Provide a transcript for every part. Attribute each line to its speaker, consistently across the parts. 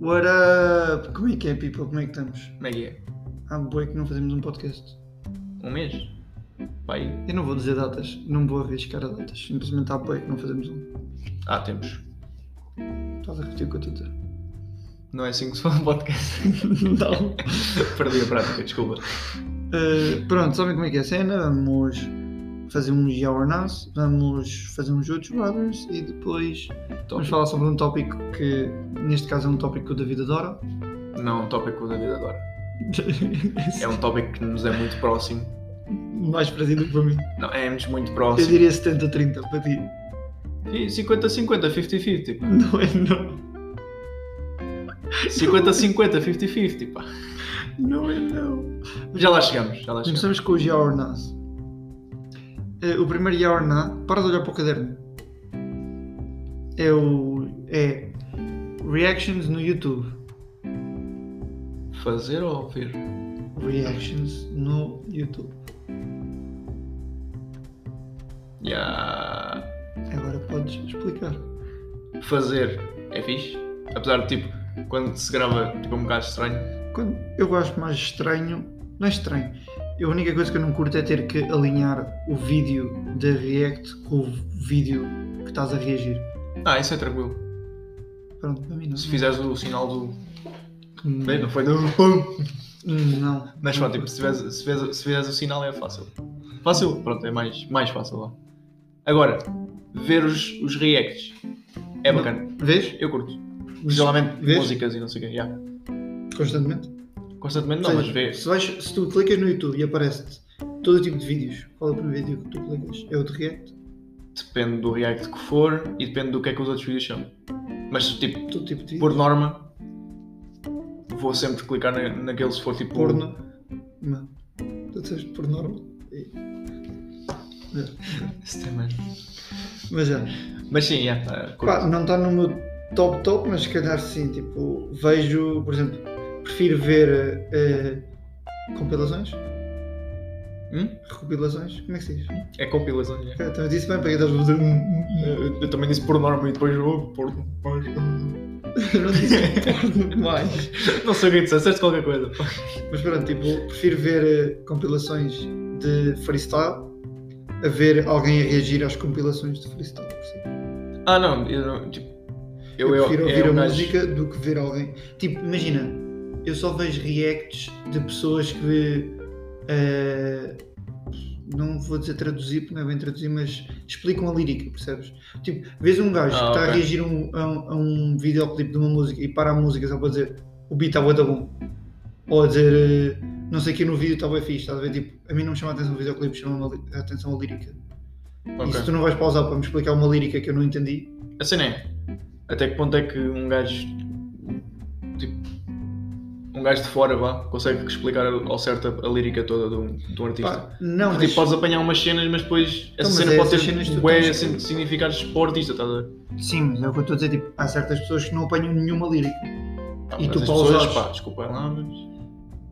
Speaker 1: What up? Como é que é, people? Como é que estamos?
Speaker 2: Como é que é?
Speaker 1: Há boi que não fazemos um podcast.
Speaker 2: Um mês? Pai.
Speaker 1: Eu não vou dizer datas, não vou arriscar a datas. Simplesmente há boi que não fazemos um.
Speaker 2: Há tempos.
Speaker 1: Estás a repetir o que eu estou a dizer?
Speaker 2: Não é assim que se fala um podcast.
Speaker 1: não.
Speaker 2: Perdi a prática, desculpa.
Speaker 1: Uh, pronto, sabem como é que é a cena? Vamos fazer um Yeah or Nas, vamos fazer uns outros brothers e depois vamos falar sobre um tópico que, neste caso, é um tópico que o David adora.
Speaker 2: Não é um tópico que o David adora. É um tópico que nos é muito próximo.
Speaker 1: Mais para ti do que para mim.
Speaker 2: Não, é-nos muito
Speaker 1: Eu
Speaker 2: próximo.
Speaker 1: diria 70-30 para ti.
Speaker 2: E 50-50, 50-50. pá.
Speaker 1: Não é não.
Speaker 2: 50-50, 50-50. pá.
Speaker 1: Não é não.
Speaker 2: Já lá chegamos, já lá chegamos.
Speaker 1: Começamos com o Yeah or Nas. Eh, o primeiro Yeah or Nah, para de olhar para o caderno. É o. É. Reactions no YouTube.
Speaker 2: Fazer ou ouvir?
Speaker 1: Reactions no YouTube.
Speaker 2: Yeah.
Speaker 1: Agora podes explicar.
Speaker 2: Fazer é fixe. Apesar de, tipo, quando se grava, tipo, é um bocado estranho.
Speaker 1: Quando eu acho mais estranho. Não é estranho. A única coisa que eu não curto é ter que alinhar o vídeo da React com o vídeo que estás a reagir.
Speaker 2: Ah, isso é tranquilo.
Speaker 1: Pronto, para mim não.
Speaker 2: Se fizeres o sinal do. Bem,
Speaker 1: Não.
Speaker 2: não foi do. um.
Speaker 1: Hum, não.
Speaker 2: Mas pronto, tipo, se fizeres, se, fizeres, se fizeres o sinal é fácil. Fácil, pronto, é mais, mais fácil lá. Agora, ver os, os reacts é bacana.
Speaker 1: Vês?
Speaker 2: Eu curto. Geralmente
Speaker 1: Vês?
Speaker 2: músicas e não sei o quê. yeah.
Speaker 1: Constantemente.
Speaker 2: Constantemente
Speaker 1: Ou
Speaker 2: não, mas
Speaker 1: seja,
Speaker 2: vê.
Speaker 1: Se, vais- se tu clicas no YouTube e aparece-te todo o tipo de vídeos, qual é o primeiro vídeo que tu clicas? É o de React?
Speaker 2: Depende do react que for e depende do que é que os outros vídeos são. Mas tipo,
Speaker 1: Todo tipo de vídeo?
Speaker 2: por norma, vou sempre clicar na, naquele se for tipo.
Speaker 1: Porno. Não. Tu disseste por norma. E- É.
Speaker 2: Esse tema.
Speaker 1: Mas já.
Speaker 2: Mas sim, yeah, tá, curto.
Speaker 1: Pá, não está no meu top top, mas se calhar sim. Tipo, vejo, por exemplo, prefiro ver eh, compilações,
Speaker 2: Hum?
Speaker 1: recopilações, como é que se diz?
Speaker 2: É compilação. yeah.
Speaker 1: Ok, Então eu disse bem, para que estás a fazer um- um...
Speaker 2: Eu, eu também disse por norma e depois vou por. por-
Speaker 1: um- Não disse porno mais.
Speaker 2: Não sei o que disseste, disseste qualquer coisa.
Speaker 1: Mas pronto, tipo, prefiro ver eh, compilações de freestyle a ver alguém a reagir às compilações de freestyle. por exemplo.
Speaker 2: Ah, não, eu não. Tipo,
Speaker 1: Eu, prefiro
Speaker 2: é
Speaker 1: ouvir
Speaker 2: um
Speaker 1: a
Speaker 2: gajo-
Speaker 1: música do que ver alguém. Tipo, imagina, eu só vejo reacts de pessoas que. eh, não vou dizer traduzir, porque não é bem traduzir, mas explicam a lírica, percebes? Tipo, vês um gajo
Speaker 2: Ah,
Speaker 1: que está a
Speaker 2: ok.
Speaker 1: reagir a um, a, um, a um videoclipe de uma música e para a música só para dizer o beat está bué da bom. Ou a dizer, eh, não sei que no vídeo está bem fixe, estás a ver? Tipo, a mim não me chama a atenção o videoclipe, chama a atenção a lírica. E
Speaker 2: Ok.
Speaker 1: se tu não vais pausar para me explicar uma lírica que eu não entendi,
Speaker 2: A cena é. Até que ponto é que um gajo. Tipo. Um gajo de fora, vá, consegue explicar ao certo a, a lírica toda de um, de um artista.
Speaker 1: pá, não,
Speaker 2: Porque,
Speaker 1: mas-
Speaker 2: tipo, podes apanhar umas cenas, mas depois
Speaker 1: Então,
Speaker 2: essa
Speaker 1: mas
Speaker 2: cena
Speaker 1: é
Speaker 2: pode
Speaker 1: essas cenas que
Speaker 2: ter
Speaker 1: tu
Speaker 2: bué
Speaker 1: tens que-
Speaker 2: sen- significados para o artista, estás a ver?
Speaker 1: Sim, mas é o que eu estou a dizer, tipo, há certas pessoas que não apanham nenhuma lírica.
Speaker 2: Pá,
Speaker 1: E
Speaker 2: mas
Speaker 1: tu
Speaker 2: as
Speaker 1: pausas.
Speaker 2: pessoas, pá, desculpem lá, mas.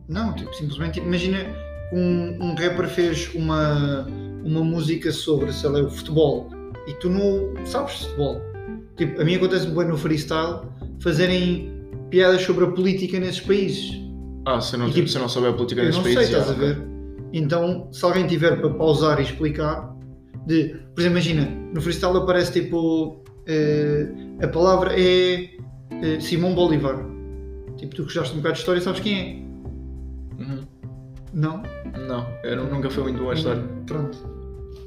Speaker 1: Não, tipo, simplesmente, tipo, imagina que um, um rapper fez uma, uma música sobre, sei lá, o futebol e tu não sabes de futebol. Tipo, a mim acontece-me bem no freestyle fazerem piadas sobre a política nesses países.
Speaker 2: Ah, se eu não,
Speaker 1: E, tipo,
Speaker 2: se eu não souber a política
Speaker 1: Eu
Speaker 2: desse
Speaker 1: não sei,
Speaker 2: país. já,
Speaker 1: estás a
Speaker 2: ok.
Speaker 1: ver? Então, se alguém tiver para pausar e explicar, de, por exemplo, imagina, no freestyle aparece tipo eh, a palavra é eh, Simão Bolívar. Tipo, tu gostaste um bocado de história sabes quem
Speaker 2: Uhum.
Speaker 1: é? Não?
Speaker 2: Não, eu nu- nunca fui muito bom a história.
Speaker 1: Hum. Pronto.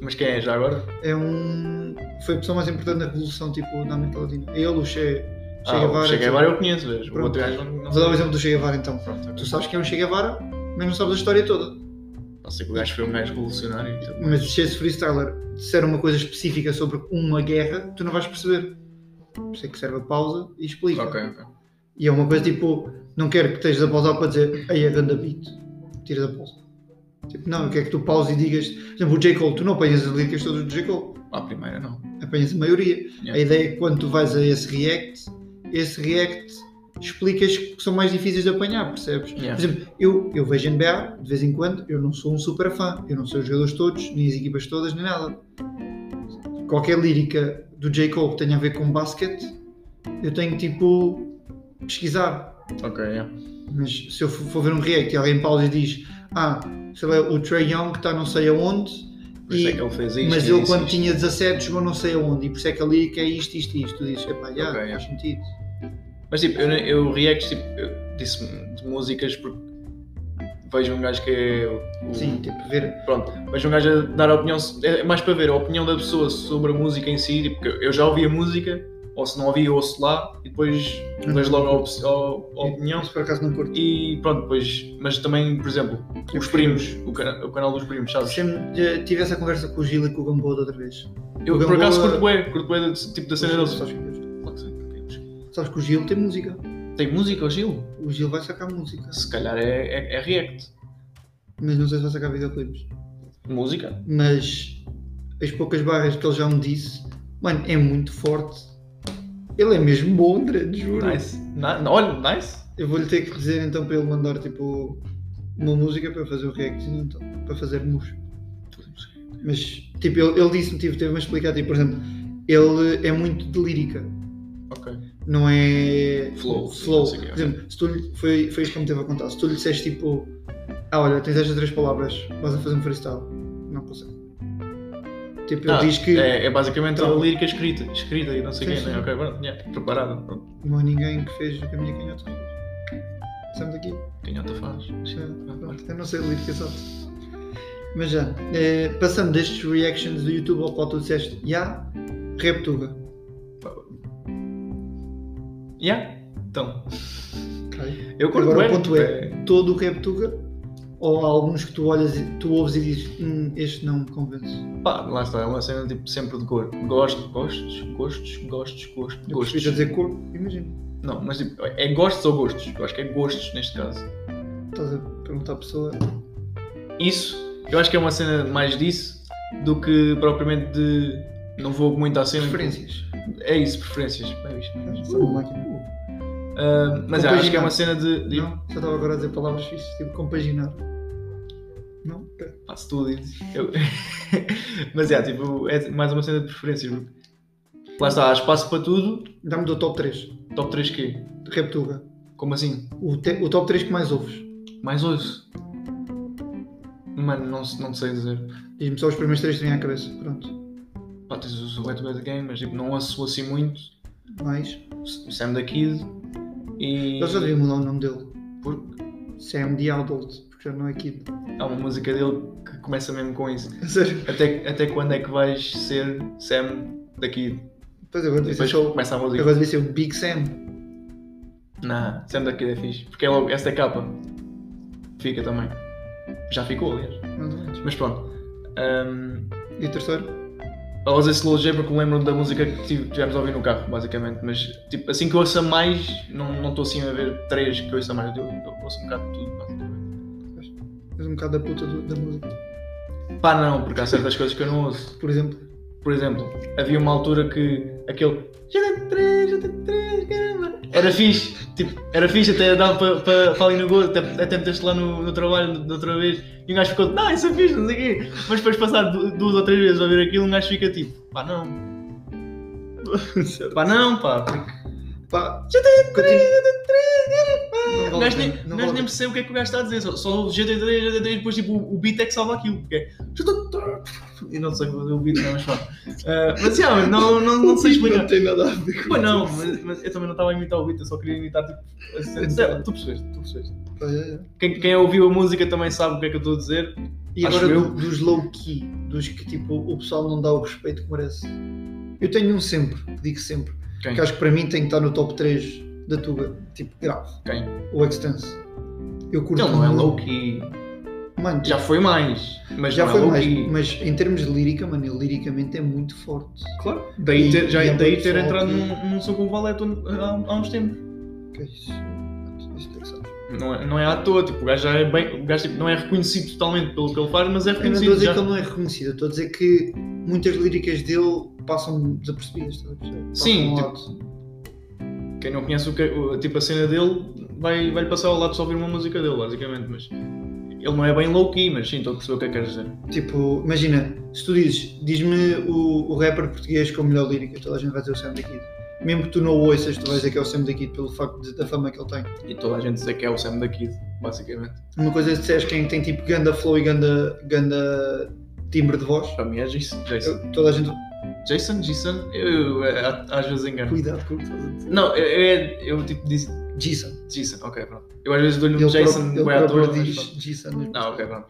Speaker 2: Mas quem é já agora?
Speaker 1: É um. Foi a pessoa mais importante da revolução, tipo, da América Latina. É Ele, o Che. Che
Speaker 2: ah,
Speaker 1: Guevara.
Speaker 2: o Che
Speaker 1: etc.
Speaker 2: Guevara eu conheço, vejo. O
Speaker 1: Pronto.
Speaker 2: outro gajo não, não
Speaker 1: Vou dar o
Speaker 2: sei.
Speaker 1: exemplo do Che Guevara então.
Speaker 2: Pronto, ok.
Speaker 1: Tu sabes quem é o Che Guevara, mas não sabes a história toda.
Speaker 2: Não sei que o gajo foi um gajo revolucionário. Então,
Speaker 1: Mas se esse freestyler disser uma coisa específica sobre uma guerra, tu não vais perceber. Por isso é que serve a pausa e explica.
Speaker 2: Ok, ok.
Speaker 1: E é uma coisa tipo, não quero que estejas a pausar para dizer ei, a ganda beat. Tiras a pausa. Tipo, não, eu quero que tu pauses e digas, por exemplo, o J. Cole, tu não apanhas as líricas todas do J. Cole,
Speaker 2: À primeira não.
Speaker 1: apanhas a maioria.
Speaker 2: Yeah.
Speaker 1: A ideia é que quando tu vais a esse react, esse react explicas que são mais difíceis de apanhar, percebes?
Speaker 2: Yeah.
Speaker 1: Por exemplo, eu, eu vejo NBA de vez em quando, eu não sou um super fã, eu não sei os jogadores todos, nem as equipas todas, nem nada. Qualquer lírica do J. Cole que tenha a ver com basquete, eu tenho tipo pesquisar.
Speaker 2: Ok,
Speaker 1: é.
Speaker 2: yeah.
Speaker 1: Mas se eu for for ver um react e alguém pausa e diz, ah, sei lá, o Trey Young está não sei aonde,
Speaker 2: Por isso
Speaker 1: e-
Speaker 2: é que ele fez isto.
Speaker 1: mas
Speaker 2: e
Speaker 1: eu
Speaker 2: disse
Speaker 1: quando
Speaker 2: isto.
Speaker 1: tinha 17 jogou não sei aonde, e por isso é que ali que é isto, isto, isto. Tu dizes, epá, já,
Speaker 2: Ok,
Speaker 1: faz sentido.
Speaker 2: Mas tipo, eu, ne- eu react, tipo, eu disse de músicas porque vejo um gajo que é. o-
Speaker 1: Sim, tipo, ver.
Speaker 2: Pronto, mas um gajo a dar a opinião, é mais para ver a opinião da pessoa sobre a música em si, porque eu já ouvi a música, ou se não ouvi, eu ouço lá, e depois
Speaker 1: Uhum.
Speaker 2: vejo logo a, op- a- a opinião.
Speaker 1: Isso por acaso não curto.
Speaker 2: E pronto, depois, mas também, por exemplo, os primos, o, cana- o canal dos primos, sabes?
Speaker 1: Sempre eh, tive essa conversa com o Gil e com o Gamboa da outra vez.
Speaker 2: Eu
Speaker 1: o
Speaker 2: por acaso
Speaker 1: Gamboa-
Speaker 2: curto bué, curto bué da, tipo, da cena deles.
Speaker 1: é Sabes que- Sabes que o Gil tem música.
Speaker 2: tipo. Tem música, o Gil?
Speaker 1: O Gil vai sacar música.
Speaker 2: Se calhar é, é, é react.
Speaker 1: Mas não sei se vai sacar videoclipes.
Speaker 2: Música?
Speaker 1: Mas as poucas barras que ele já me disse, mano, é muito forte. Ele é mesmo bom, André, te juro.
Speaker 2: Nice. Na- olha, nice.
Speaker 1: Eu vou-lhe ter que dizer então para ele mandar tipo uma música para eu fazer o reactzinho, então, para fazer mus. Mas tipo, ele, ele disse-me, tipo, teve-me a explicar, tipo, por exemplo, ele é muito de lírica,
Speaker 2: Ok.
Speaker 1: não é
Speaker 2: Flow, sim,
Speaker 1: flow.
Speaker 2: não sei o quê,
Speaker 1: por exemplo, se tu lhe, foi, foi isto que ele me teve a contar, se tu lhe disseste tipo, ah olha, tens estas três palavras, vais a fazer um freestyle, não consegue. Tipo, ele
Speaker 2: Ah,
Speaker 1: diz que
Speaker 2: É, é basicamente
Speaker 1: Tá.
Speaker 2: a lírica escrita, escrita e não sei o
Speaker 1: Sim,
Speaker 2: quê,
Speaker 1: sim.
Speaker 2: né? Ok, pronto, yeah, preparado. Pronto.
Speaker 1: não há ninguém que fez o caminho canhota. Estamos aqui.
Speaker 2: Canhota faz.
Speaker 1: Já, pronto, Eu não sei ler que é só. Mas já, eh, passando destes reactions do YouTube ao qual tu disseste, já, Reptuga.
Speaker 2: Yeah. Então,
Speaker 1: Okay.
Speaker 2: eu curto
Speaker 1: Agora o
Speaker 2: bué,
Speaker 1: ponto é,
Speaker 2: tipo,
Speaker 1: todo o Reptuga ou há alguns que tu olhas, e- tu ouves e dizes, hum, este não me convence.
Speaker 2: Pá, lá está, é uma cena tipo, sempre de cor. Gosto, gostos, gostos, gostos, gostos,
Speaker 1: Eu prefiro
Speaker 2: gostos.
Speaker 1: dizer cor, imagino.
Speaker 2: Não, mas tipo, é gostos ou gostos? Eu acho que é gostos neste caso.
Speaker 1: Estás a perguntar à pessoa.
Speaker 2: Isso, eu acho que é uma cena mais disso do que propriamente de. Não vou muito à
Speaker 1: um
Speaker 2: cena.
Speaker 1: Preferências.
Speaker 2: É isso, preferências. Bem visto, bem visto.
Speaker 1: Sou uma máquina.
Speaker 2: Ah, mas é, acho que é uma cena de. de-
Speaker 1: Não, só estava agora a dizer palavras fixas, tipo compaginar. Não? Espera.
Speaker 2: Faço tudo. e- Eu... Mas é, tipo, é mais uma cena de preferências. porque Lá está, há espaço para tudo.
Speaker 1: Dá-me do top 3.
Speaker 2: Top 3 quê?
Speaker 1: Reptuga.
Speaker 2: Como assim?
Speaker 1: O, te- o top 3 que mais ouves.
Speaker 2: Mais ouço. Mano, não, se- não sei dizer.
Speaker 1: Diz-me só os primeiros três que vêm à cabeça. Pronto.
Speaker 2: Pá, tens o Wet Wet Game, mas tipo, não ouço assim muito.
Speaker 1: Mais.
Speaker 2: S- Sam da Kid. E.
Speaker 1: Eu já devia mudar o nome dele. é
Speaker 2: Porque
Speaker 1: Sam the Adult, um porque já não é Kid.
Speaker 2: há uma música dele que começa mesmo com isso.
Speaker 1: A Sério?
Speaker 2: Até, até quando é que vais ser Sam da Kid?
Speaker 1: Pois é, agora devia ser
Speaker 2: Depois
Speaker 1: só. o-
Speaker 2: começa a música.
Speaker 1: Agora devia ser o Big Sam.
Speaker 2: Não, Sam da Kid é fixe. Porque é logo, essa é capa. Fica também. Já ficou, aliás.
Speaker 1: Mais ou menos.
Speaker 2: Mas pronto. Um,
Speaker 1: E o terceiro?
Speaker 2: eu usei Slow J porque me lembro da música que tive- tivemos a ouvir no carro, basicamente. Mas tipo, assim que eu ouça mais, não estou assim a ver três que eu ouça mais. Eu, eu ouço um bocado de tudo, basicamente.
Speaker 1: És um bocado da puta do- da música.
Speaker 2: Pá, não, porque há certas coisas que eu não ouço.
Speaker 1: Por exemplo.
Speaker 2: Por exemplo, havia uma altura que aquele. "JT3, JT3, caramba", Era fixe, tipo, era fixe, até dava para pa, pa ali no gol, até, até meteste lá no, no trabalho da outra vez e um gajo ficou, não, isso é fixe, não sei o quê. Mas depois de passar du- duas ou três vezes a ouvir aquilo, um gajo fica tipo, pá não, pá não, pá, porque
Speaker 1: Pá, Não
Speaker 2: o
Speaker 1: vale a
Speaker 2: gajo nem,
Speaker 1: pena,
Speaker 2: o
Speaker 1: não
Speaker 2: gajo
Speaker 1: vale
Speaker 2: nem
Speaker 1: a
Speaker 2: percebe o que é que o gajo está a dizer, só, só o GT3, GT3 e depois tipo o, o beat é que salva aquilo, porque é. E não sei fazer o beat, não, mas pá. Ah, mas yeah, não, não, não sei explicar.
Speaker 1: tem nada a ver
Speaker 2: Pois não, mas, mas eu também não estava a imitar o beat, eu só queria imitar tipo. a
Speaker 1: É
Speaker 2: cena. Sei lá, tu percebeste, tu percebeste.
Speaker 1: Pá, é, é.
Speaker 2: Quem, quem ouviu a música também sabe o que é que eu estou a dizer.
Speaker 1: E
Speaker 2: Acho
Speaker 1: agora
Speaker 2: eu.
Speaker 1: do- dos low key, dos que tipo o pessoal não dá o respeito que merece. Eu tenho um sempre, que digo sempre.
Speaker 2: Quem?
Speaker 1: Que acho que para mim tem que estar no top 3 da Tuga. Tipo, grave.
Speaker 2: Quem?
Speaker 1: O Extense. Eu curto.
Speaker 2: Ele não é
Speaker 1: muito.
Speaker 2: low key.
Speaker 1: Mano,
Speaker 2: Já foi mais, mas
Speaker 1: já
Speaker 2: não
Speaker 1: foi
Speaker 2: é low
Speaker 1: mais,
Speaker 2: key.
Speaker 1: mas em termos de lírica, mano, ele liricamente é muito forte.
Speaker 2: Claro, daí ter, já,
Speaker 1: E é
Speaker 2: daí
Speaker 1: muito
Speaker 2: ter
Speaker 1: só
Speaker 2: entrado
Speaker 1: que-
Speaker 2: num, num soco com o Valeto há, há uns tempos.
Speaker 1: Que é isso? Isso é que sabes.
Speaker 2: Não é, não é à toa, tipo, o gajo já é bem. O gajo tipo, não é reconhecido totalmente pelo que ele faz, mas é
Speaker 1: Eu não estou a
Speaker 2: reconhecido.
Speaker 1: dizer
Speaker 2: Já.
Speaker 1: que ele não é reconhecido, eu estou a dizer que muitas líricas dele passam desapercebidas, estás a perceber? Passam
Speaker 2: Sim,
Speaker 1: ao
Speaker 2: tipo,
Speaker 1: lado.
Speaker 2: Quem não conhece o que, o- tipo, a cena dele vai, vai passar ao lado só ouvir uma música dele, basicamente. Mas ele não é bem low key, mas sim, estou a perceber o que é que queres dizer.
Speaker 1: Tipo, imagina, se tu dizes, diz-me o, o rapper português com melhor lírica, toda a gente vai dizer o Sam da Kid. mesmo que tu não o ouças, tu vais dizer que é o Sam da Kid pelo facto de- da fama que ele tem.
Speaker 2: E toda a gente dizer que é o Sam da Kid, basicamente.
Speaker 1: Uma coisa é se disseres quem tem tipo ganda flow e ganda, ganda timbre de voz.
Speaker 2: Para mim é Jason. Jason,
Speaker 1: Eu- toda a gente.
Speaker 2: Jason, Jason eu, eh, a- às vezes engano.
Speaker 1: Cuidado com o que estás a dizer.
Speaker 2: Não, eu, eu, eu tipo disse
Speaker 1: Jason.
Speaker 2: Jason, ok, pronto. Eu às vezes dou-lhe
Speaker 1: Ele,
Speaker 2: um
Speaker 1: Jason
Speaker 2: Jason
Speaker 1: ele
Speaker 2: bué à toa,
Speaker 1: próprio
Speaker 2: mas
Speaker 1: diz
Speaker 2: pronto.
Speaker 1: Jason.
Speaker 2: Ah, ok, pronto.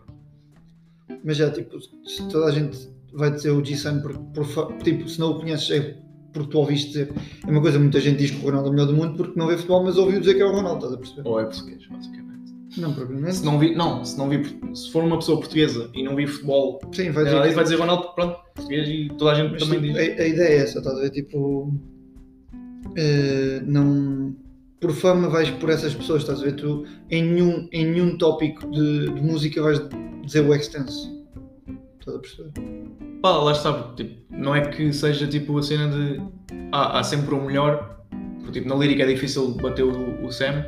Speaker 1: Mas já, tipo, se toda a gente vai dizer o Jason, por, por, fa- tipo, se não o conheces é porque tu ouviste dizer. É uma coisa, muita gente diz que o Ronaldo é o melhor do mundo porque não vê futebol, mas ouviu dizer que é o Ronaldo, estás a perceber?
Speaker 2: Ou é português, basicamente.
Speaker 1: Não, propriamente.
Speaker 2: Se não vi, não, se não vi, se for uma pessoa portuguesa e não vi futebol,
Speaker 1: Sim, vai dizer.
Speaker 2: ela
Speaker 1: que-
Speaker 2: É, vai dizer Ronaldo, pronto, português e toda a gente
Speaker 1: Mas,
Speaker 2: também
Speaker 1: tipo,
Speaker 2: diz.
Speaker 1: a, a ideia é essa, estás a ver? Tipo, eh, não. Por fama vais por essas pessoas, estás a ver? Tu em nenhum, em nenhum tópico de, de música vais dizer o extense. Estás a perceber?
Speaker 2: Pá, lá está, tipo, não é que seja tipo a cena de ah, há sempre o melhor, porque tipo, na lírica é difícil bater o, o Sam,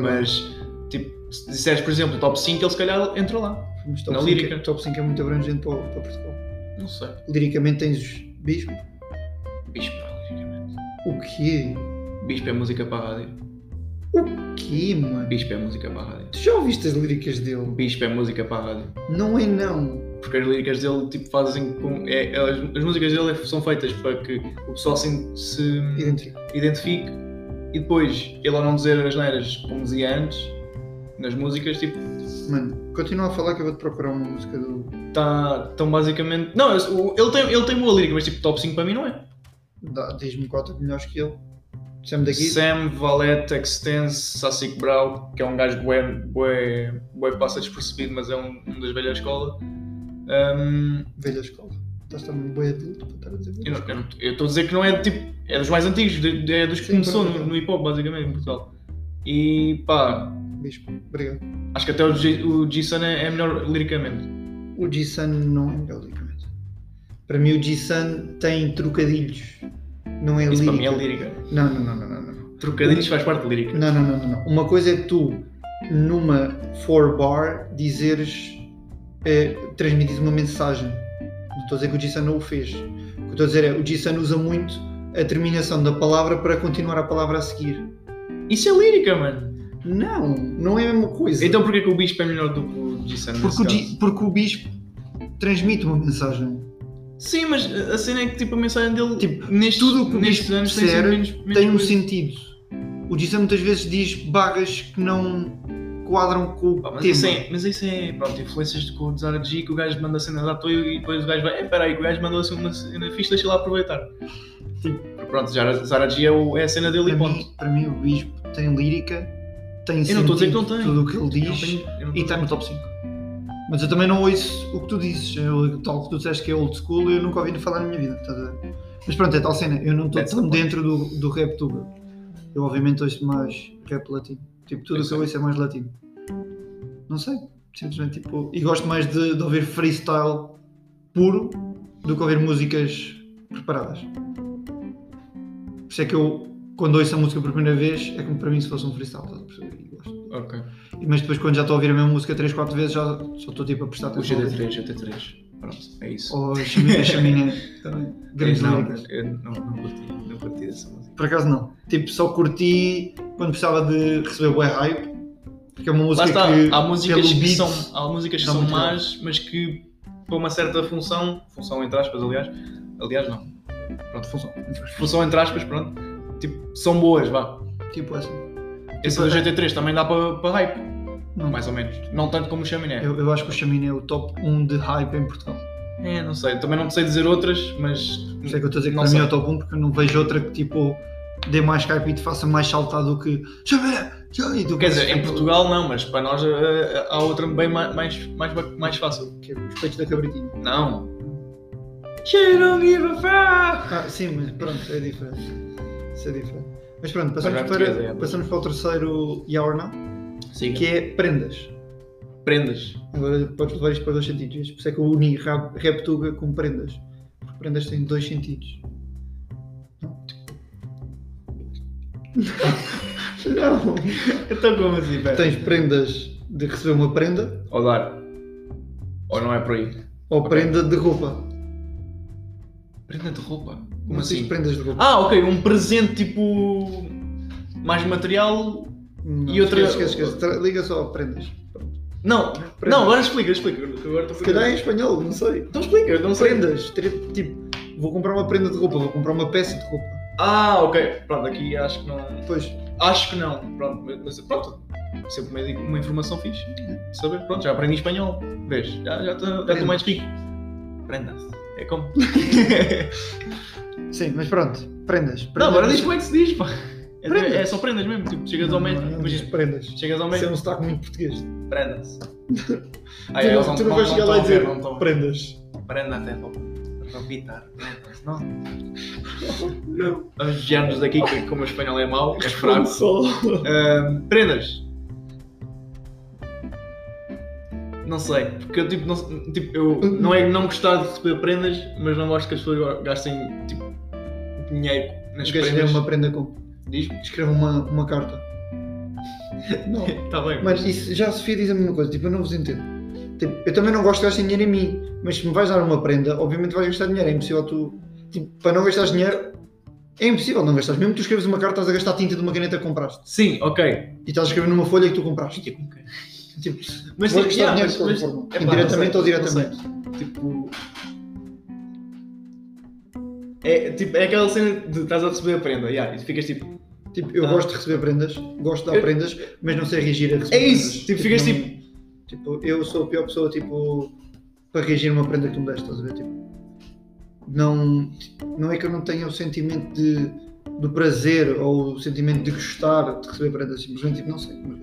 Speaker 2: mas tipo, se disseres, por exemplo, top 5, ele se calhar entrou lá.
Speaker 1: Mas top
Speaker 2: Na
Speaker 1: 5 é-
Speaker 2: lírica.
Speaker 1: top 5 é muito abrangente para, o- para Portugal.
Speaker 2: Não sei.
Speaker 1: Liricamente tens Bispo.
Speaker 2: Bispo não é liricamente.
Speaker 1: O quê?
Speaker 2: Bispo é música para a rádio.
Speaker 1: O quê, mano?
Speaker 2: Bispo é música para a rádio.
Speaker 1: Tu já ouviste as líricas dele?
Speaker 2: Bispo é música para a rádio.
Speaker 1: Não é não.
Speaker 2: Porque as líricas dele tipo, fazem com. é- é- as, as músicas dele são feitas para que o pessoal se, se
Speaker 1: Identifico.
Speaker 2: identifique e depois ele a não dizer as neiras como dizia antes nas músicas, tipo,
Speaker 1: Mano, continua a falar que eu vou-te procurar uma música do.
Speaker 2: tá tão basicamente. Não, eu- o- ele tem, ele tem boa lírica, mas tipo, top 5 para mim não é.
Speaker 1: Dá- Diz-me é quatro melhores que ele. Sam daqui.
Speaker 2: Sam, Valete, Extense, Sassic Brau, que é um gajo bué, bué, bué que passa despercebido, mas é um, um das velhas escola. Ahm,
Speaker 1: Velha escola. Estás também boi adulto para estar a dizer velha
Speaker 2: eu não- eu não- eu estou a dizer que não é tipo. É dos mais antigos, de- de- é dos que
Speaker 1: Sim,
Speaker 2: começou
Speaker 1: pronto.
Speaker 2: no, no hip hop, basicamente, em Portugal. E pá,
Speaker 1: Bispo. Obrigado.
Speaker 2: acho que até o G- o G-Sun é, é melhor liricamente.
Speaker 1: O G-Sun não é melhor liricamente. Para mim, o G-Sun tem trocadilhos. Não é
Speaker 2: Isso
Speaker 1: lírica.
Speaker 2: para mim é lírica.
Speaker 1: Não, não, não, não, não, não.
Speaker 2: Trocadilhos faz parte de lírica.
Speaker 1: Não, não, não, não, não. Uma coisa é tu, numa four bar, dizeres, eh, transmitires uma mensagem. Não estou a dizer que o Jason não o fez. O que eu estou a dizer é, o Jason usa muito a terminação da palavra para continuar a palavra a seguir.
Speaker 2: Isso é lírica, mano.
Speaker 1: Não, não é a mesma coisa.
Speaker 2: Então porquê que o Bispo é melhor do que o G-Sun?
Speaker 1: porque, o
Speaker 2: nesse
Speaker 1: Gi- porque o bispo transmite uma mensagem.
Speaker 2: caso? Sim, mas a a cena é que tipo, a mensagem dele
Speaker 1: Tipo,
Speaker 2: neste,
Speaker 1: tudo o que o
Speaker 2: nestes
Speaker 1: Bispo
Speaker 2: anos tem
Speaker 1: disser
Speaker 2: sido menos, menos
Speaker 1: Tem um
Speaker 2: coisa.
Speaker 1: sentido. O Jason muitas vezes diz barras que não quadram com o
Speaker 2: Pá, mas,
Speaker 1: tema.
Speaker 2: isso é, mas isso é, pronto, influências de com o Zara G que o gajo manda cenas à toa e depois o gajo vai, "Eh, espera aí, que o gajo mandou assim uma cena fixe, deixa lá aproveitar. Tipo, pronto, Zara, Zara G é, o- é a cena
Speaker 1: para,
Speaker 2: dele e ponto.
Speaker 1: mim, para mim, o Bispo tem lírica, tem
Speaker 2: Eu não estou a dizer que
Speaker 1: sentido
Speaker 2: não tem.
Speaker 1: tudo o que ele
Speaker 2: Eu não
Speaker 1: diz
Speaker 2: tenho- eu não
Speaker 1: e
Speaker 2: tenho-
Speaker 1: está no top 5. Mas eu também não ouço o que tu dizes, eu, tal que tu disseste que é old school, eu nunca ouvi falar na minha vida. estás a ver? Mas pronto, é tal cena, eu não estou
Speaker 2: That's
Speaker 1: tão
Speaker 2: the point.
Speaker 1: dentro do, do rap tuga. Eu obviamente ouço mais rap latino. Tipo, tudo
Speaker 2: Eu
Speaker 1: o que
Speaker 2: sei.
Speaker 1: eu ouço é mais latino. Não sei, simplesmente tipo. E gosto mais de, de ouvir freestyle puro do que ouvir músicas preparadas. Por isso é que eu, quando ouço a música por primeira vez, é como para mim se fosse um freestyle, estás a perceber? E gosto.
Speaker 2: Ok.
Speaker 1: Mas depois quando já estou a ouvir a mesma música 3, 4 vezes, já só estou tipo a prestar
Speaker 2: O
Speaker 1: atenção.
Speaker 2: GT3, GT3. Pronto, é isso.
Speaker 1: Ou a Chaminé, Chaminé também. Grandes
Speaker 2: não,
Speaker 1: líricas.
Speaker 2: eu não, não curti, não curti dessa música.
Speaker 1: Por acaso não. Tipo, só curti quando precisava de receber o hype. Porque é uma música
Speaker 2: Lá está,
Speaker 1: que
Speaker 2: há músicas
Speaker 1: pelo
Speaker 2: que
Speaker 1: beat,
Speaker 2: são, há músicas que
Speaker 1: dá
Speaker 2: são
Speaker 1: muito
Speaker 2: más, mas que para uma certa função, função entre aspas, aliás, aliás não, pronto, função, função entre aspas, pronto, tipo, são boas, vá.
Speaker 1: Tipo essa.
Speaker 2: Esse
Speaker 1: Tipo,
Speaker 2: do GT3 também dá para, para hype,
Speaker 1: Não.
Speaker 2: mais ou menos, não tanto como o Chaminé.
Speaker 1: Eu, eu acho que o Chaminé é o top 1 de hype em Portugal.
Speaker 2: É, não sei, também não sei dizer outras, mas
Speaker 1: Por isso é que eu estou a dizer que
Speaker 2: Não
Speaker 1: para mim é o
Speaker 2: sei.
Speaker 1: top 1 porque eu não vejo outra que tipo dê mais hype e te faça mais saltar do que Chaminé! Chaminé", e tu
Speaker 2: quer
Speaker 1: pensas,
Speaker 2: dizer, em
Speaker 1: tipo,
Speaker 2: Portugal não, mas para nós eh, há outra bem mais, mais, mais, ba- mais fácil.
Speaker 1: que é Os peitos da cabritinha.
Speaker 2: Não. She don't give a fuck!
Speaker 1: Ah, sim, mas pronto, é diferente. Isso é diferente. Mas pronto, passamos,
Speaker 2: Agora
Speaker 1: para,
Speaker 2: portuguesa é.
Speaker 1: passamos para o terceiro Yaorna,
Speaker 2: Sim,
Speaker 1: que é prendas.
Speaker 2: prendas.
Speaker 1: Agora podes levar isto para dois sentidos. Por isso é que eu uni rap, rap tuga com prendas. Porque prendas têm dois sentidos. Não.
Speaker 2: Então como assim, velho?
Speaker 1: Tens prendas de receber uma prenda
Speaker 2: Ou dar. Ou não é por aí.
Speaker 1: ou
Speaker 2: Ok.
Speaker 1: prenda de roupa.
Speaker 2: Prenda de roupa.
Speaker 1: não
Speaker 2: assim?
Speaker 1: preciso prendas de roupa.
Speaker 2: Ah, ok, um presente tipo. mais material.
Speaker 1: Não,
Speaker 2: Ah, e outra-
Speaker 1: Esquece, esquece, esquece. Tra- Liga só a prendas. Pronto.
Speaker 2: Não,
Speaker 1: Prendas.
Speaker 2: não, agora explica, explica. que Agora estou
Speaker 1: Se calhar é em espanhol, não sei.
Speaker 2: Então explica, não sei.
Speaker 1: Prendas. tre- Tipo, vou comprar uma prenda de roupa, vou comprar uma peça de roupa.
Speaker 2: Ah, ok, pronto, aqui acho que não.
Speaker 1: Depois,
Speaker 2: Acho que não, pronto, mas pronto. Sempre uma, uma informação fixe. Saber, pronto, já aprendi espanhol. Vês, já já estou já estou mais rico. Prendas. É como?
Speaker 1: sim, mas pronto. Prendas. prendas
Speaker 2: Não, agora diz como é que se diz, pá. É,
Speaker 1: Prendas.
Speaker 2: é só prendas mesmo, tipo, chegas
Speaker 1: Não,
Speaker 2: ao médico,
Speaker 1: não, não
Speaker 2: imagina,
Speaker 1: diz prendas.
Speaker 2: chegas
Speaker 1: Isso
Speaker 2: ao
Speaker 1: é
Speaker 2: médico,
Speaker 1: um sotaque muito português.
Speaker 2: prendas.
Speaker 1: tu,
Speaker 2: Aí Ah, é, eles
Speaker 1: não,
Speaker 2: não
Speaker 1: tu não
Speaker 2: não-
Speaker 1: vais
Speaker 2: não
Speaker 1: chegar
Speaker 2: estão
Speaker 1: lá e
Speaker 2: a ver,
Speaker 1: dizer
Speaker 2: não estão.
Speaker 1: prendas.
Speaker 2: Prendas é roupa. Roupita, prendas, não? Não. Vamos desviar-nos daqui, que como o espanhol é mau, é fraco.
Speaker 1: Só.
Speaker 2: Ahm, prendas. Não sei, porque eu tipo não, tipo, eu, não é não gostar de receber prendas, mas não gosto que as pessoas gastem tipo, dinheiro nas
Speaker 1: Queres escrever
Speaker 2: prendas.
Speaker 1: é uma prenda com.
Speaker 2: Diz-me.
Speaker 1: Escreve uma, uma carta. Não.
Speaker 2: Tá bem,
Speaker 1: Mas isso já a Sofia diz a mesma coisa, tipo, eu não vos entendo. Tipo, eu também não gosto de gastar dinheiro em mim, mas se me vais dar uma prenda, obviamente vais gastar dinheiro, é impossível tu. Tipo, para não gastares dinheiro, é impossível não gastares. Mesmo que tu escreves uma carta, estás a gastar tinta de uma caneta que compraste.
Speaker 2: Sim, ok.
Speaker 1: E estás a escrever numa folha que tu compraste.
Speaker 2: Tipo, mas
Speaker 1: Vou
Speaker 2: tipo,
Speaker 1: gastar
Speaker 2: yeah,
Speaker 1: dinheiro
Speaker 2: mas-
Speaker 1: de qualquer
Speaker 2: mas-
Speaker 1: forma.
Speaker 2: epá,
Speaker 1: Indiretamente
Speaker 2: não
Speaker 1: ou
Speaker 2: sei,
Speaker 1: diretamente.
Speaker 2: não sei. Tipo. É, tipo, é aquela cena de estás a receber a prenda, yeah, e tu ficas tipo,
Speaker 1: Tipo, eu
Speaker 2: Ah.
Speaker 1: gosto de receber prendas, gosto de dar
Speaker 2: Eu-
Speaker 1: prendas, mas não sei reagir a receber
Speaker 2: É
Speaker 1: prendas.
Speaker 2: isso, tipo, ficas
Speaker 1: não- Tipo, eu sou a pior pessoa, tipo, para reagir a uma prenda que tu me deste, estás a ver? Tipo, não, não é que eu não tenha o sentimento de, do prazer ou o sentimento de gostar de receber prendas, simplesmente, tipo, não sei. mas,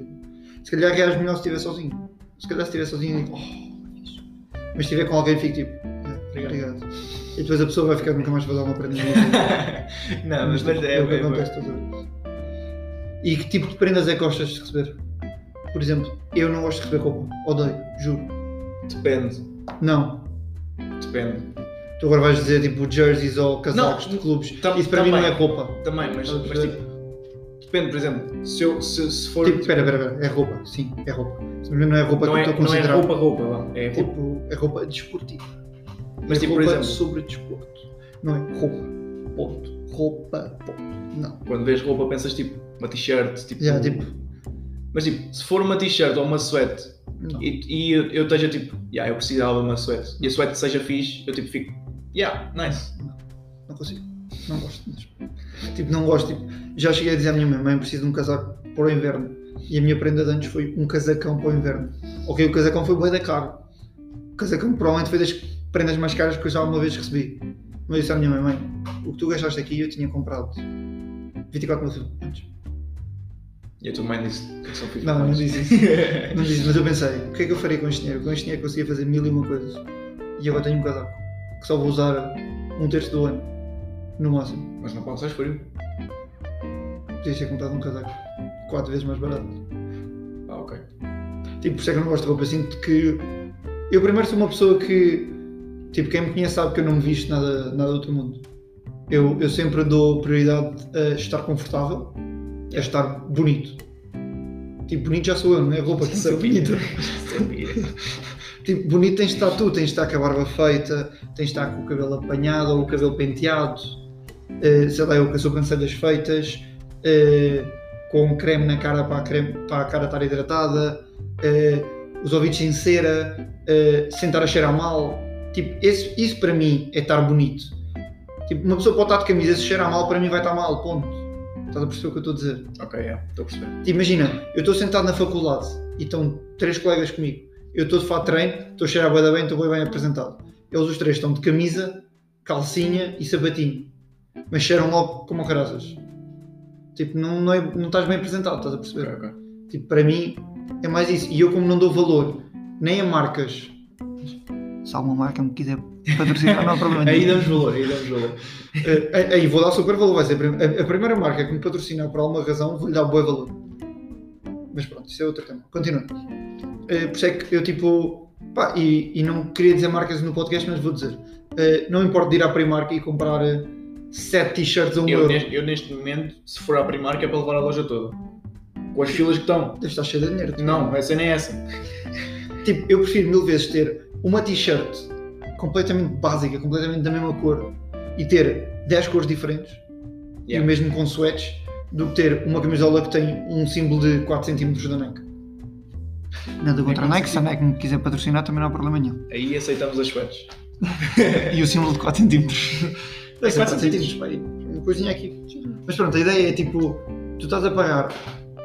Speaker 1: se calhar reage melhor se estiver sozinho. Se calhar se estiver sozinho, digo, oh, isso. Mas se estiver com alguém, fico tipo, "Ah,
Speaker 2: Obrigado."
Speaker 1: obrigado. E depois a pessoa vai ficar nunca mais fazer uma prenda. na minha vida.
Speaker 2: não, mas, mas é,
Speaker 1: tipo, o que
Speaker 2: é,
Speaker 1: acontece todas as vezes. E que tipo de prendas é que gostas de receber? Por exemplo, eu não gosto de receber roupa. Odeio, juro.
Speaker 2: depende,
Speaker 1: Não.
Speaker 2: depende.
Speaker 1: Tu agora vais dizer tipo jerseys ou casacos
Speaker 2: Não,
Speaker 1: de clubes.
Speaker 2: tam-
Speaker 1: Isso para mim não
Speaker 2: também.
Speaker 1: é roupa.
Speaker 2: Também, mas,
Speaker 1: Estás a
Speaker 2: mas, tipo, depende, por exemplo, se, eu, se, se for.
Speaker 1: Tipo, espera, espera, espera. É roupa, sim, é roupa. Se para mim não é roupa
Speaker 2: não,
Speaker 1: que eu
Speaker 2: é,
Speaker 1: estou a
Speaker 2: não é
Speaker 1: considerar.
Speaker 2: roupa, roupa, vá, é roupa.
Speaker 1: Tipo, é roupa desportiva.
Speaker 2: Mas,
Speaker 1: é
Speaker 2: tipo, por
Speaker 1: roupa
Speaker 2: exemplo-
Speaker 1: sobre desporto. Não é roupa, ponto. Roupa, ponto. Não.
Speaker 2: Quando vês roupa, pensas tipo, uma t-shirt, tipo.
Speaker 1: Já, tipo,
Speaker 2: Mas, tipo, se for uma t-shirt ou uma sweat
Speaker 1: não.
Speaker 2: e, e eu, eu esteja tipo, yeah, eu precisava de uma sweat e a sweat seja fixe, eu tipo fico, yeah, nice.
Speaker 1: Não consigo. Não gosto mesmo. Tipo, não gosto. Tipo, já cheguei a dizer à minha mãe, mãe, preciso de um casaco para o inverno. E a minha prenda de antes foi um casacão para o inverno. Ok, o casacão foi bué da caro. O casacão provavelmente foi das prendas mais caras que eu já uma vez recebi. Mas eu disse à minha mãe, mãe, o que tu gastaste aqui eu tinha comprado 24 mil antes.
Speaker 2: E a tua mãe disse que são fixe.
Speaker 1: Não, não
Speaker 2: nice.
Speaker 1: disse isso. Não disse, mas eu pensei, o que é que eu faria com este dinheiro? Com este dinheiro conseguia fazer mil e uma coisas. E agora tenho um casaco que só vou usar um terço do ano, no máximo.
Speaker 2: Mas não passas frio.
Speaker 1: Podia ter comprado um casaco quatro vezes mais barato.
Speaker 2: Ah, ok.
Speaker 1: Tipo, por isso é que eu não gosto de roupa. Sinto que. Eu, primeiro, sou uma pessoa que. Tipo, quem me conhece sabe que eu não me visto nada, nada do outro mundo. Eu, eu sempre dou prioridade a estar confortável, a estar bonito. Tipo, bonito já sou eu, não é a roupa que sou
Speaker 2: Sabia.
Speaker 1: bonita.
Speaker 2: Sabia.
Speaker 1: Tipo, bonito tens de estar tu, tens de estar com a barba feita, tens de estar com o cabelo apanhado ou o cabelo penteado, eh, sei lá, eu com as sobrancelhas feitas, eh, com creme na cara para a, creme, para a cara estar hidratada, eh, os ouvidos sem cera, eh, sem estar a cheirar mal. Tipo, esse- isso para mim é estar bonito. Tipo, uma pessoa pode estar de camisa, se cheirar mal, para mim vai estar mal, ponto. Estás a perceber o que eu estou a dizer?
Speaker 2: Ok, yeah, estou a perceber.
Speaker 1: Te Imagina, eu estou sentado na faculdade e estão três colegas comigo. Eu estou de fato de treino, estou a cheirar bué da bem, estou bué bem apresentado. Eles os três estão de camisa, calcinha e sapatinho. Mas cheiram logo como caraças. Tipo, não, não, é- não estás bem apresentado, estás a
Speaker 2: Ok,
Speaker 1: perceber?
Speaker 2: ok.
Speaker 1: Tipo, para mim é mais isso. E eu como não dou valor nem a marcas. Se alguma marca me quiser patrocinar, não há problema
Speaker 2: Aí damos valor, aí damos valor.
Speaker 1: Eh, eh, Aí vou dar super valor, vai ser a prim- a, a primeira marca que me patrocinar por alguma razão, vou-lhe dar bom valor. Mas pronto, isso é outro tema. Continua. Eh, por isso é que eu tipo, pá, e, e não queria dizer marcas no podcast, mas vou dizer. Eh, não importa de ir à Primark e comprar eh, sete t-shirts a um
Speaker 2: Eu
Speaker 1: euro.
Speaker 2: neste, eu neste momento, se for à Primark, é para levar a loja toda. Com as filas que estão.
Speaker 1: Deve estar cheio de dinheiro. tipo.
Speaker 2: Não, a cena é essa.
Speaker 1: Tipo, eu prefiro mil vezes ter uma t-shirt completamente básica, completamente da mesma cor, e ter 10 cores diferentes e
Speaker 2: Yeah.
Speaker 1: o mesmo com sweats do que ter uma camisola que tem um símbolo de 4 cm da Nike. É Nada contra a Nike, se a Nike me quiser patrocinar também não há problema nenhum.
Speaker 2: Aí aceitamos as sweats.
Speaker 1: E o símbolo de 4 cm.
Speaker 2: É 4
Speaker 1: centímetros,
Speaker 2: cm.
Speaker 1: pai. Uma coisinha aqui. Mas pronto, a ideia é tipo, tu estás a pagar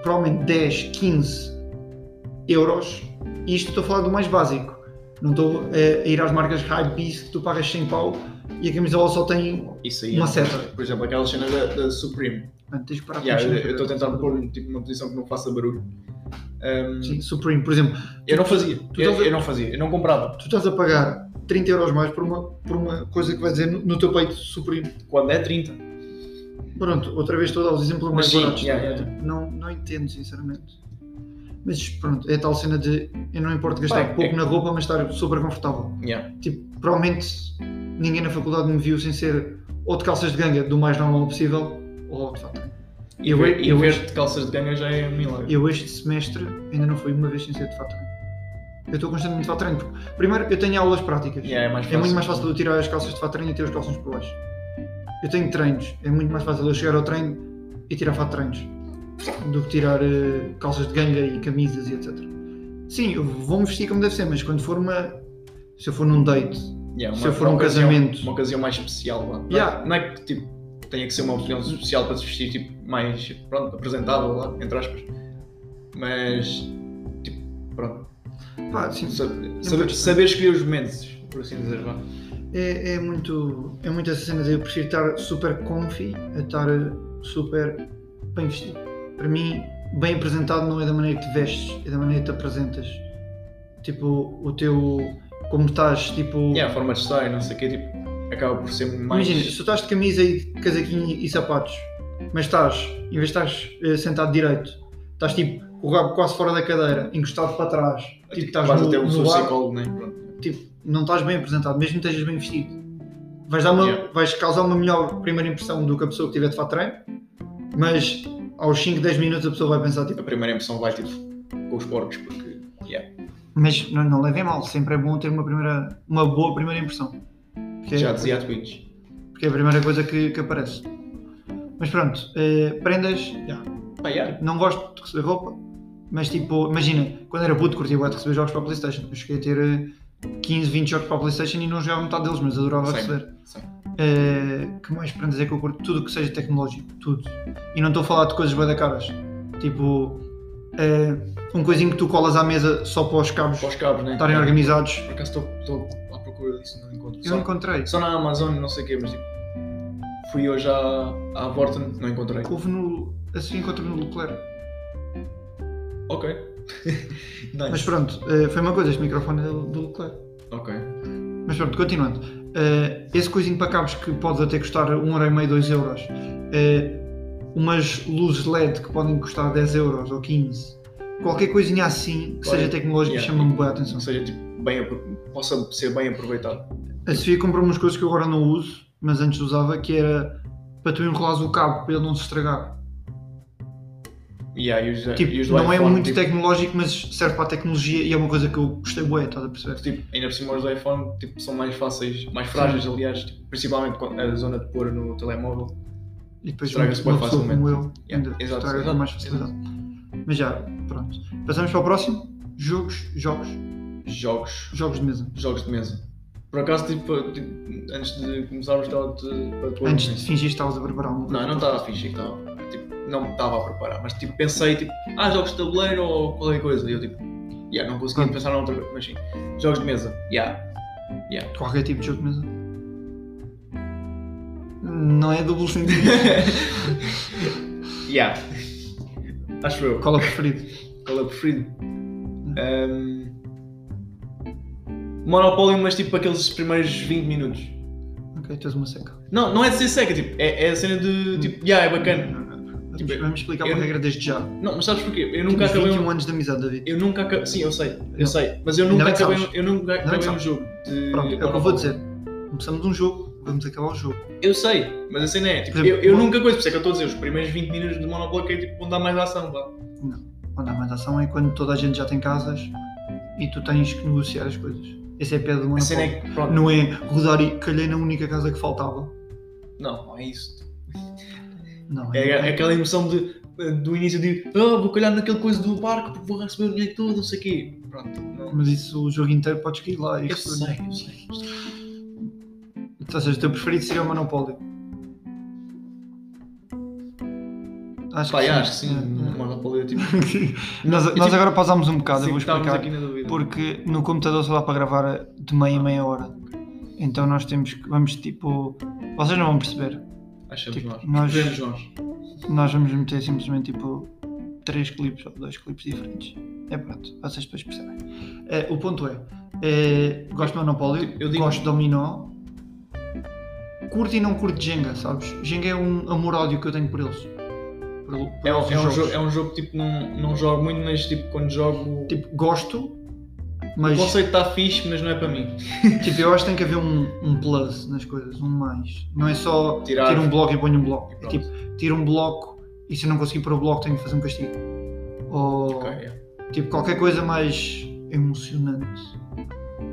Speaker 1: provavelmente 10, 15 euros, e isto estou a falar do mais básico. Não estou eh, a ir às marcas Hypebeast que tu pagas 100 pau e a camisola só tem.
Speaker 2: Isso aí.
Speaker 1: Uma
Speaker 2: é-
Speaker 1: seta. Ah,
Speaker 2: Por exemplo, aquela cena da, da Supreme.
Speaker 1: Mano, tens de parar com
Speaker 2: Yeah,
Speaker 1: isto.
Speaker 2: eu estou a tentar pôr tipo, uma posição que não faça barulho. Um,
Speaker 1: Sim, Supreme, por exemplo,
Speaker 2: eu não fazia.
Speaker 1: Tu
Speaker 2: Eu,
Speaker 1: estás a-
Speaker 2: eu não fazia. Eu não comprava.
Speaker 1: tu estás a pagar 30 euros mais por uma, por uma coisa que vai dizer no, no teu peito Supreme.
Speaker 2: Quando é 30.
Speaker 1: Pronto, outra vez estou a dar os exemplos mais
Speaker 2: Mas sim,
Speaker 1: baratos.
Speaker 2: yeah, yeah.
Speaker 1: Não, não entendo, sinceramente. Mas pronto, é a tal cena de eu não importo gastar
Speaker 2: Bem,
Speaker 1: pouco
Speaker 2: é-
Speaker 1: na roupa, mas estar super confortável.
Speaker 2: Yeah.
Speaker 1: Tipo, provavelmente ninguém na faculdade me viu sem ser ou de calças de ganga do mais normal possível, ou de fato.
Speaker 2: E
Speaker 1: Eu-
Speaker 2: ver, e
Speaker 1: eu-
Speaker 2: ver de calças de ganga já é um milagre.
Speaker 1: Eu este semestre ainda não fui uma vez sem ser de fato. Eu estou constantemente de fato treino, porque primeiro eu tenho aulas práticas.
Speaker 2: Yeah, é mais
Speaker 1: É
Speaker 2: fácil.
Speaker 1: muito mais fácil eu tirar as calças de fato treino e ter os calções por baixo. Eu tenho treinos, é muito mais fácil eu chegar ao treino e tirar fato de treinos do que tirar eh, calças de ganga e camisas e etc. Sim, eu vou-me vestir como deve ser, mas quando for uma. Se eu for num date,
Speaker 2: Yeah,
Speaker 1: se eu for num
Speaker 2: ocasião-
Speaker 1: casamento.
Speaker 2: Uma ocasião mais especial lá. Não, é-
Speaker 1: Yeah.
Speaker 2: não é que tipo. Tenha que ser uma ocasião especial para se vestir tipo, mais pronto, apresentável lá, entre aspas. Mas tipo, pronto.
Speaker 1: pá, sim,
Speaker 2: Sa- Saber, saber escolher os momentos, por assim dizer. vá.
Speaker 1: é, é muito. É muito essa cena de eu prefiro estar super comfy a estar eh, super bem vestido. Para mim, bem apresentado não é da maneira que te vestes, é da maneira que te apresentas. Tipo, o teu. Como estás, tipo.
Speaker 2: Yeah, a forma de estar e não sei o quê, tipo, acaba por ser mais. tipo,
Speaker 1: Imagina, se tu estás de camisa e de casaquinho e sapatos, mas estás, em vez de estás eh, sentado direito, estás tipo com o rabo quase fora da cadeira, encostado para trás, tipo, estás
Speaker 2: quase
Speaker 1: no,
Speaker 2: até um
Speaker 1: no
Speaker 2: seu
Speaker 1: ar,
Speaker 2: psicólogo, né? Pronto.
Speaker 1: tipo, não estás bem apresentado, mesmo que estejas bem vestido. Vais, dar uma,
Speaker 2: Yeah.
Speaker 1: vais causar uma melhor primeira impressão do que a pessoa que tiver de fato treino, mas aos 5, 10 minutos a pessoa vai pensar tipo.
Speaker 2: A primeira impressão vai tipo com os porcos, porque. Yeah,
Speaker 1: Mas não, não levem mal, sempre é bom ter uma, primeira, uma boa primeira impressão. Que é-
Speaker 2: já dizia a Twitch.
Speaker 1: Porque é a primeira coisa que, que aparece. Mas pronto, eh, prendas, já.
Speaker 2: Pá, yeah.
Speaker 1: não gosto de receber roupa, mas tipo, imagina, quando era puto curtia bué de receber jogos para a Playstation. Eu cheguei a ter eh, 15, 20 jogos para a Playstation e não jogava metade deles, mas adorava
Speaker 2: Sim,
Speaker 1: receber.
Speaker 2: sim.
Speaker 1: Eh, que mais prendas é que eu curto? Tudo o que seja tecnológico, tudo. E não estou a falar de coisas bué da caras. Tipo, eh, um coisinho que tu colas à mesa só para os cabos
Speaker 2: Para os cabos, né?
Speaker 1: estarem organizados.
Speaker 2: Por acaso estou- estou à procura disso, não encontro.
Speaker 1: Eu
Speaker 2: Só,
Speaker 1: encontrei.
Speaker 2: só na Amazon, não sei o quê, mas tipo. Fui hoje à, à Vorten, não encontrei.
Speaker 1: Houve no. Assim encontro no Leclerc.
Speaker 2: Ok. nice.
Speaker 1: Mas pronto, eh, foi uma coisa, este microfone é do do Leclerc.
Speaker 2: Ok.
Speaker 1: Mas pronto, continuando. Eh, esse coisinho para cabos que pode até custar 1,5€, 2€. euros. Eh, umas luzes LED que podem custar 10€ euros ou 15. Qualquer coisinha assim que
Speaker 2: Olha,
Speaker 1: seja tecnológica
Speaker 2: yeah.
Speaker 1: chama-me boa
Speaker 2: Ou
Speaker 1: atenção.
Speaker 2: seja, tipo, bem, apro- possa ser bem aproveitado.
Speaker 1: A Sofia comprou umas coisas que eu agora não uso, mas antes usava, que era para tu enrolares o cabo para ele não se estragar.
Speaker 2: Yeah, e os,
Speaker 1: Tipo,
Speaker 2: e os do
Speaker 1: não é
Speaker 2: iPhone,
Speaker 1: muito
Speaker 2: tipo,
Speaker 1: tecnológico, mas serve para a tecnologia e é uma coisa que eu gostei bué, estás a perceber?
Speaker 2: Tipo, ainda por cima os do iPhone tipo, são mais fáceis, mais frágeis, aliás, tipo, principalmente quando a zona de pôr no telemóvel.
Speaker 1: E depois
Speaker 2: Estraga-se
Speaker 1: uma
Speaker 2: bem
Speaker 1: pessoa como eu
Speaker 2: Yeah,
Speaker 1: ainda
Speaker 2: exato,
Speaker 1: estraga com
Speaker 2: exato,
Speaker 1: mais facilidade. Mas já, pronto. Passamos para o próximo. Jogos, jogos,
Speaker 2: Jogos,
Speaker 1: jogos de mesa.
Speaker 2: jogos de mesa. Por acaso, tipo, tipo, antes de começarmos, estava-te para tu
Speaker 1: Antes de fingir que estavas a preparar alguma coisa.
Speaker 2: Não, tá. não estava a fingir que estava. Tipo, não me estava a preparar, mas tipo, pensei, tipo, ah, jogos de tabuleiro ou qualquer coisa. E eu, tipo, yeah, não consegui
Speaker 1: Pronto.
Speaker 2: pensar noutra coisa, mas sim. Jogos de mesa, yeah.
Speaker 1: Qualquer tipo de jogo de mesa. Não é duplo sentido.
Speaker 2: yeah. Acho eu.
Speaker 1: Qual é o preferido?
Speaker 2: Qual é o preferido? Ahm, Monopólio, mas tipo aqueles primeiros 20 minutos.
Speaker 1: Ok, tens uma seca.
Speaker 2: Não, não é de ser seca, tipo, é, é a cena de tipo, yeah, é bacana.
Speaker 1: Vamos,
Speaker 2: Tipo,
Speaker 1: vamos explicar
Speaker 2: eu-
Speaker 1: uma regra desde já.
Speaker 2: Não, mas sabes porquê? Eu nunca
Speaker 1: Temos
Speaker 2: acabei
Speaker 1: 21
Speaker 2: um.
Speaker 1: anos de amizade, David.
Speaker 2: Eu nunca acabei. Sim, eu sei, eu
Speaker 1: Não.
Speaker 2: sei. Mas eu
Speaker 1: Ainda
Speaker 2: nunca
Speaker 1: bem que
Speaker 2: acabei,
Speaker 1: sabes.
Speaker 2: um- eu nunca
Speaker 1: bem que
Speaker 2: acabei um
Speaker 1: sabes.
Speaker 2: jogo de.
Speaker 1: Pronto, é o que eu vou
Speaker 2: monopólio.
Speaker 1: dizer. Começamos um jogo, vamos acabar o jogo.
Speaker 2: Eu sei, mas a cena é, tipo,
Speaker 1: Por exemplo,
Speaker 2: eu, eu
Speaker 1: mon-
Speaker 2: nunca coisa, por isso é que eu estou a dizer, os primeiros 20 minutos de monopólio é tipo onde há mais ação, vá.
Speaker 1: Quando há mais ação é quando toda a gente já tem casas e tu tens que negociar as coisas. Esse é a pedra do
Speaker 2: A cena
Speaker 1: monopólio.
Speaker 2: é que, pronto,
Speaker 1: Não é rodar e calhei na única casa que faltava.
Speaker 2: Não, não é isso.
Speaker 1: Não,
Speaker 2: É, é aquela emoção de, do início de ah, vou calhar naquele coisa do barco porque vou receber o dinheiro todo, não sei o quê. Pronto. Não.
Speaker 1: Mas isso o jogo inteiro podes cair lá. é
Speaker 2: Eu
Speaker 1: Isso,
Speaker 2: sei, eu sei, eu sei.
Speaker 1: Então, ou seja, o teu preferido seria o Monopólio. Acho
Speaker 2: Pá, acho que sim,
Speaker 1: É, é.
Speaker 2: monopólio, tipo.
Speaker 1: nós,
Speaker 2: Eu,
Speaker 1: nós
Speaker 2: tipo,
Speaker 1: agora pausámos um bocado, eu
Speaker 2: sim,
Speaker 1: vou
Speaker 2: estávamos
Speaker 1: explicar.
Speaker 2: aqui na dúvida.
Speaker 1: Porque no computador só dá para gravar de meia em meia hora. Então nós temos que. Vamos tipo. Vocês não vão perceber.
Speaker 2: Achamos
Speaker 1: tipo,
Speaker 2: nós.
Speaker 1: nós-
Speaker 2: Vemos nós.
Speaker 1: Nós vamos meter simplesmente tipo. Três clipes ou dois clipes diferentes. É pronto, vocês depois percebem. Eh, o ponto é. eh, gosto de Monopólio,
Speaker 2: Tipo, eu digo-
Speaker 1: gosto de Dominó. Curto e não curto Jenga, sabes? Jenga é um amor-ódio que eu tenho por eles. Por, por
Speaker 2: É um,
Speaker 1: esses
Speaker 2: é um
Speaker 1: jogos.
Speaker 2: jogo, é um jogo que tipo, não, não jogo muito, mas tipo, quando jogo.
Speaker 1: Tipo, gosto,
Speaker 2: o
Speaker 1: mas.
Speaker 2: conceito está fixe, mas não é para mim.
Speaker 1: Tipo, eu acho que tem que haver um, um plus nas coisas, um mais. Não é só
Speaker 2: Tirar.
Speaker 1: tiro um bloco e ponho um
Speaker 2: E
Speaker 1: bloco. É
Speaker 2: pronto.
Speaker 1: tipo, tiro um bloco e se eu não conseguir pôr o bloco tenho que fazer um castigo. Ou
Speaker 2: Ok, é.
Speaker 1: tipo qualquer coisa mais emocionante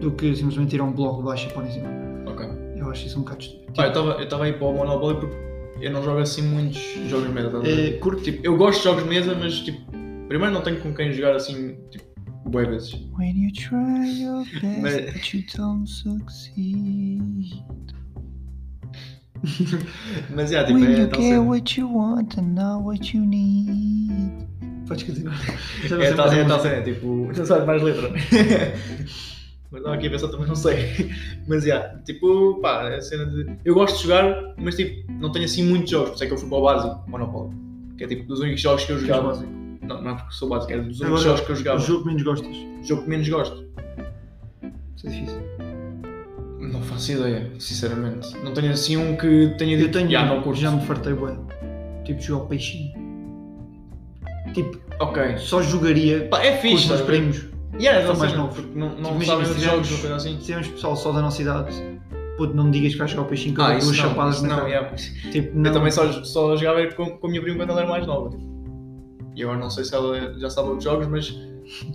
Speaker 1: do que simplesmente tirar um bloco de baixo e pôr em cima.
Speaker 2: Ok.
Speaker 1: Eu acho isso um bocado estúpido.
Speaker 2: Pá, eu estava eu tava aí para o Monopoly porque eu não jogo assim muitos jogos de mesa. estás a ver?
Speaker 1: É, curto tipo.
Speaker 2: Eu gosto de jogos de mesa, mas tipo, primeiro não tenho com quem jogar assim, tipo, bué vezes.
Speaker 1: When you try your best,
Speaker 2: Mas-
Speaker 1: but you don't succeed.
Speaker 2: Mas é, tipo, é tal cena.
Speaker 1: what you want and not what you need. Podes continuar.
Speaker 2: É tal cena, é tal cena, é tipo, não sabe mais letra. mas não, aqui a pensar também não sei. Mas é, tipo, pá, é a cena de. Eu gosto de jogar, mas tipo, não tenho assim muitos jogos, por isso é que eu fui para o básico, Monopoly. Que é tipo, dos únicos jogos que eu jogava. Não, não é porque sou básico, é dos únicos
Speaker 1: Agora,
Speaker 2: jogos que eu
Speaker 1: O
Speaker 2: jogava.
Speaker 1: jogo que menos gostas.
Speaker 2: O jogo que menos gosto.
Speaker 1: Isso é difícil.
Speaker 2: Não faço ideia, sinceramente. Não tenho assim um que tenha dito.
Speaker 1: Eu tenho,
Speaker 2: "Ya, não curto.
Speaker 1: já me fartei bem. Tipo, jogar ao peixinho. Tipo,
Speaker 2: Ok.
Speaker 1: só jogaria
Speaker 2: Pá, é
Speaker 1: com os
Speaker 2: fixe,
Speaker 1: meus
Speaker 2: estás a ver?
Speaker 1: primos.
Speaker 2: Yeah, não
Speaker 1: São mais
Speaker 2: sei,
Speaker 1: novos.
Speaker 2: porque Não, não
Speaker 1: Tipo, imagina,
Speaker 2: sabem
Speaker 1: se
Speaker 2: os
Speaker 1: tivermos-
Speaker 2: jogos, uma coisa assim.
Speaker 1: Se temos pessoal só da nossa idade, puto, não me digas que vais jogar ao peixinho que eu
Speaker 2: Ah,
Speaker 1: dou
Speaker 2: isso
Speaker 1: duas
Speaker 2: não,
Speaker 1: chapadas
Speaker 2: isso
Speaker 1: na
Speaker 2: não,
Speaker 1: cara.
Speaker 2: yeah.
Speaker 1: Tipo,
Speaker 2: Eu
Speaker 1: não.
Speaker 2: também só, só jogava com, com a minha prima quando ela era mais nova. tipo. E agora não sei se ela já sabe outros jogos, mas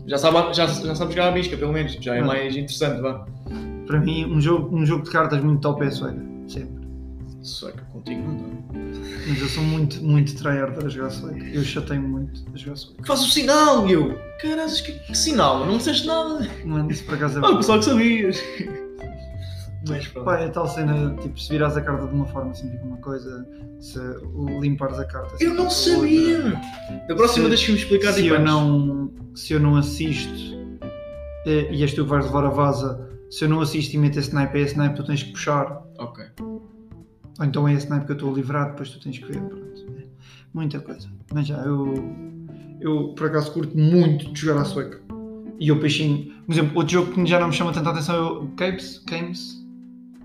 Speaker 2: já sabe, já, já sabe jogar a bisca, pelo menos. Já é
Speaker 1: Ah.
Speaker 2: mais interessante, vá.
Speaker 1: Para mim, um jogo, um jogo de cartas muito top é a sueca. Sempre.
Speaker 2: Só é que contigo não dá.
Speaker 1: Mas eu sou muito, muito tryhard a jogar sueca. Eu chateio muito a jogar sueca.
Speaker 2: Faz o sinal, meu! Caralho, que, que sinal? Não me disseste nada.
Speaker 1: Mano, isso por acaso é
Speaker 2: Ah, o
Speaker 1: bom.
Speaker 2: pessoal que sabias. Mas pronto.
Speaker 1: Pá, é tal cena, tipo, se virares a carta de uma forma significa uma coisa, se limpares a carta
Speaker 2: Eu não
Speaker 1: significa outra.
Speaker 2: sabia! Da próxima
Speaker 1: Se-
Speaker 2: deixa-me explicar
Speaker 1: se
Speaker 2: tipo,
Speaker 1: eu
Speaker 2: antes.
Speaker 1: não se eu não assisto eh, e és tu que vais levar a vaza se eu não assisto e meto esse snipe é esse snipe que tu tens que puxar
Speaker 2: Ok.
Speaker 1: ou então é esse snipe que eu estou a livrar depois tu tens que ver pronto É muita coisa mas já eu eu por acaso curto muito de jogar à sueca e o peixinho por exemplo outro jogo que já não me chama tanta atenção é o Capes Games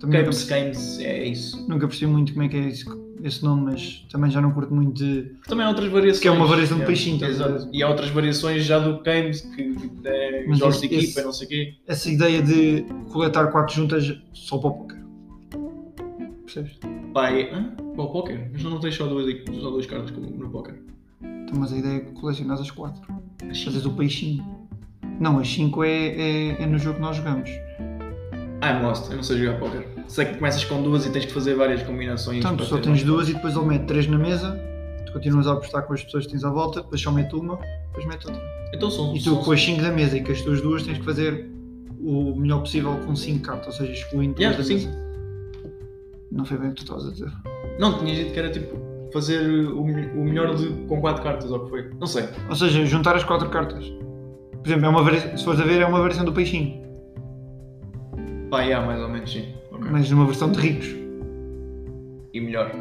Speaker 1: também
Speaker 2: Games, games, é isso.
Speaker 1: Nunca, nunca percebi muito como é que é esse, esse nome mas também já não curto muito de
Speaker 2: Também há outras variações.
Speaker 1: Que é uma variação de
Speaker 2: É,
Speaker 1: peixinho, estás a ver?
Speaker 2: Exato. E há outras variações já do games, que é,
Speaker 1: Mas
Speaker 2: jogos
Speaker 1: esse-
Speaker 2: de equipa,
Speaker 1: esse-
Speaker 2: não sei o quê.
Speaker 1: essa ideia de coletar quatro juntas só para o poker. Percebes?
Speaker 2: Pai, hã? Para o póquer? Mas não tens só duas, só duas cartas como no póquer.
Speaker 1: Então, mas a ideia é que colecionas as quatro. Fazes o peixinho. Não, as cinco é, é, é no jogo que nós jogamos.
Speaker 2: I'm lost, eu não sei jogar póquer. Sei que começas com duas e tens que fazer várias combinações.
Speaker 1: Então, tu
Speaker 2: para
Speaker 1: só
Speaker 2: ter
Speaker 1: tens
Speaker 2: mais.
Speaker 1: duas e depois ele mete três na mesa. Tu continuas a apostar com as pessoas que tens à volta, depois só mete uma, depois mete outra.
Speaker 2: Então são.
Speaker 1: E tu
Speaker 2: são-
Speaker 1: com as cinco da mesa e com as tuas duas tens que fazer o melhor possível com cinco cartas, ou seja, excluindo duas
Speaker 2: Yeah,
Speaker 1: da
Speaker 2: sim.
Speaker 1: mesa. Não foi bem o que tu estavas a dizer.
Speaker 2: Não, tinha dito que era tipo fazer o, me- o melhor de, com quatro cartas, ou o que foi. Não sei.
Speaker 1: Ou seja, juntar as quatro cartas. Por exemplo, é uma varia- se fores a ver, é uma versão do peixinho.
Speaker 2: Pá, yeah, mais ou menos sim. Ok.
Speaker 1: mas numa versão de ricos.
Speaker 2: E melhor.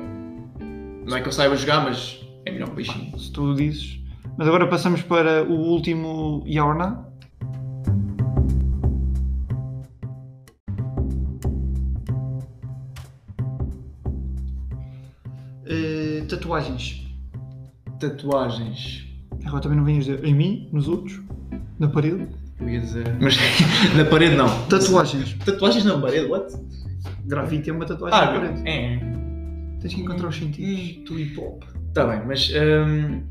Speaker 2: Não é que eu saiba jogar, mas é melhor que o peixinho.
Speaker 1: Se tu dizes. Mas agora passamos para o último Yaorna. Eh, tatuagens.
Speaker 2: Tatuagens.
Speaker 1: Agora também não venhas dizer em mim, nos outros, na parede.
Speaker 2: Eu ia dizer. Mas na parede não.
Speaker 1: Tatuagens.
Speaker 2: Tatuagens na parede, what?
Speaker 1: Grafite é uma tatuagem
Speaker 2: Ah,
Speaker 1: na parede.
Speaker 2: é.
Speaker 1: Tens que encontrar os sentidos do hip hop.
Speaker 2: Tá bem, mas. hum,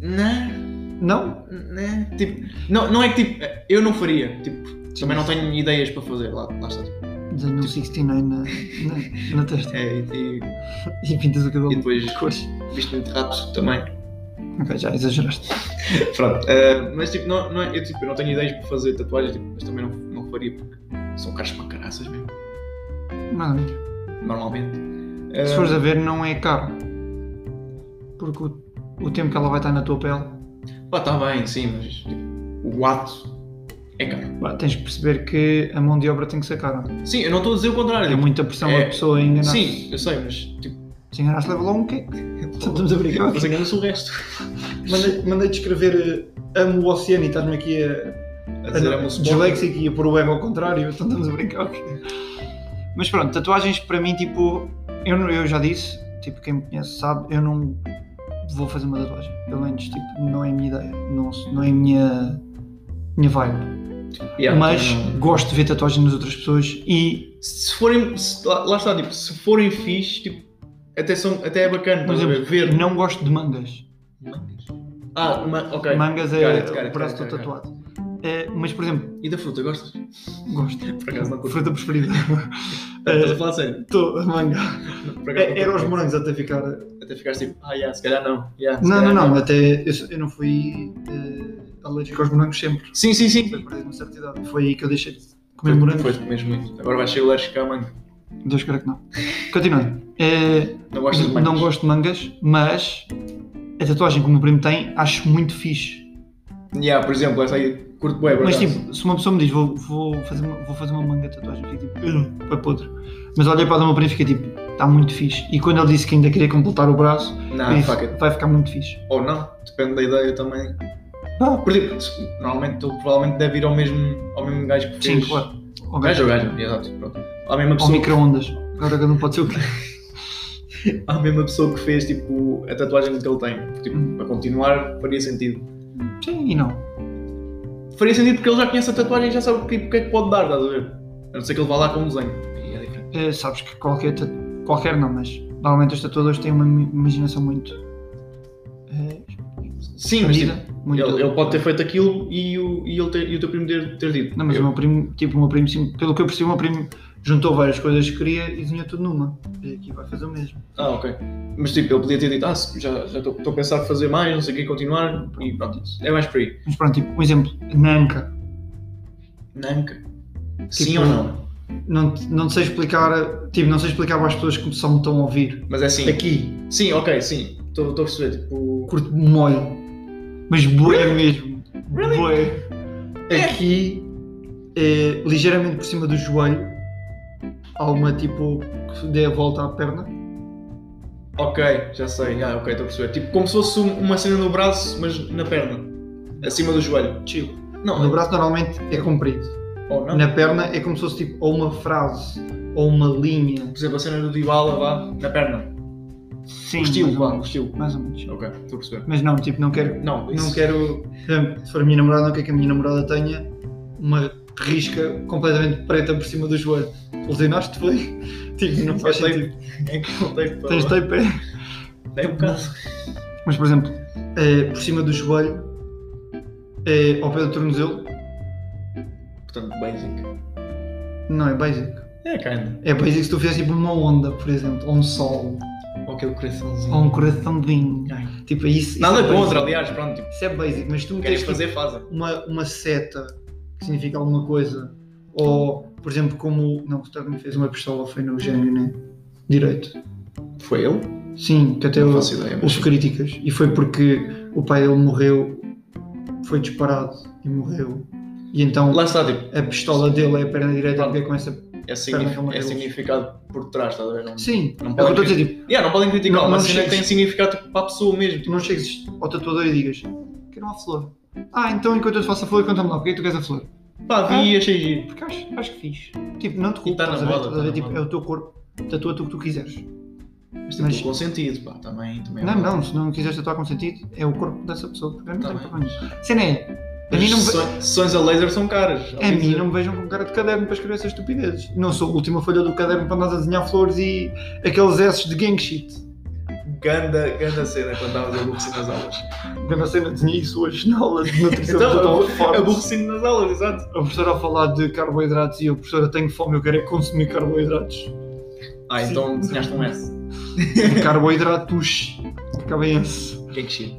Speaker 2: Não,
Speaker 1: Não?
Speaker 2: né? não, tipo, não, não é que tipo, eu não faria, tipo, também não tenho ideias para fazer, lá, lá está, tipo,
Speaker 1: Desenho um 69 na, na, na testa
Speaker 2: É, e,
Speaker 1: e pintas o cabelo
Speaker 2: e depois
Speaker 1: de cores.
Speaker 2: viste muito rápido também.
Speaker 1: Ok, já exageraste.
Speaker 2: Pronto, eh, mas tipo, não, não, eu, tipo, eu não tenho ideias para fazer tatuagens, tipo, mas também não, não faria porque são caros para caraças mesmo,
Speaker 1: Mano,
Speaker 2: normalmente.
Speaker 1: se
Speaker 2: Eh,
Speaker 1: fores a ver, não é caro. Porque o, o tempo que ela vai estar na tua pele,
Speaker 2: Pá, está bem, sim, mas tipo, o ato é caro.
Speaker 1: pá, tens de perceber que a mão de obra tem que ser cara.
Speaker 2: Sim, eu não estou a dizer o contrário.
Speaker 1: É
Speaker 2: tipo,
Speaker 1: muita pressão
Speaker 2: é-
Speaker 1: a pessoa enganar.
Speaker 2: sim, eu sei, mas tipo,
Speaker 1: Se enganaste, leva lá um quê? Estamos a brincar.
Speaker 2: mas engana-se o resto.
Speaker 1: Mandei- Mandei-te escrever eh, Amo o Oceano e estás-me aqui a,
Speaker 2: A
Speaker 1: a,
Speaker 2: dizer é uma
Speaker 1: disléxico e a pôr o web ao contrário, então estamos a brincar. ok? Mas pronto, tatuagens para mim, tipo, eu, não- eu já disse, tipo, quem me conhece sabe, eu não vou fazer uma tatuagem. Pelo menos, tipo, não é a minha ideia, não, não é a minha, minha vibe.
Speaker 2: Yeah, então
Speaker 1: Mas
Speaker 2: não-
Speaker 1: gosto de ver tatuagens nas outras pessoas e,
Speaker 2: se forem, se- lá, lá está, tipo, se forem fixe, tipo, até, são, até é bacana,
Speaker 1: por
Speaker 2: estás a ver?
Speaker 1: exemplo,
Speaker 2: Ver.
Speaker 1: não gosto de mangas.
Speaker 2: Mangas. Ah, ma- ok.
Speaker 1: Mangas
Speaker 2: Got
Speaker 1: é
Speaker 2: it, got it,
Speaker 1: o braço
Speaker 2: got
Speaker 1: todo
Speaker 2: it, got it.
Speaker 1: tatuado. Eh, mas, por exemplo,
Speaker 2: E da fruta, gostas? Por
Speaker 1: gosto.
Speaker 2: Por acaso não curto.
Speaker 1: Fruta preferida.
Speaker 2: Estás a
Speaker 1: Eh,
Speaker 2: falar sério?
Speaker 1: Estou, manga.
Speaker 2: Por acaso não
Speaker 1: É- Era os
Speaker 2: curto.
Speaker 1: morangos até ficar.
Speaker 2: Até ficaste tipo, ah, yeah, se calhar não. Yeah, se
Speaker 1: Não, não,
Speaker 2: calhar
Speaker 1: não, até eu, eu não fui eh, alérgico aos morangos sempre.
Speaker 2: Sim, sim, sim.
Speaker 1: Depois perdi uma certa idade. Foi aí que eu deixei de comer
Speaker 2: Foi
Speaker 1: morangos.
Speaker 2: depois de comeres muito. Agora vais ser alérgico à manga.
Speaker 1: Deus queira que não. Continuando. Eh,
Speaker 2: Não gostas de mangas?
Speaker 1: não gosto de mangas, mas a tatuagem que o meu primo tem acho muito fixe.
Speaker 2: Yeah, por exemplo, essa aí, curto bué, por
Speaker 1: mas
Speaker 2: acaso.
Speaker 1: tipo, se uma pessoa me diz vou, vou, fazer, uma- vou fazer uma manga de tatuagem, eu fico tipo,
Speaker 2: Hum.
Speaker 1: "Ugh, vai podre. Mas olhei para o meu primo e fiquei tipo, está muito fixe. E quando ele disse que ainda queria completar o braço, eu
Speaker 2: Não,
Speaker 1: disse,
Speaker 2: Ah, fuck it.
Speaker 1: vai ficar muito fixe.
Speaker 2: Ou não, depende da ideia também.
Speaker 1: Ah,
Speaker 2: Por exemplo, se- normalmente tu provavelmente deve ir ao mesmo, ao mesmo gajo que
Speaker 1: sim,
Speaker 2: fez.
Speaker 1: claro. Ok.
Speaker 2: Gajo ou gajo, exato, pronto. À mesma
Speaker 1: Ou
Speaker 2: pessoa,
Speaker 1: micro-ondas. Agora cada um pode ser o que
Speaker 2: à mesma pessoa que fez tipo, a tatuagem que ele tem. Tipo,
Speaker 1: Hum.
Speaker 2: para continuar, faria sentido.
Speaker 1: Sim e não.
Speaker 2: Faria sentido porque ele já conhece a tatuagem e já sabe o que, o que é que pode dar, estás a ver? A não ser que ele vá lá com um desenho. Aí é diferente.
Speaker 1: Eh, sabes que qualquer, ta- qualquer não, mas normalmente os tatuadores têm uma im- imaginação muito eh,
Speaker 2: Sim, mas
Speaker 1: expandida.
Speaker 2: tipo,
Speaker 1: muito-
Speaker 2: ele, ele pode ter feito aquilo e o, e ele ter- e o teu primo ter, ter dito.
Speaker 1: Não, mas o meu primo, tipo, o meu primo, sim, pelo que eu percebi, o meu primo juntou várias coisas que queria e desenhou tudo numa. E aqui vai fazer o mesmo.
Speaker 2: Ah, ok. Mas tipo, ele podia ter dito, ah, se- já estou a pensar em fazer mais, não sei o que, continuar e pronto. É mais por aí.
Speaker 1: Mas pronto, tipo, um exemplo, na anca.
Speaker 2: Nanca. Sim
Speaker 1: Tipo,
Speaker 2: ou não?
Speaker 1: Não, te- não te sei explicar, tipo, não sei explicar para as pessoas que só me estão a ouvir.
Speaker 2: Mas é assim.
Speaker 1: Aqui,
Speaker 2: Sim, ok, sim. Estou a perceber. Tipo,
Speaker 1: curto molho, mas boé mesmo.
Speaker 2: Really?
Speaker 1: Boé. Aqui, eh, ligeiramente por cima do joelho, há uma tipo que dê a volta à perna.
Speaker 2: ok, já sei. Ah, ok, estou a perceber. Tipo, como se fosse um- uma cena no braço, mas na perna. Acima do joelho.
Speaker 1: Chill.
Speaker 2: Não,
Speaker 1: No braço normalmente é comprido.
Speaker 2: ou não.
Speaker 1: Na perna é como se fosse tipo ou uma frase ou uma linha.
Speaker 2: Por exemplo, a cena do Dybala, vá, na perna.
Speaker 1: Sim, é.
Speaker 2: O estilo,
Speaker 1: mais ou
Speaker 2: vá, o
Speaker 1: menos.
Speaker 2: estilo.
Speaker 1: um Mais ou menos.
Speaker 2: Ok, estou a perceber.
Speaker 1: Mas não, tipo, não quero.
Speaker 2: Não, isso.
Speaker 1: Não quero. por exemplo, Se for a minha namorada, não quero que a minha namorada tenha uma risca completamente preta por cima do joelho. Lesionaste foi? Tipo, não faz
Speaker 2: Eu tenho-
Speaker 1: sentido.
Speaker 2: É que não tenho para
Speaker 1: Tens
Speaker 2: falar.
Speaker 1: tape, é?
Speaker 2: Tem um bocado.
Speaker 1: Mas, por exemplo, eh, por cima do joelho, eh, ao pé do tornozelo,
Speaker 2: Portanto, basic.
Speaker 1: não é basic.
Speaker 2: É, kinda.
Speaker 1: É basic se tu fizeres tipo uma onda, por exemplo, ou um sol,
Speaker 2: Ou aquele coraçãozinho.
Speaker 1: ou um coraçãozinho. Tipo, é isso. isso
Speaker 2: Nada
Speaker 1: é basic.
Speaker 2: contra, aliás, pronto, tipo,
Speaker 1: Isso é basic, mas tu
Speaker 2: querem
Speaker 1: tens fazer
Speaker 2: fazer, fazem.
Speaker 1: uma, uma seta que significa alguma coisa. Ou, por exemplo, como. Não, o Sterling fez uma pistola, foi no gêmeo, né? Direito.
Speaker 2: Foi ele?
Speaker 1: Sim, que até
Speaker 2: não
Speaker 1: eu.
Speaker 2: faço ideia, mas
Speaker 1: Houve críticas e foi porque o pai dele morreu, foi disparado e morreu. E então
Speaker 2: Lá está, tipo,
Speaker 1: a pistola dele é a perna direita
Speaker 2: Claro.
Speaker 1: porque começa.
Speaker 2: é, signifi-
Speaker 1: Perdão,
Speaker 2: é
Speaker 1: eu-
Speaker 2: significado por trás, estás a ver? Não,
Speaker 1: Sim, é
Speaker 2: não
Speaker 1: o que eu estou
Speaker 2: podem
Speaker 1: a dizer. Tipo,
Speaker 2: Yeah, não podem criticar,
Speaker 1: Não-
Speaker 2: mas
Speaker 1: não
Speaker 2: a cena
Speaker 1: chegues-
Speaker 2: tem significado tipo, para a pessoa mesmo.
Speaker 1: tu
Speaker 2: Tipo,
Speaker 1: não chegues ao tatuador e digas: Quero uma flor. Ah, então enquanto eu te faço a flor, conta-me lá, porque é que tu queres a flor?
Speaker 2: Tipo, pá, vi e
Speaker 1: Ah.
Speaker 2: achei giro.
Speaker 1: Porque acho, acho que fiz. Tipo, não te
Speaker 2: E
Speaker 1: culpo,
Speaker 2: tá na
Speaker 1: estás a ver?
Speaker 2: moda,
Speaker 1: Estás a ver?
Speaker 2: tá na
Speaker 1: Tipo,
Speaker 2: moda.
Speaker 1: é o teu corpo, tatua tu o que tu quiseres.
Speaker 2: Mas tem
Speaker 1: Mas-
Speaker 2: tudo com sentido, pá, também. também é
Speaker 1: Não,
Speaker 2: verdade.
Speaker 1: não, se não quiseres tatuar com sentido, é o corpo dessa pessoa. porque Eu não
Speaker 2: Tá
Speaker 1: tenho
Speaker 2: bem.
Speaker 1: problema nenhum. Cena é, a mim não
Speaker 2: As
Speaker 1: me. ve-
Speaker 2: sessões- Sessões a laser são caras.
Speaker 1: A
Speaker 2: ouvi
Speaker 1: mim
Speaker 2: dizer.
Speaker 1: não me vejam com cara de caderno para escrever essas estupidezes. Não sou a última folha do caderno para andar a desenhar flores e aqueles S de gang shit.
Speaker 2: Ganda, ganda cena quando estavas aborrecido nas aulas.
Speaker 1: Vendo a cena, desenhei isso hoje na aula de nutrição.
Speaker 2: Então,
Speaker 1: total forte.
Speaker 2: Aborrecido nas aulas, exato.
Speaker 1: A professora a falar de carboidratos e eu, professora, tenho fome, eu quero é consumir carboidratos.
Speaker 2: Ah,
Speaker 1: Sim.
Speaker 2: então desenhaste um S.
Speaker 1: Carboidratos. Acaba em S.
Speaker 2: O que é que chega?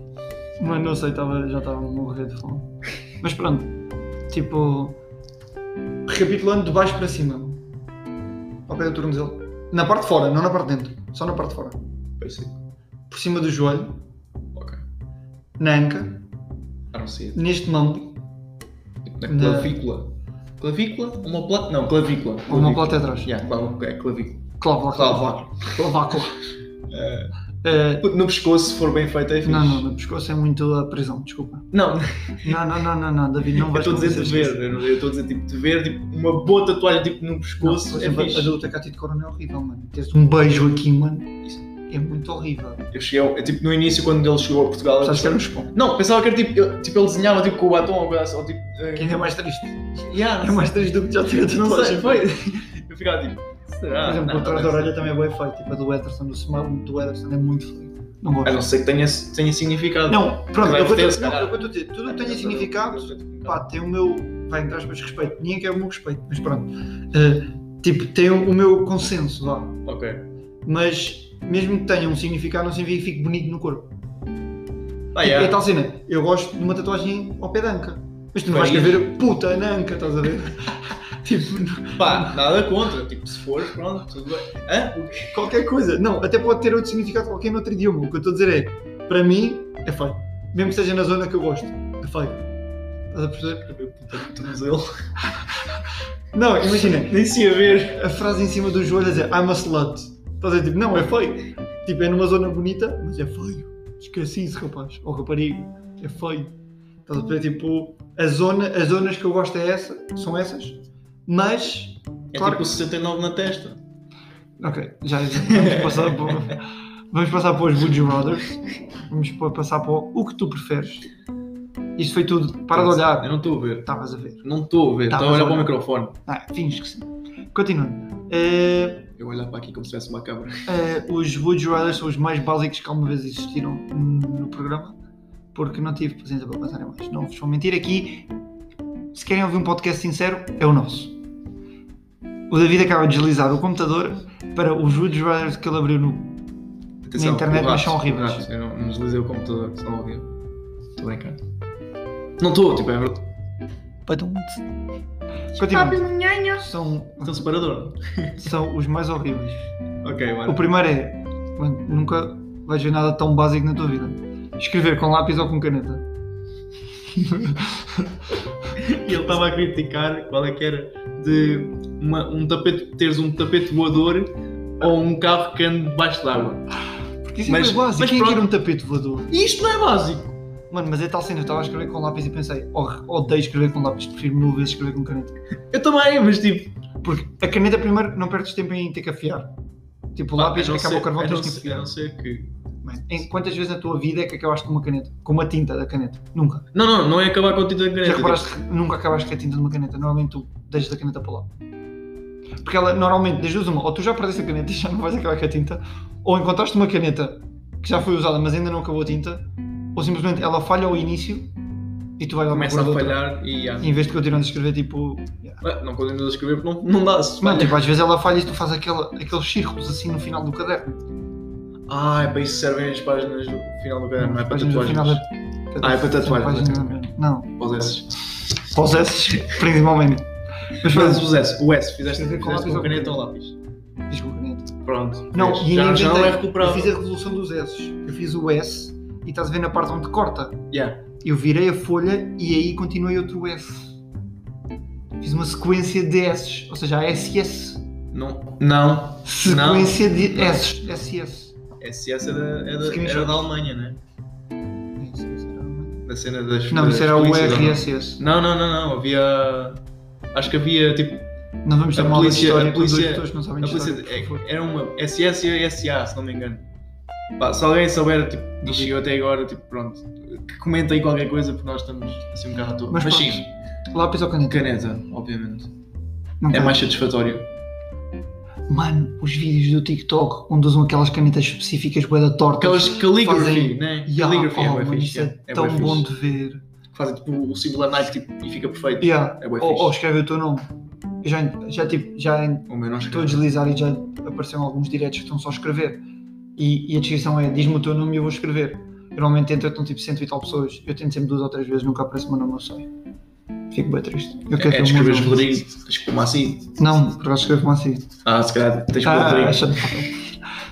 Speaker 1: Mas não sei, tava, já estava a morrer de fome. Mas pronto, tipo. Recapitulando de baixo para cima. Ao pé do tornozelo. Na parte de fora, não na parte de dentro. Só na parte de fora.
Speaker 2: Parecido.
Speaker 1: Por cima do joelho,
Speaker 2: Ok.
Speaker 1: na anca,
Speaker 2: Ah, não sei. Tipo,
Speaker 1: neste mambo,
Speaker 2: Na
Speaker 1: Na-
Speaker 2: clavícula. Clavícula? Uma pla... Não, clavícula.
Speaker 1: ou uma plata atrás.
Speaker 2: Yeah, clavo- é clavícula.
Speaker 1: Clavo, clavo,
Speaker 2: Clavo.
Speaker 1: clavo, clavo.
Speaker 2: Eh,
Speaker 1: Eh,
Speaker 2: No pescoço, se for bem feito, é fixe.
Speaker 1: Não, não, no pescoço é muito a prisão, desculpa.
Speaker 2: Não,
Speaker 1: Não, não, não, não, não David, não
Speaker 2: eu
Speaker 1: vais
Speaker 2: estou a dizer
Speaker 1: convencer
Speaker 2: de ver.
Speaker 1: isso.
Speaker 2: Eu não- eu estou a dizer tipo de ver, tipo uma boa tatuagem tipo no
Speaker 1: Não,
Speaker 2: pescoço.
Speaker 1: por
Speaker 2: é
Speaker 1: exemplo,
Speaker 2: fixe.
Speaker 1: a do Tacati de Corona é horrível, mano. Teres um beijo aqui, mano, isso é muito horrível.
Speaker 2: Eu cheguei, ao- eu, tipo no início quando ele chegou a Portugal. eu
Speaker 1: Sabes que era um
Speaker 2: pensava-
Speaker 1: espão.
Speaker 2: Não, pensava que era tipo, eu- tipo ele desenhava tipo com o batom ou coisa assim, ou tipo. eh,
Speaker 1: Que ainda é mais triste.
Speaker 2: yeah,
Speaker 1: É mais triste do que já tinha
Speaker 2: não sei,
Speaker 1: tatuagem.
Speaker 2: foi. Eu ficava tipo, será?
Speaker 1: Por exemplo,
Speaker 2: Não,
Speaker 1: o trás da
Speaker 2: não,
Speaker 1: orelha também é bem feio. Tipo, a do Ederson, do smile do Ederson é muito feio. Não
Speaker 2: A não
Speaker 1: gosto.
Speaker 2: ser que tenha, tenha significado.
Speaker 1: Não, pronto,
Speaker 2: Vai
Speaker 1: eu vou
Speaker 2: ter,
Speaker 1: dizer,
Speaker 2: se
Speaker 1: não,
Speaker 2: calhar.
Speaker 1: eu vou dizer, tudo tem significado, pá, tem o meu. Vai entrar aspas respeito. Ninguém quer o meu respeito, mas pronto. Eh, tipo, tem o, o meu consenso, vá.
Speaker 2: Ok.
Speaker 1: Mas mesmo que tenha um significado, não significa que fique bonito no corpo. Tipo,
Speaker 2: Ah, yeah.
Speaker 1: É tal cena, eu gosto de uma tatuagem ao pé da anca. Mas tu não vais
Speaker 2: Faria.
Speaker 1: escrever puta na anca, estás a ver? tipo, não-
Speaker 2: Pá, nada contra. Tipo, se for, pronto, tudo bem. Hã? O quê?
Speaker 1: qualquer coisa. Não, até pode ter outro significado qualquer noutro idioma. O que eu estou a dizer é, para mim, é feio. Mesmo que seja na zona que eu gosto, é feio. Estás a perceber?
Speaker 2: é
Speaker 1: Não, imagina,
Speaker 2: Nem se ia ver.
Speaker 1: a frase em cima do joelho é dizer I'm a slut. Estás a dizer, tipo, não, é feio. Tipo, é numa zona bonita, mas é feio. Esqueci isso, rapaz. Ou rapariga, é feio. Estás a perceber? Tipo, a zona, as zonas que eu gosto é essa, são essas, mas
Speaker 2: É
Speaker 1: Claro.
Speaker 2: tipo o 69 na testa.
Speaker 1: Ok, já, já vamos passar para vamos passar para os Would You Rather. Vamos pa- passar para o, o que tu preferes. Isto foi tudo. Para de
Speaker 2: Eu
Speaker 1: olhar.
Speaker 2: não estou a ver.
Speaker 1: Estavas a ver.
Speaker 2: Não estou a ver.
Speaker 1: Tá,
Speaker 2: Estava
Speaker 1: mas
Speaker 2: a olhar para o
Speaker 1: olha.
Speaker 2: microfone.
Speaker 1: Ah, finges que sim. Continuando. Eh,
Speaker 2: Eu olhar para aqui como se tivesse uma cabra.
Speaker 1: eh, os Would You Rather são os mais básicos que alguma vez existiram no programa. Porque não tive paciência para passar em mais. Não vos vou mentir aqui. Se querem ouvir um podcast sincero, é o nosso. O David acaba de deslizar o computador para os Would You Rather que ele abriu no.
Speaker 2: Atenção,
Speaker 1: internet,
Speaker 2: o
Speaker 1: mas são
Speaker 2: o
Speaker 1: horríveis.
Speaker 2: rato. Eu não, não deslizei o computador, senão ouvia. Estou bem cá. Não estou, tipo, é verdade.
Speaker 1: Badum. Continuando.
Speaker 2: Continuando.
Speaker 1: são,
Speaker 2: Tem um separador.
Speaker 1: são os mais horríveis.
Speaker 2: Ok,
Speaker 1: O
Speaker 2: mano.
Speaker 1: primeiro é, mano, nunca vais ver nada tão básico na tua vida. Escrever com lápis ou com caneta.
Speaker 2: E ele estava a criticar qual é que era de uma- um tapete, teres um tapete voador ou um carro que anda debaixo d'água.
Speaker 1: Porque isso
Speaker 2: Mas-
Speaker 1: é bem básico.
Speaker 2: mas
Speaker 1: Quem é que
Speaker 2: pronto.
Speaker 1: quer um tapete voador?
Speaker 2: E isto não é básico.
Speaker 1: Mano, mas é tal cena. Eu estava a escrever com lápis e pensei, oh, odeio escrever com lápis, prefiro mil vezes escrever com caneta.
Speaker 2: Eu também, mas tipo.
Speaker 1: Porque a caneta, primeiro, não perdes tempo em ter que afiar. Tipo, o lápis,
Speaker 2: a Ah, não
Speaker 1: acaba
Speaker 2: ser-
Speaker 1: o carvão,
Speaker 2: a não
Speaker 1: tens que
Speaker 2: ser- a
Speaker 1: enfiar.
Speaker 2: não ser que.
Speaker 1: Mano, em quantas vezes na tua vida é que acabaste com uma caneta? Com uma tinta da caneta? Nunca.
Speaker 2: Não, não, não é acabar com o título da caneta.
Speaker 1: Já reparaste que nunca acabaste com a tinta de uma caneta? Normalmente tu deixas a caneta para lá. Porque ela, normalmente, das duas uma, ou tu já perdeste a caneta e já não vais acabar com a tinta, ou encontraste uma caneta que já foi usada mas ainda não acabou a tinta, ou simplesmente ela falha ao início e tu vais lá
Speaker 2: tipo, Começa
Speaker 1: procurar
Speaker 2: a
Speaker 1: de outra.
Speaker 2: falhar e. ah,
Speaker 1: Em vez de continuar a escrever, tipo. yeah.
Speaker 2: ah, Não continuas a escrever porque não, não dá. Se
Speaker 1: Mano,
Speaker 2: falha.
Speaker 1: tipo, às vezes ela falha e tu fazes aquela, aqueles círculos assim no final do caderno.
Speaker 2: Ah, é para isso que servem as páginas do final do caderno, não é para
Speaker 1: Páginas do
Speaker 2: tatuagens.
Speaker 1: final da-
Speaker 2: Ah, é para tatuagens,
Speaker 1: Página- Não,
Speaker 2: Pós S.
Speaker 1: para os S, principalmente. Mas
Speaker 2: Mas
Speaker 1: pronto,
Speaker 2: fazes os S. O S, fizeste,
Speaker 1: Escrever com
Speaker 2: fizeste
Speaker 1: lápis
Speaker 2: com
Speaker 1: ou
Speaker 2: caneta
Speaker 1: com
Speaker 2: ou lápis.
Speaker 1: diz com a caneta.
Speaker 2: Pronto.
Speaker 1: Não,
Speaker 2: vês?
Speaker 1: e
Speaker 2: já,
Speaker 1: ainda
Speaker 2: já não
Speaker 1: inventei.
Speaker 2: é
Speaker 1: Eu
Speaker 2: recuperável.
Speaker 1: fiz a resolução dos S. Eu fiz o S e estás a ver na parte onde corta.
Speaker 2: Yeah.
Speaker 1: Eu virei a folha e aí continuei outro S. Fiz uma sequência de S, ou seja, a SS.
Speaker 2: Não. Não.
Speaker 1: Sequência de
Speaker 2: Não. é.
Speaker 1: S. SS.
Speaker 2: SS era, era,
Speaker 1: Screenshot.
Speaker 2: era é da Alemanha, né? Da cena das.
Speaker 1: Não,
Speaker 2: das
Speaker 1: isso era o
Speaker 2: polícias, ou não?
Speaker 1: RSS.
Speaker 2: Não, não, não, não. Havia. Acho que havia tipo.
Speaker 1: Não vamos ter
Speaker 2: A
Speaker 1: uma aula de
Speaker 2: polícia-
Speaker 1: história
Speaker 2: a
Speaker 1: com duas
Speaker 2: polícia-
Speaker 1: pessoas que não sabem
Speaker 2: A
Speaker 1: de
Speaker 2: polícia.
Speaker 1: história. por favor.
Speaker 2: é- Era uma SS e a SA, se não me engano. Pá, se alguém souber, tipo, e chegou até agora, tipo, pronto. Que comenta aí qualquer coisa, porque nós estamos assim um bocado à toa.
Speaker 1: Mas
Speaker 2: Mas,
Speaker 1: pronto.
Speaker 2: sim,
Speaker 1: Lápis ou caneta?
Speaker 2: caneta, obviamente.
Speaker 1: Não
Speaker 2: É
Speaker 1: quero.
Speaker 2: mais satisfatório.
Speaker 1: Mano, os vídeos do TikTok onde usam aquelas canetas específicas bué da torta.
Speaker 2: Aqueles calligraphy,
Speaker 1: Fazem-
Speaker 2: né?
Speaker 1: Yeah,
Speaker 2: calligraphy é
Speaker 1: oh,
Speaker 2: bué
Speaker 1: mano,
Speaker 2: fixe.
Speaker 1: isso
Speaker 2: yeah,
Speaker 1: é,
Speaker 2: é
Speaker 1: tão
Speaker 2: bué
Speaker 1: bom
Speaker 2: fixe.
Speaker 1: de ver.
Speaker 2: Fazem tipo o símbolo a Nike tipo, e fica perfeito.
Speaker 1: Yeah.
Speaker 2: É bué
Speaker 1: ou,
Speaker 2: fixe.
Speaker 1: ou escreve o teu nome. Eu já, já, tipo, já
Speaker 2: O meu não
Speaker 1: estou a
Speaker 2: escreve.
Speaker 1: deslizar e já apareceram alguns diretos que estão só a escrever. E, e a descrição é: diz-me o teu nome e eu vou escrever. Eu, Normalmente entra estão tipo cento e tal pessoas. Eu tento sempre duas ou três vezes, nunca aparece o meu nome, eu sei. Fico bem triste. Eu
Speaker 2: É,
Speaker 1: quero
Speaker 2: é
Speaker 1: ter o meu
Speaker 2: escreves
Speaker 1: nome.
Speaker 2: Rodrigo, como assim?
Speaker 1: Não, por acaso escrevo-me assim.
Speaker 2: Ah, se calhar tens
Speaker 1: Tá,
Speaker 2: para o Rodrigo.
Speaker 1: achando-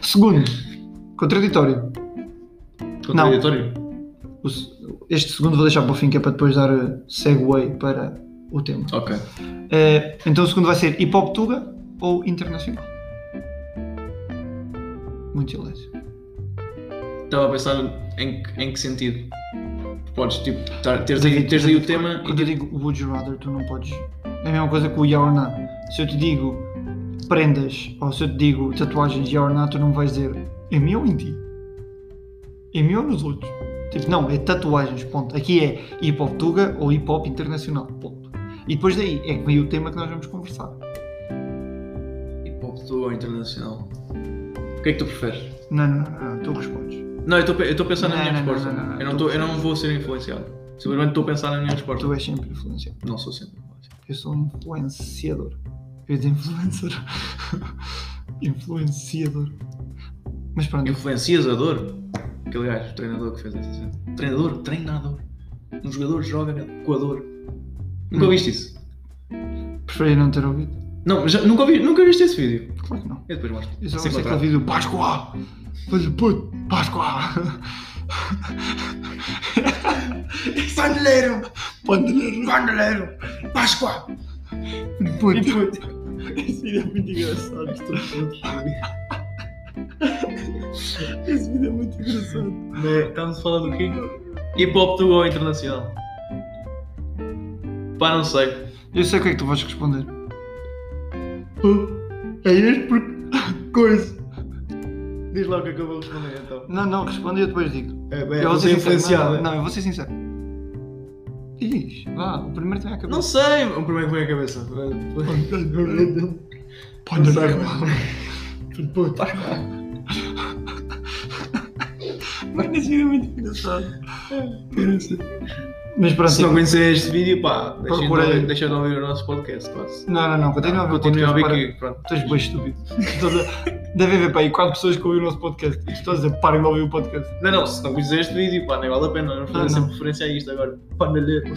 Speaker 1: Segundo, contraditório.
Speaker 2: Contraditório?
Speaker 1: O se- Este segundo vou deixar para o fim, que é para depois dar eh, segue para o tema.
Speaker 2: Ok.
Speaker 1: Eh, então o segundo vai ser hip hop tuga ou internacional? Muito silêncio.
Speaker 2: Estava a pensar em, que- em que sentido. Podes, tipo, tar, teres,
Speaker 1: Quando eu
Speaker 2: aí,
Speaker 1: digo-
Speaker 2: teres aí o tema e tipo,
Speaker 1: Quando eu digo would you rather, tu não podes. É a mesma coisa que o yeah or nah. Se eu te digo prendas ou se eu te digo tatuagens yeah or nah, tu não vais dizer em mim ou em ti? Em mim ou nos outros? Tipo, não, é tatuagens, ponto. Aqui é hip hop tuga ou hip hop internacional, ponto. E depois daí é que vem o tema que nós vamos conversar.
Speaker 2: hip hop tu ou internacional. O que é que tu preferes?
Speaker 1: Não, não, não, não, tu respondes.
Speaker 2: Não, eu estou pe- eu estou a pensar na
Speaker 1: Não,
Speaker 2: minha
Speaker 1: não, não,
Speaker 2: resposta.
Speaker 1: não, não, não.
Speaker 2: eu, não tô- eu não vou ser influenciado. Simplesmente estou a pensar na minha resposta.
Speaker 1: Tu és sempre influenciado.
Speaker 2: Não sou sempre influenciado.
Speaker 1: Eu sou um influenciador. Eu ia dizer influencer. influenciador. Mas pronto,
Speaker 2: Influenciador? Aquele gajo, treinador que fez essa cena. Treinador? Treinador. Um jogador joga com a dor. Nunca
Speaker 1: Hum.
Speaker 2: viste isso?
Speaker 1: preferia não ter ouvido.
Speaker 2: Não, já, nunca, ouvi, nunca viste esse vídeo.
Speaker 1: Claro que não.
Speaker 2: Eu depois mostro.
Speaker 1: Eu só
Speaker 2: Se
Speaker 1: gostei
Speaker 2: encontrar.
Speaker 1: daquele vídeo Páscoa! Falei, puto, Páscoa!
Speaker 2: Pandelero!
Speaker 1: Pandelero!
Speaker 2: Pandelero! Páscoa!
Speaker 1: Puto!
Speaker 2: puto.
Speaker 1: Esse vídeo é muito engraçado. Esse vídeo é muito engraçado.
Speaker 2: Estamos a falar do quê? Hip Hop Tour ou Internacional? Pá, não sei.
Speaker 1: Eu sei o que é que tu vais responder. É este porque. Coisa.
Speaker 2: Diz lá o que é que eu vou responder então.
Speaker 1: Não, não, responde e eu depois digo.
Speaker 2: É,
Speaker 1: eu vou ser sincero,
Speaker 2: influenciado. é?
Speaker 1: Não, não, eu vou ser sincero. Diz, vá, o primeiro tem a
Speaker 2: Não
Speaker 1: cabeça.
Speaker 2: sei, o primeiro que vem à cabeça.
Speaker 1: Pode
Speaker 2: sei.
Speaker 1: Puto. Mas nesse vídeo é muito engraçado.
Speaker 2: É.
Speaker 1: Mas pronto.
Speaker 2: Se não conhecer este vídeo, pá, deixem de,
Speaker 1: Procurei.
Speaker 2: ouvir, deixem de ouvir o nosso podcast quase.
Speaker 1: Não, não, não, continua a ver o
Speaker 2: Continuem a
Speaker 1: podcast. para-
Speaker 2: ouvir que, pronto.
Speaker 1: Tu és bem estúpido. Estás a- Deve haver para aí 4 pessoas que ouvem o nosso podcast. E tu estás a dizer, parem de ouvir o podcast.
Speaker 2: Não, não, se não conhecer este vídeo, pá, nem vale a pena. Não vou
Speaker 1: Ah,
Speaker 2: fazer
Speaker 1: não.
Speaker 2: sempre referência a isto agora. Pandelheiro.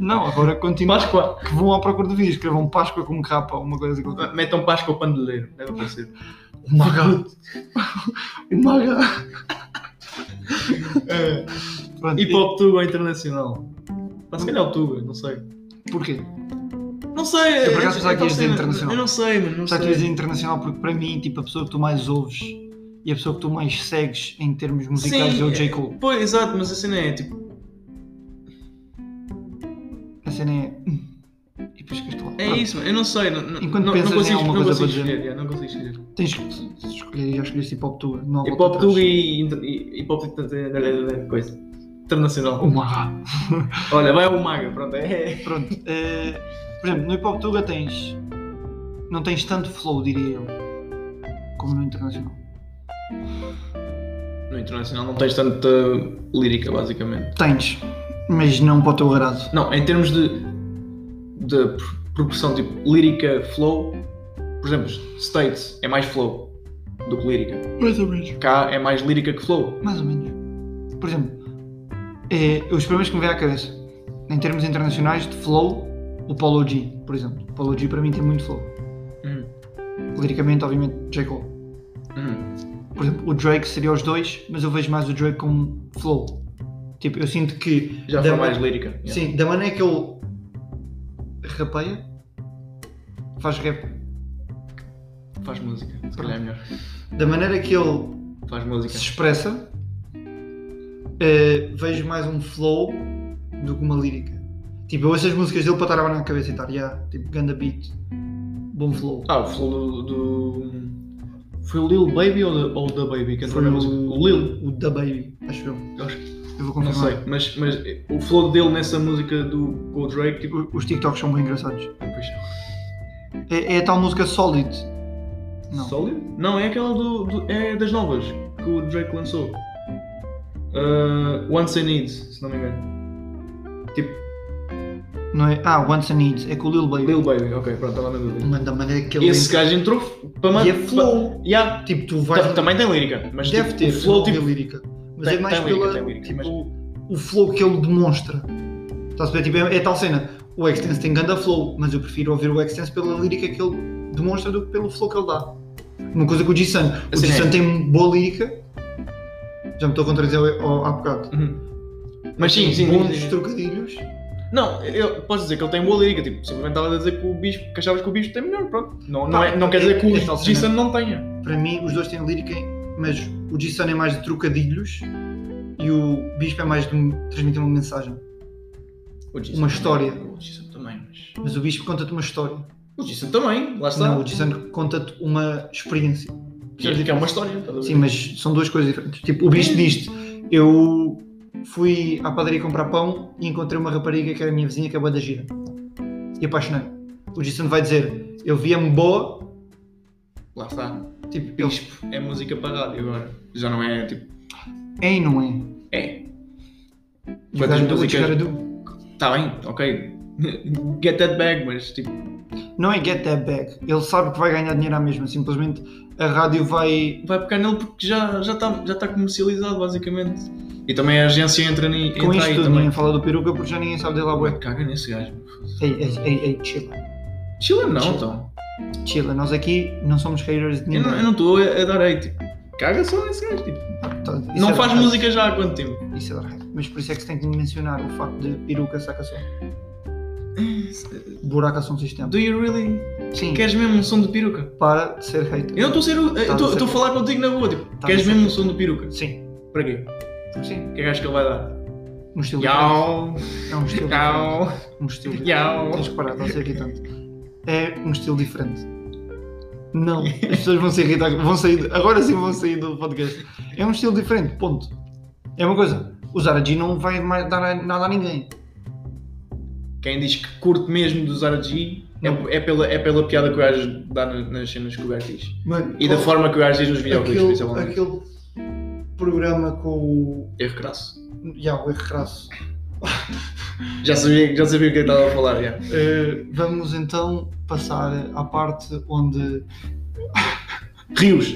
Speaker 1: Não, agora continua.
Speaker 2: Páscoa.
Speaker 1: Que vão à procura de vídeos, escrevam Páscoa com capa, uma coisa assim qualquer.
Speaker 2: Metam Páscoa é pandelheiro. Deve aparecer.
Speaker 1: O Maga. O Maga.
Speaker 2: É.
Speaker 1: Pronto,
Speaker 2: Hip Hop Tuga é Internacional. Mas se calhar o Tuga, não sei.
Speaker 1: e Porquê?
Speaker 2: Não sei.
Speaker 1: Eu por acaso
Speaker 2: é-
Speaker 1: pensava que
Speaker 2: é
Speaker 1: ias dizer
Speaker 2: tal cena.
Speaker 1: internacional.
Speaker 2: Eu não sei, mano. Não
Speaker 1: Já
Speaker 2: sei.
Speaker 1: tu és internacional porque para mim, tipo, a pessoa que tu mais ouves e a pessoa que tu mais segues em termos musicais
Speaker 2: Sim,
Speaker 1: é o
Speaker 2: é-
Speaker 1: J. Cole.
Speaker 2: Pois, exato, mas a cena é tipo.
Speaker 1: A cena é... hum, E depois ficas tu lá.
Speaker 2: É
Speaker 1: Pronto,
Speaker 2: isso, mano. Eu não sei. Não, não-
Speaker 1: Ah. Enquanto
Speaker 2: não,
Speaker 1: pensas em
Speaker 2: não consigo,
Speaker 1: alguma
Speaker 2: não
Speaker 1: coisa
Speaker 2: consigo
Speaker 1: para
Speaker 2: escolher. yeah, não consigo escolher.
Speaker 1: Tens que escolher, já escolheste Hip Hop Tuga. não há
Speaker 2: Hip
Speaker 1: volta
Speaker 2: Hop
Speaker 1: atrás.
Speaker 2: Tuga e inter- e Hip Hop é, coisa. Internacional.
Speaker 1: O Maga.
Speaker 2: Olha, vai o Maga, pronto. É.
Speaker 1: Pronto. eh, por exemplo, no Hip Hop Tuga tens... Não tens tanto flow, diria eu, como no internacional.
Speaker 2: No Internacional não tens tanta lírica, basicamente.
Speaker 1: Tens, mas não para o teu agrado.
Speaker 2: Não, em termos de, de pr- proporção, tipo, lírica, flow, por exemplo, States é mais flow do que lírica.
Speaker 1: Mais ou menos.
Speaker 2: Cá é mais lírica que flow.
Speaker 1: Mais ou menos. Por exemplo, é, os primeiros que me vêm à cabeça, em termos internacionais, de flow, o Paulo G, por exemplo. O Paulo G para mim tem muito flow.
Speaker 2: Hum.
Speaker 1: Liricamente, obviamente, J. Cole.
Speaker 2: Hum.
Speaker 1: Por exemplo, o Drake seria os dois, mas eu vejo mais o Drake como flow. Tipo, eu sinto que.
Speaker 2: Já
Speaker 1: da
Speaker 2: foi
Speaker 1: ma-
Speaker 2: mais lírica. yeah.
Speaker 1: Sim, da maneira que ele rapeia, faz rap.
Speaker 2: Faz música, se calhar é melhor.
Speaker 1: Da maneira que ele
Speaker 2: Faz música.
Speaker 1: se expressa, eh, vejo mais um flow do que uma lírica. Tipo, eu ouço as músicas dele para estar agora na cabeça e estar, yeah, tipo, ganda beat, bom flow.
Speaker 2: Ah, o flow do. do- Foi o Lil Baby ou o ou o Da Baby que entrou na
Speaker 1: Foi o-
Speaker 2: música? O Lil?
Speaker 1: O da Baby, acho eu.
Speaker 2: Eu acho
Speaker 1: Eu vou
Speaker 2: Não
Speaker 1: confirmar.
Speaker 2: sei, mas, mas o flow dele nessa música do, com o Drake, tipo. é
Speaker 1: O- Os TikToks são bem engraçados.
Speaker 2: Pois,
Speaker 1: É, é a tal música Solid. Não.
Speaker 2: Sólido? Não, é aquela do, do- é das novas que o Drake lançou. Ah, Once I Need, se não me engano. Tipo,
Speaker 1: Não é? Ah, Once and Needs, é com o Lil Baby.
Speaker 2: Lil Baby, ok, pronto, estava na dúvida.
Speaker 1: Manda, manda aquele.
Speaker 2: Esse gajo entrou para
Speaker 1: link.
Speaker 2: ma-
Speaker 1: E é flow.
Speaker 2: pa- Yeah.
Speaker 1: Tipo, tu vais.
Speaker 2: Ta- Também tem lírica, mas
Speaker 1: Deve
Speaker 2: tipo,
Speaker 1: ter
Speaker 2: o flow
Speaker 1: tem
Speaker 2: tipo,
Speaker 1: lírica. Mas
Speaker 2: tem-
Speaker 1: é mais
Speaker 2: tem lírica,
Speaker 1: pela.
Speaker 2: tem lírica,
Speaker 1: tipo,
Speaker 2: mas-
Speaker 1: o flow que ele demonstra. Estás a ver? Tipo, é, é tal cena. O Extense tem ganda flow, mas eu prefiro ouvir o Extense pela lírica que ele demonstra do que pelo flow que ele dá. Uma coisa que o G-Sun. O
Speaker 2: Assim é.
Speaker 1: G-Sun tem boa lírica. Já me estou a contradizer ao- ao- há bocado.
Speaker 2: Uhum. Mas sim,
Speaker 1: Tem
Speaker 2: sim.
Speaker 1: Bons
Speaker 2: sim, sim.
Speaker 1: trocadilhos.
Speaker 2: Não, eu posso dizer que ele tem boa lírica, tipo, simplesmente estava a dizer que o bispo, que achavas que o bispo tem melhor, pronto. Não, não,
Speaker 1: Pá,
Speaker 2: é, não quer
Speaker 1: é-
Speaker 2: dizer que
Speaker 1: é tal
Speaker 2: o
Speaker 1: cena.
Speaker 2: Jason não tenha.
Speaker 1: Para mim, os dois têm lírica, mas o G-Sun é mais de trocadilhos e o Bispo é mais de transmitir uma mensagem.
Speaker 2: O Jason
Speaker 1: Uma
Speaker 2: também.
Speaker 1: história.
Speaker 2: O Jason também, mas.
Speaker 1: Mas o Bispo conta-te uma história.
Speaker 2: O Jason também, lá está.
Speaker 1: Não, o G-Sun conta-te uma experiência.
Speaker 2: Que é- que é uma história. estás a ver?
Speaker 1: Sim, mas são duas coisas diferentes. Tipo, o bicho diz eu fui à padaria comprar pão e encontrei uma rapariga que era minha vizinha que é bué da gira. E apaixonei. O Jason vai dizer, eu via-me boa,
Speaker 2: Lá está.
Speaker 1: tipo, eu...
Speaker 2: Bispo é música para rádio agora. Já não é tipo.
Speaker 1: Ei, não é?
Speaker 2: É.
Speaker 1: O
Speaker 2: Quantas
Speaker 1: gajo do- o
Speaker 2: músicas?
Speaker 1: cara do-
Speaker 2: Está bem, ok. Get that bag, mas tipo.
Speaker 1: Não é get that back. Ele sabe que vai ganhar dinheiro à mesma. Simplesmente a rádio vai...
Speaker 2: Vai pegar nele porque já já está já está comercializado, basicamente. E também a agência entra, ni,
Speaker 1: Com
Speaker 2: entra
Speaker 1: isto
Speaker 2: aí
Speaker 1: tudo,
Speaker 2: também.
Speaker 1: ninguém fala do peruca porque já ninguém sabe dele à bué.
Speaker 2: Caga nesse gajo.
Speaker 1: Ei, ei, ei, ei, chila.
Speaker 2: Chila não,
Speaker 1: Chila.
Speaker 2: então.
Speaker 1: Chila, nós aqui não somos haters de
Speaker 2: Eu
Speaker 1: ninguém.
Speaker 2: não- eu não estou a, a dar aí, tipo, caga só nesse gajo, tipo,
Speaker 1: Tá, isso
Speaker 2: não
Speaker 1: é
Speaker 2: faz
Speaker 1: verdade.
Speaker 2: música já há quanto tempo?
Speaker 1: Isso é verdade. Mas por isso é que se tem que mencionar o facto de peruca saca som. Buraca som sistema.
Speaker 2: Do you really?
Speaker 1: Sim,
Speaker 2: Queres mesmo um som de peruca?
Speaker 1: para de ser hater.
Speaker 2: Eu não estou a ser, o- eu
Speaker 1: Tá
Speaker 2: estou-
Speaker 1: certo.
Speaker 2: estou a falar contigo na boa, tipo,
Speaker 1: Tá
Speaker 2: queres
Speaker 1: certo.
Speaker 2: mesmo um som de peruca?
Speaker 1: Sim,
Speaker 2: Para quê?
Speaker 1: porque sim.
Speaker 2: O que é que acho que ele vai dar?
Speaker 1: Um estilo
Speaker 2: Yau,
Speaker 1: diferente. É um estilo diferente.
Speaker 2: yau,
Speaker 1: Um estilo diferente.
Speaker 2: yau.
Speaker 1: Tens que parar, não ser irritante. É um estilo diferente. Não, as pessoas vão se irritar. Vão sair, de- agora sim vão sair do podcast. É um estilo diferente, ponto. É uma coisa. Usar a G não vai mais dar nada a ninguém.
Speaker 2: Quem diz que curte mesmo de usar a G
Speaker 1: Não.
Speaker 2: é, é, pela, é pela piada que o gajo dá na- nas cenas que o gajo diz.
Speaker 1: Mano,
Speaker 2: E da forma que o gajo diz nos videoclips,
Speaker 1: Oh. aquele,
Speaker 2: principalmente.
Speaker 1: aquele programa com o é
Speaker 2: Erro crasso.
Speaker 1: Já, o erro crasso.
Speaker 2: Já sabia, já sabia o que ele estava a falar, já.
Speaker 1: Eh, vamos então passar à parte onde.
Speaker 2: Rios.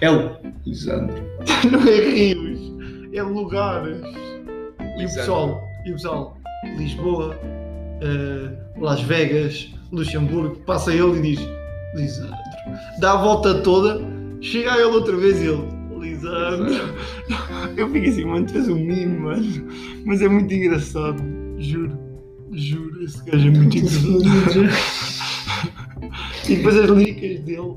Speaker 2: El. Lisandro.
Speaker 1: não é rios, é lugares. E o
Speaker 2: Lisandro.
Speaker 1: pessoal, e o pessoal, Lisboa, eh, Las Vegas, Luxemburgo, passa ele e diz: Lisandro. Dá a volta toda, chega a ele outra vez e ele: Lisandro. Eu fico assim, mano, tu és um mimo, mano. Mas é muito engraçado, juro. Juro, esse gajo é muito engraçado. e depois as líricas dele,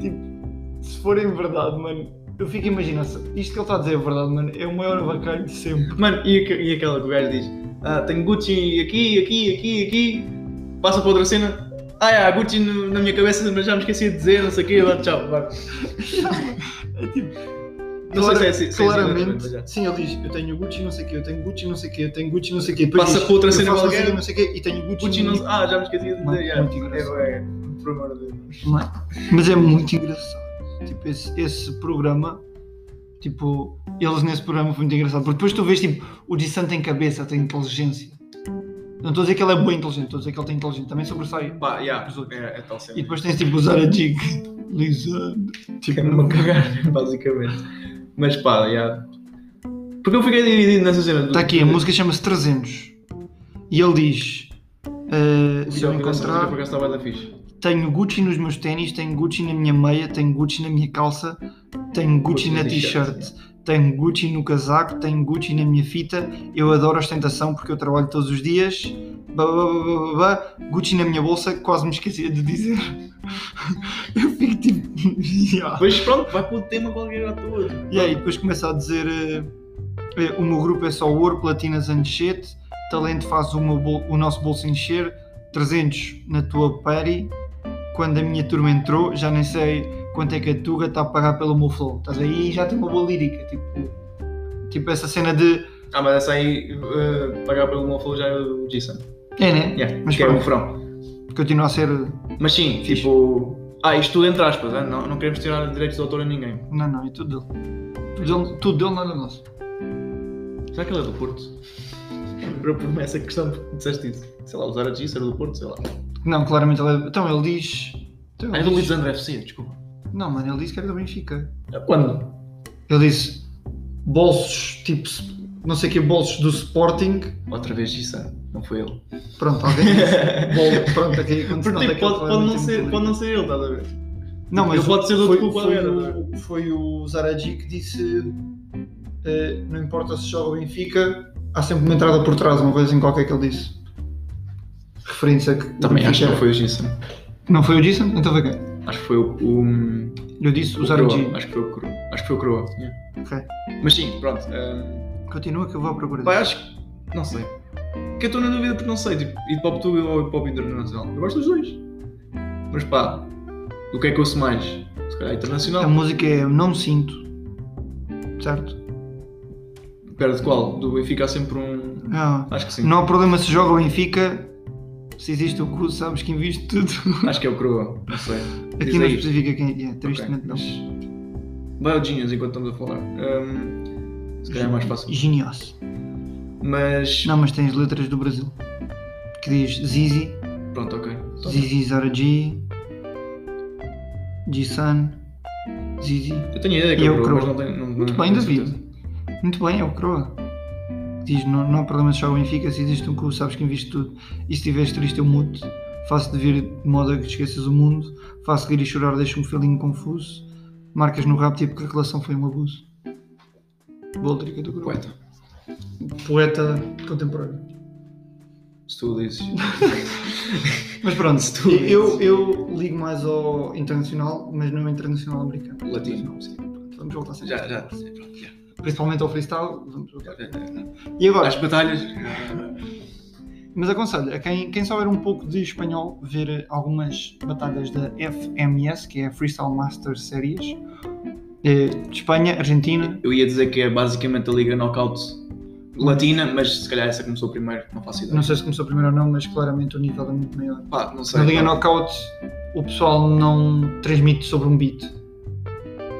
Speaker 1: tipo, se forem verdade, mano, eu fico a imaginar, se isto que ele está a dizer é verdade, mano, é o maior abacalho de sempre.
Speaker 2: Mano, e, aque- e aquela que o gajo diz: ah, tenho Gucci aqui, aqui, aqui, aqui. Passa para outra cena. Ah, é, Gucci no- na minha cabeça, mas já me esqueci de dizer, não sei o quê. vá, Tchau, vá.
Speaker 1: É tipo,
Speaker 2: Não sei se é assim- se é assim,
Speaker 1: claramente,
Speaker 2: mas já.
Speaker 1: sim, ele diz, eu tenho Gucci, não sei o quê, eu tenho Gucci, não sei o quê, eu tenho Gucci, não sei o quê. Depois
Speaker 2: Passa
Speaker 1: diz,
Speaker 2: para outra
Speaker 1: eu
Speaker 2: cena
Speaker 1: faço não sei
Speaker 2: qualquer.
Speaker 1: quê, Não sei o quê, e tenho Gucci,
Speaker 2: Gucci
Speaker 1: não
Speaker 2: não. Ah, já me esqueci de
Speaker 1: Mano,
Speaker 2: dizer. já.
Speaker 1: muito engraçado.
Speaker 2: É, é, por amor de Deus.
Speaker 1: Mas, mas é muito engraçado. Tipo, esse, esse programa, tipo, eles nesse programa foi muito engraçado. Porque depois tu vês, tipo, o Dissan tem cabeça, tem inteligência. Não estou a dizer que ele é bem inteligente, estou a dizer que ele tem inteligente. Também sobressai.
Speaker 2: Pá, já.
Speaker 1: Os outros.
Speaker 2: É, é tal cena.
Speaker 1: E depois tens, tipo, usar a jig. Lisando.
Speaker 2: Que é uma cagada, basicamente. Mas pá, já. Porque eu fiquei dividido nessa cena. do-
Speaker 1: Está tá aqui, a música chama-se 300. E ele diz... eh,
Speaker 2: é O
Speaker 1: se eu
Speaker 2: videoclipe dessa música, por
Speaker 1: encontrar,
Speaker 2: acaso estava da fixe.
Speaker 1: tenho Gucci nos meus ténis, tenho Gucci na minha meia, tenho Gucci na minha calça, tenho Gucci,
Speaker 2: Gucci
Speaker 1: na
Speaker 2: na t-shirt,
Speaker 1: t-shirt, tenho Gucci no casaco, tenho Gucci na minha fita, eu adoro ostentação porque eu trabalho todos os dias, bá, bá, bá, bá, bá, bá, Gucci na minha bolsa, quase me esquecia de dizer. Eu fico tipo. yeah.
Speaker 2: Depois pronto, vai para o tema qualquer à toa.
Speaker 1: E aí depois começa a dizer eh, eh, o meu grupo é só ouro, platinas and shit, talento faz o, meu bol- o nosso bolso encher, 300 na tua party, quando a minha turma entrou, já nem sei quanto é que a Tuga está a pagar pelo meu flow. Estás aí e já tem uma boa lírica, tipo, tipo essa cena de.
Speaker 2: Ah, mas essa aí, eh, pagar pelo meu flow já é o Jason.
Speaker 1: É, né?
Speaker 2: Yeah,
Speaker 1: Mas
Speaker 2: que é
Speaker 1: pronto.
Speaker 2: um frão.
Speaker 1: Continua a ser.
Speaker 2: Mas sim,
Speaker 1: Fixe.
Speaker 2: tipo, Ah, isto tudo entre aspas, ah, não, não queremos tirar direitos de autor a ninguém.
Speaker 1: Não, não, é tudo dele. Tudo dele, tudo dele nada nosso.
Speaker 2: Será que ele é do Porto? Para por essa questão que disseste isso. Sei lá, o Zaradis era do Porto, sei lá.
Speaker 1: Não, claramente ele é. Então ele diz. Então, ele
Speaker 2: Ah, é do
Speaker 1: diz-
Speaker 2: Lisandro FC, desculpa.
Speaker 1: Não, mano, ele disse que era do Benfica.
Speaker 2: Quando?
Speaker 1: Ele disse bolsos, tipo, s- não sei o que, bolsos do Sporting.
Speaker 2: Outra vez isso, ah, não foi ele.
Speaker 1: Pronto, alguém disse. Bol, pronto, aqui quando se
Speaker 2: Porque
Speaker 1: nota
Speaker 2: tipo,
Speaker 1: que ele
Speaker 2: pode, pode, não
Speaker 1: claramente é
Speaker 2: ser,
Speaker 1: muito
Speaker 2: pode não ser ele, estás a ver?
Speaker 1: Não, mas
Speaker 2: Ele pode ser do
Speaker 1: foi,
Speaker 2: Tucu
Speaker 1: foi,
Speaker 2: Palmeiras,
Speaker 1: o, foi o Zaradji que disse eh, não importa se joga o Benfica, há sempre uma entrada por trás, uma coisa assim qualquer que ele disse. Referência que. o Benfica era-
Speaker 2: foi o Gisson.
Speaker 1: Não foi o Jason? Então foi quem?
Speaker 2: Acho que foi o. o...
Speaker 1: Eu disse o
Speaker 2: O Croa,
Speaker 1: Zaradji.
Speaker 2: Acho que foi o Croa. Acho que foi o Croa.
Speaker 1: Ok.
Speaker 2: Mas sim, pronto. hum,
Speaker 1: Continua que eu vou à procura.
Speaker 2: pá,
Speaker 1: dele.
Speaker 2: acho que. Não sei. Que eu estou na dúvida porque não sei. Tipo, hip hop tubo ou hip hop internacional. Eu gosto dos dois. Mas pá, o que é que ouço mais? Se calhar internacional.
Speaker 1: A música é Não Sinto. Certo?
Speaker 2: Perto de qual? Do Benfica há sempre um.
Speaker 1: Ah,
Speaker 2: Acho que sim.
Speaker 1: um- não há problema se joga o Benfica. Se existe o cu, sabes que inviste tudo.
Speaker 2: Acho que é o Croa. Não sei.
Speaker 1: Aqui
Speaker 2: Diz
Speaker 1: não
Speaker 2: aí.
Speaker 1: especifica quem é que é, tristemente não.
Speaker 2: Vai ao Genius enquanto estamos a falar. Hum, se calhar é mais fácil.
Speaker 1: Genios.
Speaker 2: Mas.
Speaker 1: Não, mas tem as letras do Brasil. Que diz Zizi,
Speaker 2: Pronto, ok. Então,
Speaker 1: Zizi Zara G, G-San, Zizi.
Speaker 2: Eu tenho a ideia que
Speaker 1: E
Speaker 2: é
Speaker 1: é o
Speaker 2: o Croa, mas
Speaker 1: Croa.
Speaker 2: não tenho. Não,
Speaker 1: Muito
Speaker 2: não
Speaker 1: bem,
Speaker 2: tenho
Speaker 1: David.
Speaker 2: certeza.
Speaker 1: Muito bem, é o Croa. Que Diz, não, não há problema se joga o Benfica, se existe um cu, sabes que inviste tudo. E se estiveres triste, eu mudo. Faço de vir de modo a que esqueças o mundo. Faço rir e chorar, deixo-me felinho confuso. Marcas no rap, tipo que a relação foi um abuso. Boa lírica do Croa.
Speaker 2: Poeta.
Speaker 1: Poeta contemporâneo.
Speaker 2: Se tu dizes.
Speaker 1: Mas pronto,
Speaker 2: Se tu
Speaker 1: eu, eu ligo mais ao internacional, mas não ao internacional americano.
Speaker 2: Latino, sim.
Speaker 1: Vamos voltar sempre.
Speaker 2: Já, já, pronto, já.
Speaker 1: Principalmente ao freestyle. Vamos voltar.
Speaker 2: As
Speaker 1: E agora?
Speaker 2: batalhas.
Speaker 1: Mas aconselho a quem, quem souber um pouco de espanhol ver algumas batalhas da FMS, que é a Freestyle Master Series, eh, de Espanha, Argentina.
Speaker 2: Eu ia dizer que é basicamente a Liga Knockout Latina, mas se calhar essa começou primeiro, não faço ideia.
Speaker 1: Não sei se começou primeiro ou não, mas claramente o nível é muito maior.
Speaker 2: Pá, não sei. Ah,
Speaker 1: Na Liga Knockout, o pessoal não transmite sobre um beat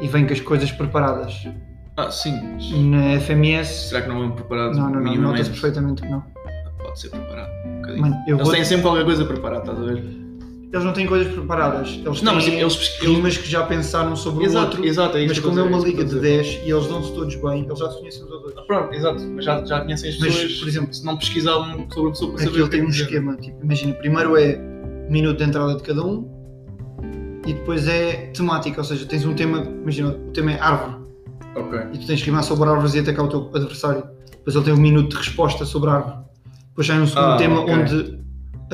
Speaker 1: e vem com as coisas preparadas.
Speaker 2: Ah, sim. mas
Speaker 1: Na FMS,
Speaker 2: Será que não vão preparado
Speaker 1: Não, não, não,
Speaker 2: minimamente?
Speaker 1: nota-se perfeitamente que não.
Speaker 2: Pode ser preparado. Um bocadinho.
Speaker 1: Mano, eu
Speaker 2: Eles
Speaker 1: vou-
Speaker 2: têm sempre qualquer coisa preparada, estás a ver?
Speaker 1: Eles não têm coisas preparadas. Eles
Speaker 2: Não, mas
Speaker 1: têm
Speaker 2: tipo, eles pesqu- eles-
Speaker 1: rimas que já pensaram sobre
Speaker 2: Exato,
Speaker 1: o outro.
Speaker 2: exato, é isso
Speaker 1: mas
Speaker 2: que eu
Speaker 1: como é
Speaker 2: estou
Speaker 1: uma
Speaker 2: a dizer,
Speaker 1: liga
Speaker 2: estou
Speaker 1: de
Speaker 2: a dizer.
Speaker 1: 10 e eles dão-se todos bem, eles já se conhecem os outros.
Speaker 2: Pronto, exato, mas já, já conhecem as
Speaker 1: Mas,
Speaker 2: pessoas.
Speaker 1: por exemplo,
Speaker 2: se não pesquisavam sobre a pessoa para
Speaker 1: Aquilo
Speaker 2: saber o que é
Speaker 1: tem um
Speaker 2: que dizer.
Speaker 1: esquema, tipo, imagina, primeiro é minuto de entrada de cada um e depois é temática, ou seja, tens um tema, imagina, o tema é árvore
Speaker 2: Ok.
Speaker 1: e tu tens que rimar sobre árvores e atacar o teu adversário. Depois ele tem um minuto de resposta sobre a árvore. Depois sai um segundo
Speaker 2: Ah,
Speaker 1: tema
Speaker 2: ok.
Speaker 1: onde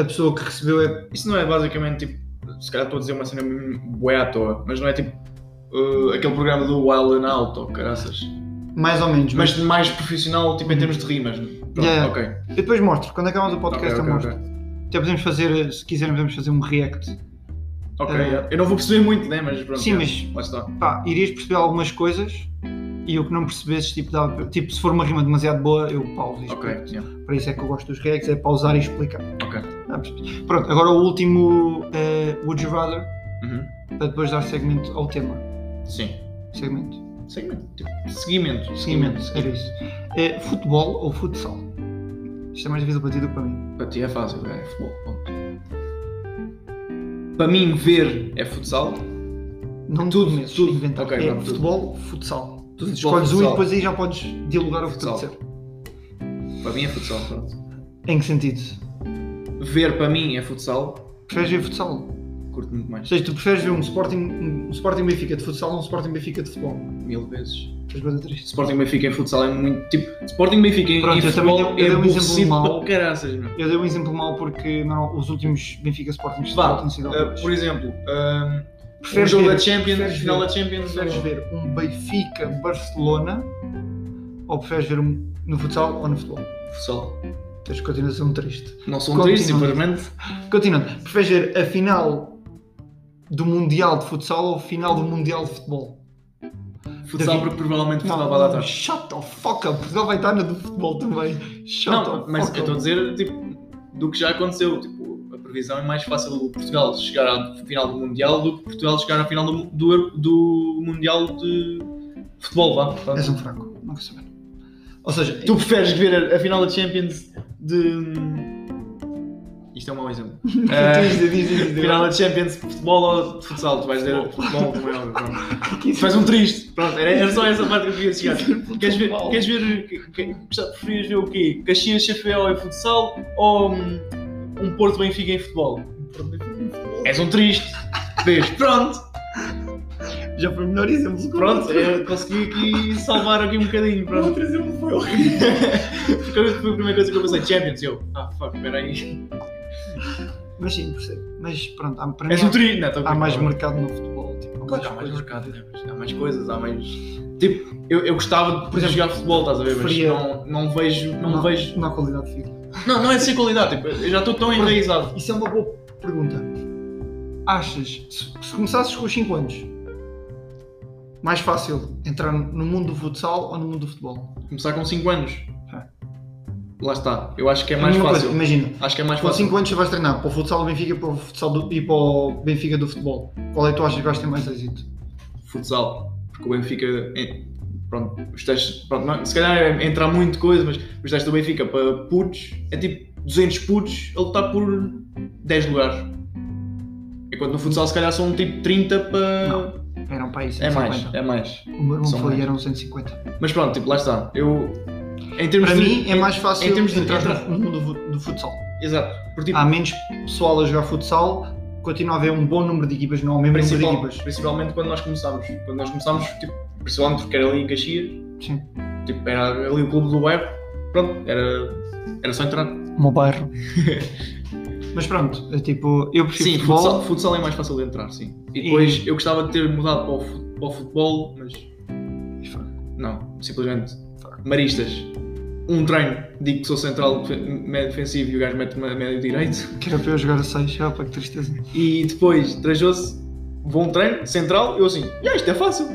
Speaker 1: a pessoa que recebeu é
Speaker 2: Isso não é basicamente tipo. Se calhar estou a dizer uma cena mesmo bué à toa, mas não é tipo. uh, aquele programa do Wild and Out, ou caraças.
Speaker 1: mais ou menos.
Speaker 2: Tipo, Mas mais profissional, tipo em termos de rimas. né? Pronto,
Speaker 1: Uhum. Yeah.
Speaker 2: ok.
Speaker 1: Eu depois mostro, quando acabarmos o podcast é
Speaker 2: Ok,
Speaker 1: eu
Speaker 2: ok,
Speaker 1: mostro.
Speaker 2: ok.
Speaker 1: Até podemos fazer, se quisermos, podemos fazer um react.
Speaker 2: Ok,
Speaker 1: Eh,
Speaker 2: yeah. Eu não vou perceber muito, né? Mas pronto.
Speaker 1: Sim,
Speaker 2: yeah.
Speaker 1: mas-
Speaker 2: Lá está.
Speaker 1: Pá, irias perceber algumas coisas e o que não percebesses, tipo, dava- tipo se for uma rima demasiado boa, eu pauso e
Speaker 2: Ok,
Speaker 1: explico.
Speaker 2: yeah.
Speaker 1: Para isso é que eu gosto dos reacts, é pausar e explicar.
Speaker 2: Ok.
Speaker 1: Ah, Pronto, agora o último eh, Would You Rather,
Speaker 2: Uhum.
Speaker 1: para depois dar segmento ao tema.
Speaker 2: Sim.
Speaker 1: Segmento.
Speaker 2: Segmento. Tipo, seguimento.
Speaker 1: Seguimento, era isso. Eh, futebol ou futsal? Isto é mais difícil para ti do que para mim.
Speaker 2: Para ti é fácil, é futebol. ponto. Para mim, ver é futsal.
Speaker 1: Não
Speaker 2: Tudo,
Speaker 1: comeces,
Speaker 2: tudo.
Speaker 1: inventar.
Speaker 2: Ok,
Speaker 1: é
Speaker 2: vamos, tudo.
Speaker 1: futebol, futsal. Tu
Speaker 2: Futebol, é
Speaker 1: escolhes um e
Speaker 2: futsal.
Speaker 1: depois aí já podes dialogar o que tu
Speaker 2: Futsal.
Speaker 1: disser.
Speaker 2: Para mim é futsal, pronto.
Speaker 1: Em que sentido?
Speaker 2: Ver para mim é futsal.
Speaker 1: Preferes ver futsal?
Speaker 2: Curto muito
Speaker 1: Ou
Speaker 2: mais.
Speaker 1: seja, tu preferes ver um Sporting, um Sporting Benfica de futsal ou um Sporting Benfica de futebol?
Speaker 2: Mil vezes.
Speaker 1: Estás bem triste.
Speaker 2: Sporting Benfica em futsal é muito tipo. Sporting Benfica em,
Speaker 1: Pronto,
Speaker 2: em
Speaker 1: eu também
Speaker 2: futebol
Speaker 1: dei- eu dei
Speaker 2: é
Speaker 1: um exemplo
Speaker 2: aborrecido
Speaker 1: mau.
Speaker 2: para caraças, meu.
Speaker 1: Eu dei um exemplo mau porque não, os últimos Benfica Sporting de
Speaker 2: Vá,
Speaker 1: futebol têm sido
Speaker 2: eh,
Speaker 1: horríveis.
Speaker 2: por exemplo, um, um
Speaker 1: Preferes
Speaker 2: jogo
Speaker 1: ver-
Speaker 2: da Champions,
Speaker 1: preferes
Speaker 2: final
Speaker 1: ver-
Speaker 2: da Champions,
Speaker 1: Preferes ver um Benfica Barcelona ou preferes ver um no futsal ou no futebol?
Speaker 2: futsal.
Speaker 1: Tens continuação triste.
Speaker 2: Não são
Speaker 1: Continua.
Speaker 2: três, simplesmente.
Speaker 1: Continuando, preferes ver a final do Mundial de Futsal ou a final do Mundial de Futebol?
Speaker 2: Futsal,
Speaker 1: David-
Speaker 2: porque provavelmente futsal vai lá atrás.
Speaker 1: shut the fuck up, Portugal vai estar na do futebol também. Shut
Speaker 2: Não,
Speaker 1: the
Speaker 2: mas eu
Speaker 1: fuck
Speaker 2: estou
Speaker 1: up.
Speaker 2: a dizer tipo, do que já aconteceu. Tipo, a previsão, é mais fácil Portugal chegar à final do Mundial do que Portugal chegar à final do, do, Euro- do Mundial de Futebol, vá. Pronto.
Speaker 1: És um fraco, não quero saber. Ou seja,
Speaker 2: Tu preferes ver a, a final da Champions de. Isto é um mau exemplo. Eh,
Speaker 1: diz, diz, diz, diz, diz.
Speaker 2: final da Champions de futebol ou de futsal? Tu vais dizer futebol, como é óbvio, pronto. Tu faz um triste. Pronto, era, era só essa parte que eu queria chegar.
Speaker 1: é
Speaker 2: Queres ver, queres ver, que- que- gosta- preferias ver o quê? Caxias, Chaféu em futsal ou hum, um Porto Benfica em futebol? És um triste. Vês? Pronto,
Speaker 1: Já foi o melhor exemplo. que o
Speaker 2: pronto,
Speaker 1: outro.
Speaker 2: eu consegui aqui salvar aqui um bocadinho,
Speaker 1: O
Speaker 2: pronto.
Speaker 1: outro exemplo foi horrível.
Speaker 2: Foi a primeira coisa que eu pensei, Champions, eu, ah, fuck, peraí.
Speaker 1: Mas sim, percebo. Mas pronto, há, para
Speaker 2: És um
Speaker 1: mim
Speaker 2: triste. Não, tô a
Speaker 1: há, há
Speaker 2: brincar,
Speaker 1: mais
Speaker 2: pronto.
Speaker 1: mercado no futebol. Tipo, há
Speaker 2: Claro, há mais
Speaker 1: coisas.
Speaker 2: mercado, né? Mas há mais coisas, há mais. Tipo, eu, eu gostava de, por exemplo, jogar futebol, estás a ver? Mas
Speaker 1: Preferia-
Speaker 2: não, não vejo. Não,
Speaker 1: Não.
Speaker 2: vejo.
Speaker 1: Não há qualidade física.
Speaker 2: Não, não é de ser qualidade, tipo, eu já estou tão enraizado.
Speaker 1: Isso é uma boa pergunta. Achas, se, se começasses com os 5 anos, mais fácil entrar no mundo do futsal ou no mundo do futebol?
Speaker 2: Começar com 5 anos.
Speaker 1: Ah.
Speaker 2: Lá está. Eu acho que é mais
Speaker 1: Mesma coisa,
Speaker 2: fácil.
Speaker 1: imagina,
Speaker 2: Acho que é mais
Speaker 1: com
Speaker 2: fácil.
Speaker 1: 5 anos tu vais treinar para o futsal do Benfica para o futsal do, e para o Benfica do futebol. Qual é que tu achas que vais ter mais êxito?
Speaker 2: Futsal. Porque o Benfica. é- Pronto, os testes. Pronto, não- se calhar é entrar muito coisa, mas os testes do Benfica para putos é tipo 200 putos a lutar por 10 lugares. Enquanto no futsal, se calhar são tipo 30 para.
Speaker 1: Não. Eram para aí
Speaker 2: É
Speaker 1: 150.
Speaker 2: mais, é mais.
Speaker 1: O meu irmão
Speaker 2: São
Speaker 1: foi um e
Speaker 2: mais.
Speaker 1: eram 150.
Speaker 2: Mas pronto, tipo, lá está. Eu. Em termos
Speaker 1: Para
Speaker 2: de.
Speaker 1: mim é mais fácil
Speaker 2: em termos de-
Speaker 1: entrar
Speaker 2: entrar-
Speaker 1: no mundo do, do futsal.
Speaker 2: Exato. Porque, tipo,
Speaker 1: Há menos pessoal a jogar futsal, continua a haver um bom número de equipas, não há o mesmo número de
Speaker 2: principal-
Speaker 1: equipas.
Speaker 2: principalmente quando nós começámos. Quando nós começámos, tipo, principalmente porque era ali em Caxias.
Speaker 1: Sim.
Speaker 2: Tipo, era ali o clube do bairro. Pronto, era. Era só entrar.
Speaker 1: O meu bairro. Mas pronto, é tipo, eu prefiro
Speaker 2: Sim,
Speaker 1: futebol.
Speaker 2: futsal, futsal é mais fácil de entrar, sim. E depois eu gostava de ter mudado para o, fu- para o futebol, mas. Não, simplesmente. Maristas. Um treino, digo que sou central, defe- médio defensivo e o gajo mete médio direito.
Speaker 1: Que era para eu jogar a 6, opa, que tristeza.
Speaker 2: E depois trajou-se, bom um treino, central, eu assim, "Ya, isto é fácil.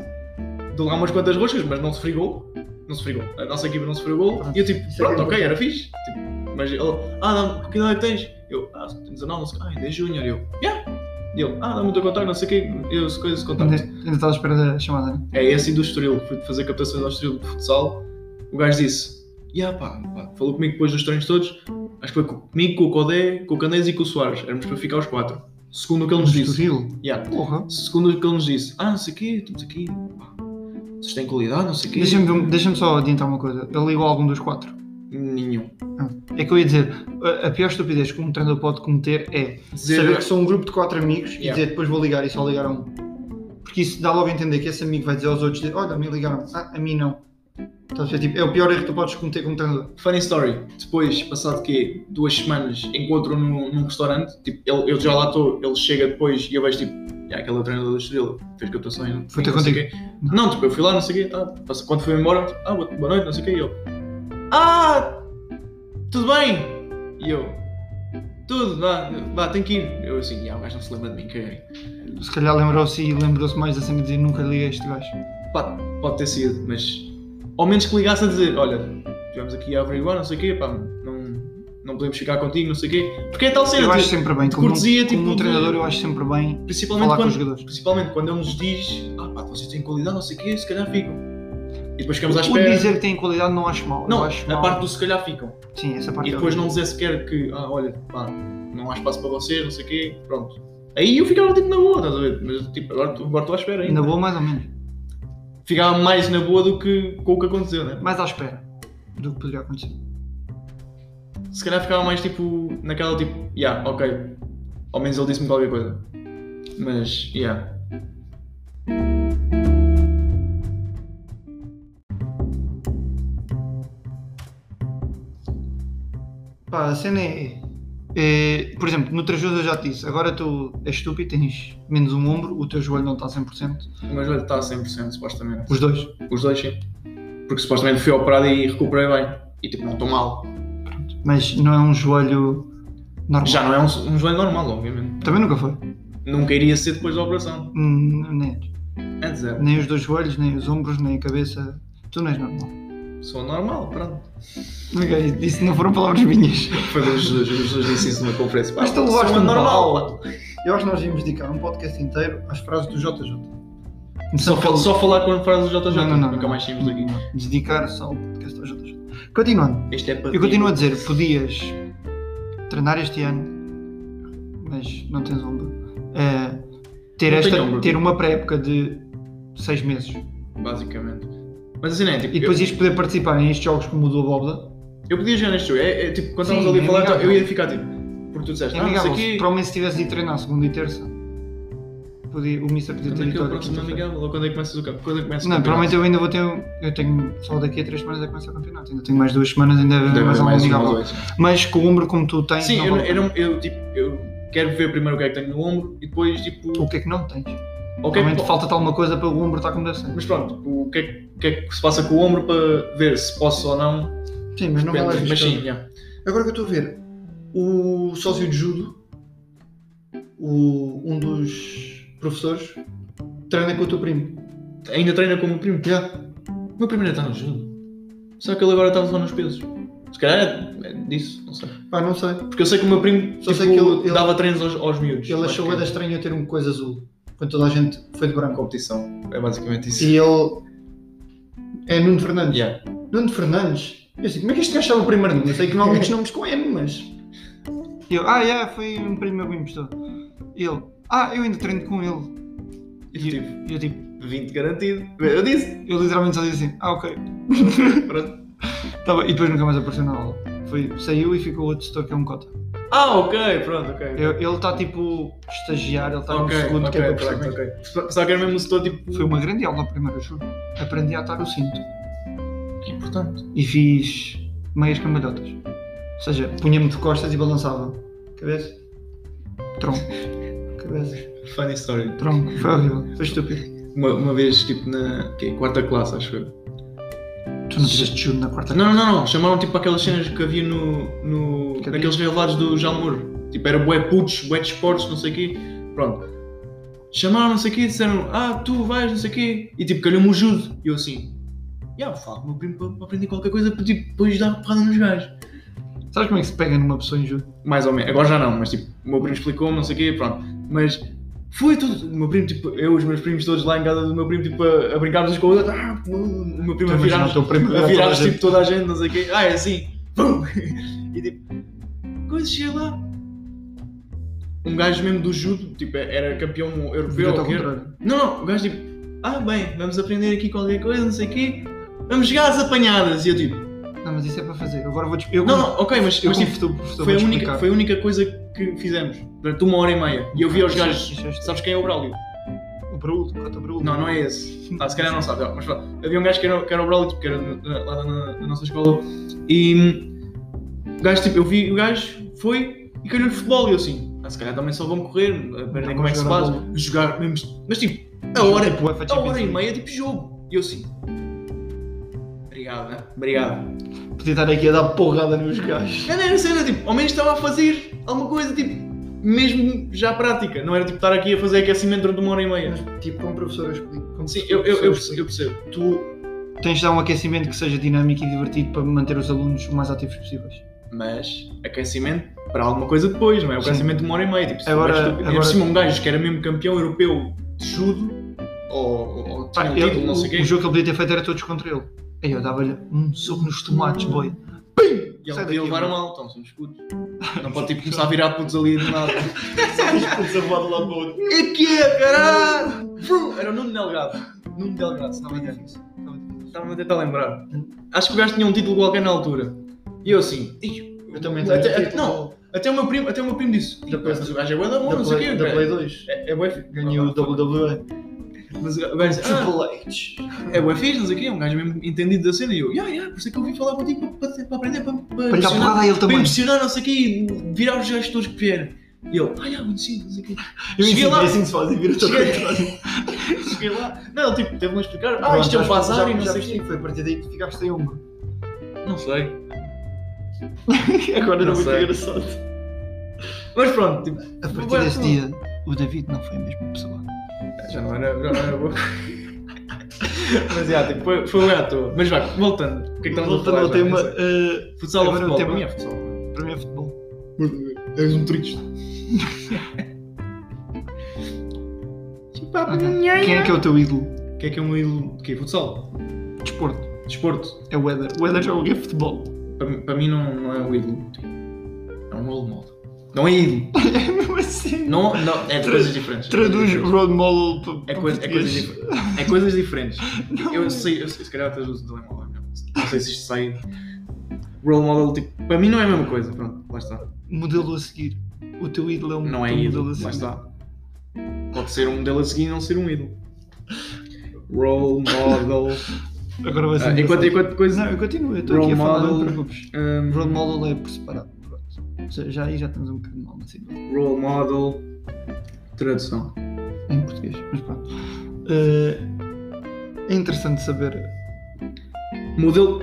Speaker 2: Dou lá umas quantas roscas, mas não se frigou. Não se frigou. A nossa equipa não se frigou. E eu tipo,
Speaker 1: Isso é
Speaker 2: pronto,
Speaker 1: bem
Speaker 2: ok, era fixe. Tipo, mas ele, ah, dá-me, que idade é que tens? Eu, ah, tenho 19, não sei o quê. Ah, ainda é júnior. Eu, yeah. E ele, ah, dá-me o teu contacto, não sei o quê. Eu, se coisa, se
Speaker 1: Ainda,
Speaker 2: contacto.
Speaker 1: ainda estava à espera da chamada, né?
Speaker 2: É esse e do Estoril, que fui fazer captações ao Estoril de futsal. O gajo disse, yeah, pá, pá. Falou comigo depois dos treinos todos. Acho que foi co- comigo, com o Codé, com o Canês e com o Soares. Éramos para ficar os quatro. Segundo o que ele nos
Speaker 1: No
Speaker 2: disse.
Speaker 1: Estoril.
Speaker 2: Yeah.
Speaker 1: Porra.
Speaker 2: Segundo o que ele nos disse, ah, não sei o quê, estamos aqui, pá, vocês têm qualidade, não sei o quê.
Speaker 1: Deixa-me deixa só adiantar uma coisa. Ele ligou algum dos quatro.
Speaker 2: Nenhum.
Speaker 1: É que eu ia dizer, a, a pior estupidez que um treinador pode cometer é saber
Speaker 2: Dizer,
Speaker 1: que sou um grupo de quatro amigos e
Speaker 2: Yeah.
Speaker 1: dizer depois vou ligar e só ligar a um. Porque isso dá logo a entender que esse amigo vai dizer aos outros: olha, a mim ligaram, ah, a mim não. Estás a ver? Tipo, é o pior erro que tu podes cometer como treinador.
Speaker 2: funny story, depois, passado quê, duas semanas, encontro-o num, num restaurante, tipo, ele, eu já lá estou, ele chega depois e eu vejo, tipo, yeah, aquele é o treinador do Estrela, fez captações, não
Speaker 1: Foi ter
Speaker 2: não sei o
Speaker 1: contigo?
Speaker 2: quê. Não, tipo, eu fui lá, não sei o quê, tá, passa- quando fui embora, tipo, ah, boa boa noite, não sei o quê, e eu, ah, tudo bem, e eu, tudo, vá, vá, tenho que ir, eu assim, yeah, o gajo não se lembra de mim, caguei.
Speaker 1: Se calhar lembrou-se e lembrou-se mais da cena de dizer: nunca liguei a este gajo.
Speaker 2: Pá, pode ter sido, mas ao menos que ligasse a dizer, olha, estivemos aqui a averiguar, não sei o quê, pá, não, não podemos ficar contigo, não sei o quê. Porque é tal cena,
Speaker 1: Eu acho
Speaker 2: tipo,
Speaker 1: sempre bem,
Speaker 2: de
Speaker 1: como,
Speaker 2: cortesia,
Speaker 1: um, como
Speaker 2: tipo,
Speaker 1: um
Speaker 2: de-
Speaker 1: treinador, eu acho sempre bem
Speaker 2: principalmente,
Speaker 1: falar com os
Speaker 2: quando,
Speaker 1: jogadores.
Speaker 2: principalmente quando ele nos diz, ah pá, vocês têm qualidade, não sei o quê, se calhar ficam. E depois ficamos à
Speaker 1: O
Speaker 2: espera.
Speaker 1: dizer que tem qualidade não acho mal. eu
Speaker 2: não,
Speaker 1: acho
Speaker 2: a
Speaker 1: mal-
Speaker 2: parte do se calhar ficam.
Speaker 1: Sim, essa parte
Speaker 2: E
Speaker 1: é
Speaker 2: depois não
Speaker 1: horrível.
Speaker 2: dizer sequer que, ah, olha, pá, não há espaço para vocês, não sei o quê, pronto. Aí eu ficava tipo na boa, estás a ver? Mas tipo, agora tu- agora estou à espera ainda.
Speaker 1: Ainda boa, mais ou menos.
Speaker 2: Ficava mais na boa do que com o que aconteceu, né?
Speaker 1: Mais à espera do que poderia acontecer.
Speaker 2: se calhar ficava mais tipo naquela tipo, yeah, ok, ao menos ele disse-me qualquer coisa. Mas, yeah.
Speaker 1: Pá, a cena é, é, Por exemplo, no Trajudo eu já te disse, agora tu és estúpido, tens menos um ombro, o teu joelho não está 100%.
Speaker 2: O meu joelho está a 100%, supostamente.
Speaker 1: Os dois.
Speaker 2: Os dois, sim. Porque supostamente fui operado e recuperei bem. E tipo, não estou mal.
Speaker 1: Mas não é um joelho normal.
Speaker 2: Já não é um, um joelho normal, obviamente.
Speaker 1: Também nunca foi.
Speaker 2: Nunca iria ser depois da operação.
Speaker 1: Hum, Nem,
Speaker 2: É de zero.
Speaker 1: nem os dois joelhos, nem os ombros, nem a cabeça. Tu não és normal.
Speaker 2: Sou normal, pronto.
Speaker 1: Ok, isso não foram palavras minhas.
Speaker 3: Foi dos dois, os dois disse isso numa conferência.
Speaker 4: Mas tu
Speaker 3: Pá,
Speaker 4: levaste
Speaker 2: sou
Speaker 4: um
Speaker 2: normal.
Speaker 4: normal. Eu acho que nós íamos dedicar um podcast inteiro às frases do JJ.
Speaker 2: Só, fal- só falar quando faz o JJ.
Speaker 1: Não, não, não.
Speaker 2: Nunca mais saímos daqui.
Speaker 1: Não.
Speaker 4: Dedicar só o podcast ao JJ. Continuando,
Speaker 2: Este é para ti.
Speaker 1: Eu continuo a dizer, podias treinar este ano, mas não tens ombro. eh, ter,
Speaker 2: Não
Speaker 1: esta,
Speaker 2: tenho ombro.
Speaker 1: ter uma pré-época de seis meses.
Speaker 2: Basicamente. Mas assim, não é? Tipo,
Speaker 1: E depois ias poder participar em estes jogos como o do Abobda.
Speaker 2: Eu podia jogar neste jogo. É, é, tipo, quando
Speaker 1: Sim,
Speaker 2: estávamos ali a
Speaker 1: é
Speaker 2: falar,
Speaker 1: amigável.
Speaker 2: eu ia ficar tipo, porque tu disseste,
Speaker 1: É
Speaker 2: não, isso
Speaker 1: amigável.
Speaker 2: aqui.
Speaker 1: Provavelmente se tivesse ido treinar segunda e terça, podia, o Mr. podia
Speaker 2: Quando
Speaker 1: ter
Speaker 2: é que
Speaker 1: ido
Speaker 2: é o
Speaker 1: ao
Speaker 2: próximo
Speaker 1: quinta-feira.
Speaker 2: amigável? Ou quando é que começas o campo? Quando é que começas o
Speaker 1: Não,
Speaker 2: campeonato?
Speaker 1: provavelmente eu ainda vou ter. um, Eu tenho só daqui a três semanas a começar o campeonato. Ainda tenho mais duas semanas, ainda deve haver
Speaker 3: Deve
Speaker 1: mais
Speaker 3: haver
Speaker 1: algum
Speaker 3: mais uma
Speaker 1: amigável.
Speaker 3: ou dois.
Speaker 1: Mas com o ombro como tu tens,
Speaker 2: Sim,
Speaker 1: não
Speaker 2: eu,
Speaker 1: vale a
Speaker 2: eu, não- eu, tipo, eu quero ver primeiro o que é que tenho no ombro e depois tipo.
Speaker 1: pena. o que é que não tens?
Speaker 2: o que é que-
Speaker 1: Realmente falta-te alguma coisa para o ombro estar como deve ser.
Speaker 2: Mas pronto, tipo, o que, é, que- o que é que se passa com o ombro para ver se posso ou não.
Speaker 4: sim, mas não vai lá
Speaker 2: Depende, mas
Speaker 4: arriscar.
Speaker 2: sim, yeah.
Speaker 4: Agora que eu estou a ver, o sócio de judo, o- um dos professores, treina com o teu primo.
Speaker 2: ainda treina com o meu primo.
Speaker 4: Já.
Speaker 2: O meu primo ainda está no judo. Só que ele agora está só nos pesos. Se calhar é, é disso, não sei.
Speaker 4: Pá, não sei.
Speaker 2: Porque eu sei que o meu primo
Speaker 4: Só
Speaker 2: tipo,
Speaker 4: sei que ele- ele-
Speaker 2: dava treinos aos, aos miúdos.
Speaker 4: Ele
Speaker 2: mais
Speaker 4: achou
Speaker 1: é.
Speaker 2: pequenos.
Speaker 4: era estranho eu ter um coisa azul, quando toda a gente foi de branco.
Speaker 3: Competição. É basicamente isso.
Speaker 4: E ele é Nuno Fernandes.
Speaker 2: Yeah.
Speaker 4: Nuno Fernandes? Eu sei, como é que este gajo estava o primeiro Nuno? Eu sei que não há muitos nomes com M, mas...
Speaker 1: E eu, ah, yeah, foi um primo meu que me emprestou. E ele, ah, eu ainda treino com ele.
Speaker 2: E tu, tipo,
Speaker 1: E eu tipo,
Speaker 2: 20 garantido. Eu disse.
Speaker 1: eu literalmente só disse assim, ah, ok.
Speaker 2: Pronto.
Speaker 1: Tá bem. E depois nunca mais apareceu na aula. Foi, saiu e ficou outro setor que é um cota.
Speaker 2: Ah, ok, pronto, ok.
Speaker 1: Eu- ele está tipo estagiário, ele está no
Speaker 2: Ok,
Speaker 1: segundo, que é
Speaker 2: ok,
Speaker 1: para perceber.
Speaker 2: pronto, ok. Só que era mesmo se estou tipo.
Speaker 1: Foi uma grande aula a primeira, eu juro. Aprendi a atar o cinto
Speaker 2: Que importante.
Speaker 1: e fiz meias cambalhotas. Ou seja, punha-me de costas e balançava.
Speaker 4: Cabeça?
Speaker 1: Tronco,
Speaker 4: Cabeça.
Speaker 2: Funny story.
Speaker 1: tronco, foi horrível.
Speaker 4: Foi estúpido.
Speaker 2: Uma, uma vez, tipo, na quê? quarta classe, acho eu.
Speaker 1: Tu não fizeste judo na quarta
Speaker 2: Não, não, não, não. Chamaram tipo aquelas cenas que havia no. no
Speaker 1: Que havia?
Speaker 2: naqueles revelados do Jalmur. Tipo, era bué putos, bué de esportes, não sei o quê. Pronto. Chamaram, não sei o quê, disseram, ah, tu vais, não sei o quê. E tipo, calhou-me o judo. E eu assim, já, yeah, falo, meu primo para- para aprender qualquer coisa para tipo, depois dar porrada nos gajos.
Speaker 1: Sabes como é que se pega numa pessoa em judo?
Speaker 2: mais ou menos, agora já não, mas tipo, o meu primo explicou-me, não sei o quê, pronto. Mas foi tudo, o meu primo, tipo, eu, os meus primos todos lá em casa do meu primo, tipo, a, a brincarmos uns com os outros, ah, o meu primo
Speaker 1: Então, Imagina
Speaker 2: a
Speaker 1: o
Speaker 2: virar-nos,
Speaker 1: teu primo
Speaker 2: a
Speaker 1: toda a
Speaker 2: virar-nos,
Speaker 1: gente.
Speaker 2: tipo, toda a gente, não sei o quê, ah, é assim, pum! E tipo, coisa, chega lá. Um gajo mesmo do judo, tipo, era campeão europeu,
Speaker 1: Virou-te
Speaker 2: ou
Speaker 1: ao
Speaker 2: o quê?
Speaker 1: contrário.
Speaker 2: Não, não, o gajo tipo, ah, bem, vamos aprender aqui qualquer coisa, não sei o quê, vamos jogar às apanhadas, e eu tipo,
Speaker 1: Não, mas isso é para fazer. Agora vou te eu
Speaker 2: não,
Speaker 1: como-
Speaker 2: não, ok, mas,
Speaker 1: eu
Speaker 2: mas tipo,
Speaker 1: como futuro professor
Speaker 2: foi a,
Speaker 1: vou-te
Speaker 2: única,
Speaker 1: explicar.
Speaker 2: foi a única coisa que fizemos durante uma hora e meia. E eu vi aos
Speaker 1: Isso é-
Speaker 2: gajos.
Speaker 1: isso é estranho.
Speaker 2: Sabes quem é o Braulio?
Speaker 1: O Braulio, cota o Braulio.
Speaker 2: Não, não é esse. Ah, se calhar não sabe, ó, mas pronto. Havia um gajo que era, que era o Braulio, tipo, que era na- lá na, na nossa escola. E hum, o gajo, tipo, eu vi o gajo, foi e calhou-lhe futebol. E eu assim, ah, se calhar também só vão correr, aprendem
Speaker 1: Não,
Speaker 2: como é que se
Speaker 1: jogar
Speaker 2: faz,
Speaker 1: a bola.
Speaker 2: jogar mesmo. Mas tipo, a hora,
Speaker 1: Tipo, UEFA
Speaker 2: a
Speaker 1: Champions
Speaker 2: hora e
Speaker 1: League.
Speaker 2: meia, tipo, jogo. E eu assim, obrigado, né? obrigado.
Speaker 1: Podia estar aqui a dar porrada nos gajos.
Speaker 2: Não, não, era sério, tipo, ao menos estava a fazer alguma coisa, tipo, mesmo já prática. Não era tipo estar aqui a fazer aquecimento durante uma hora e meia.
Speaker 4: Mas, tipo, como professor eu explico. como
Speaker 2: Sim, eu, eu, eu,
Speaker 4: professor
Speaker 2: eu percebo.
Speaker 4: explico. Tu...
Speaker 1: Tens de dar um aquecimento que seja dinâmico e divertido para manter os alunos o mais ativos possíveis.
Speaker 2: Mas aquecimento para alguma coisa depois, não é? O
Speaker 1: Sim.
Speaker 2: aquecimento de uma hora e meia. Tipo, se
Speaker 1: Agora-
Speaker 2: tu vais estúpido. E,
Speaker 1: agora-
Speaker 2: por cima um gajo que era mesmo campeão europeu de judo, ou, ou, ou tinha um
Speaker 1: Pá, eu-
Speaker 2: título, não sei o
Speaker 1: o
Speaker 2: quê.
Speaker 1: jogo que ele podia ter feito era todos contra ele. Aí eu dava-lhe um soco nos tomates, boy.
Speaker 2: E ele
Speaker 1: sai
Speaker 2: podia
Speaker 1: daqui,
Speaker 2: levar a
Speaker 1: mano.
Speaker 2: mal, então somos putos. Não pode tipo começar a virar putos ali do nada.
Speaker 3: Puta, vou de lado para o outro.
Speaker 2: E que é, caralho! Fum! Era o Nuno Delgado. Nuno Delgado, se não
Speaker 4: é
Speaker 2: me engano. Estava-me a tentar lembrar. Acho que o gajo tinha um título qualquer na altura. E eu assim, "Ih,
Speaker 4: Eu também tenho
Speaker 2: até,
Speaker 4: um
Speaker 2: até,
Speaker 4: título
Speaker 2: não, até o meu primo, até o meu primo disse, "Ih,
Speaker 4: Da Play-
Speaker 2: mas o gajo é bué da bom,
Speaker 4: da,
Speaker 2: não sei o
Speaker 4: Play,
Speaker 2: quê. ah.
Speaker 4: da
Speaker 2: cara."
Speaker 4: Play 2.
Speaker 2: É, é bué fixe.
Speaker 4: Ganhei o WWE.
Speaker 2: Mas o gajo disse, "Ah,
Speaker 4: Triple H.
Speaker 2: é bué fixe, não sei o quê, é um gajo mesmo entendido da cena. E eu, yeah, yeah, por isso é que eu vim falar contigo para, para, para aprender, para, para,
Speaker 1: Para lhe dar
Speaker 2: impressionar,
Speaker 1: porrada a ele
Speaker 2: para
Speaker 1: também.
Speaker 2: impressionar, não sei o quê, e virar os gajos todos que vieram. E eu, ah, yeah, muito sim, não sei o quê.
Speaker 1: Eu
Speaker 2: Cheguei
Speaker 1: ensino,
Speaker 2: lá.
Speaker 1: é assim que se faz, e vira-te ao
Speaker 2: Cheguei-
Speaker 1: contrário.
Speaker 2: Cheguei lá, não, ele, tipo, teve-me a explicar, ah, isto é
Speaker 4: Pronto,
Speaker 2: um
Speaker 4: já-
Speaker 2: bazar e
Speaker 4: já-
Speaker 2: não
Speaker 4: já
Speaker 2: sei o quê.
Speaker 4: percebi, Foi a partir daí que ficaste sem ombro.
Speaker 2: Não sei.
Speaker 1: Agora era
Speaker 2: Não
Speaker 1: muito
Speaker 2: sei.
Speaker 1: engraçado.
Speaker 2: Mas pronto, tipo,
Speaker 1: A partir
Speaker 2: Ué,
Speaker 1: desse
Speaker 2: não.
Speaker 1: dia, o David não foi a mesma pessoa.
Speaker 2: já não era, já não era boa. Mas já, tipo, foi, foi bem à toa. Mas vá, voltando. O que é que estamos
Speaker 1: Voltando
Speaker 2: a falar?
Speaker 1: ao
Speaker 2: Joana?
Speaker 1: tema,
Speaker 2: Não sei.
Speaker 1: eh,
Speaker 2: Futsal ou
Speaker 1: agora o tema-
Speaker 2: futebol? Para mim é futsal.
Speaker 1: para mim é futebol.
Speaker 5: És um triste.
Speaker 1: Ok. Quem é que é o teu ídolo?
Speaker 2: O que é que é o meu ídolo? O quê? Futsal?
Speaker 1: Desporto.
Speaker 2: Desporto?
Speaker 1: É o Éder. O Éder joga o futebol.
Speaker 2: Para, mim- para mim não, não é um ídolo. É um role model. Não é ídolo.
Speaker 1: É mesmo assim.
Speaker 2: Não, não, é de coisas diferentes.
Speaker 1: Traduz road model para
Speaker 2: É, coisa, é, coisas diferentes. é coisas diferentes. Eu sei, eu sei, se calhar até uso o telemóvel. Não, não sei se isto sai. Role model, tipo, para mim não é a mesma coisa. Pronto, lá está.
Speaker 1: Modelo a seguir. O teu ídolo é um
Speaker 2: Não é
Speaker 1: um
Speaker 2: ídolo,
Speaker 1: modelo a
Speaker 2: lá
Speaker 1: seguir.
Speaker 2: está. Pode ser um modelo a seguir e não ser um ídolo. Role model.
Speaker 1: Agora vai ser.
Speaker 2: Ah, enquanto,
Speaker 1: engraçado.
Speaker 2: enquanto coisa.
Speaker 1: Não, eu continuo. Eu estou
Speaker 2: Role
Speaker 1: aqui a falar, não te
Speaker 2: model.
Speaker 1: preocupes.
Speaker 2: hum,
Speaker 1: Role model é por separado. Pronto. Ou seja, Já aí já estamos um bocadinho mal na situação.
Speaker 2: role model. Tradução.
Speaker 1: Em português. Mas pronto. Eh, é interessante saber.
Speaker 2: Modelo.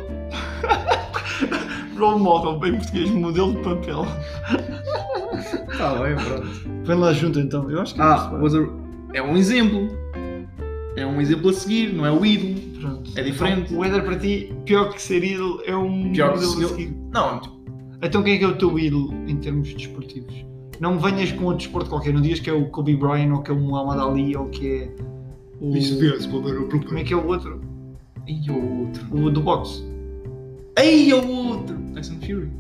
Speaker 1: Role model em português. Modelo de papel.
Speaker 2: Tá bem, pronto.
Speaker 1: Vem lá junto então. Eu acho que é por
Speaker 2: Ah,
Speaker 1: separado.
Speaker 2: was a... é um exemplo. É um exemplo a seguir, não é o ídolo.
Speaker 1: Pronto.
Speaker 2: É diferente.
Speaker 1: Então, o Éder para ti, pior que ser ídolo, é um
Speaker 2: Pior que
Speaker 1: modelo
Speaker 2: ser-
Speaker 1: a seguir.
Speaker 2: Não, tipo,
Speaker 1: Então quem é que é o teu ídolo em termos desportivos? Não me venhas com outro desporto qualquer, não digas que é o Kobe Bryant ou que é o Muhammad Ali ou que é o.
Speaker 5: Isso vê-se, vou ver o
Speaker 1: Como é
Speaker 5: problema.
Speaker 1: que é o outro?
Speaker 2: Ei, o outro.
Speaker 1: O do boxe.
Speaker 2: Ei, o outro. Tyson Fury.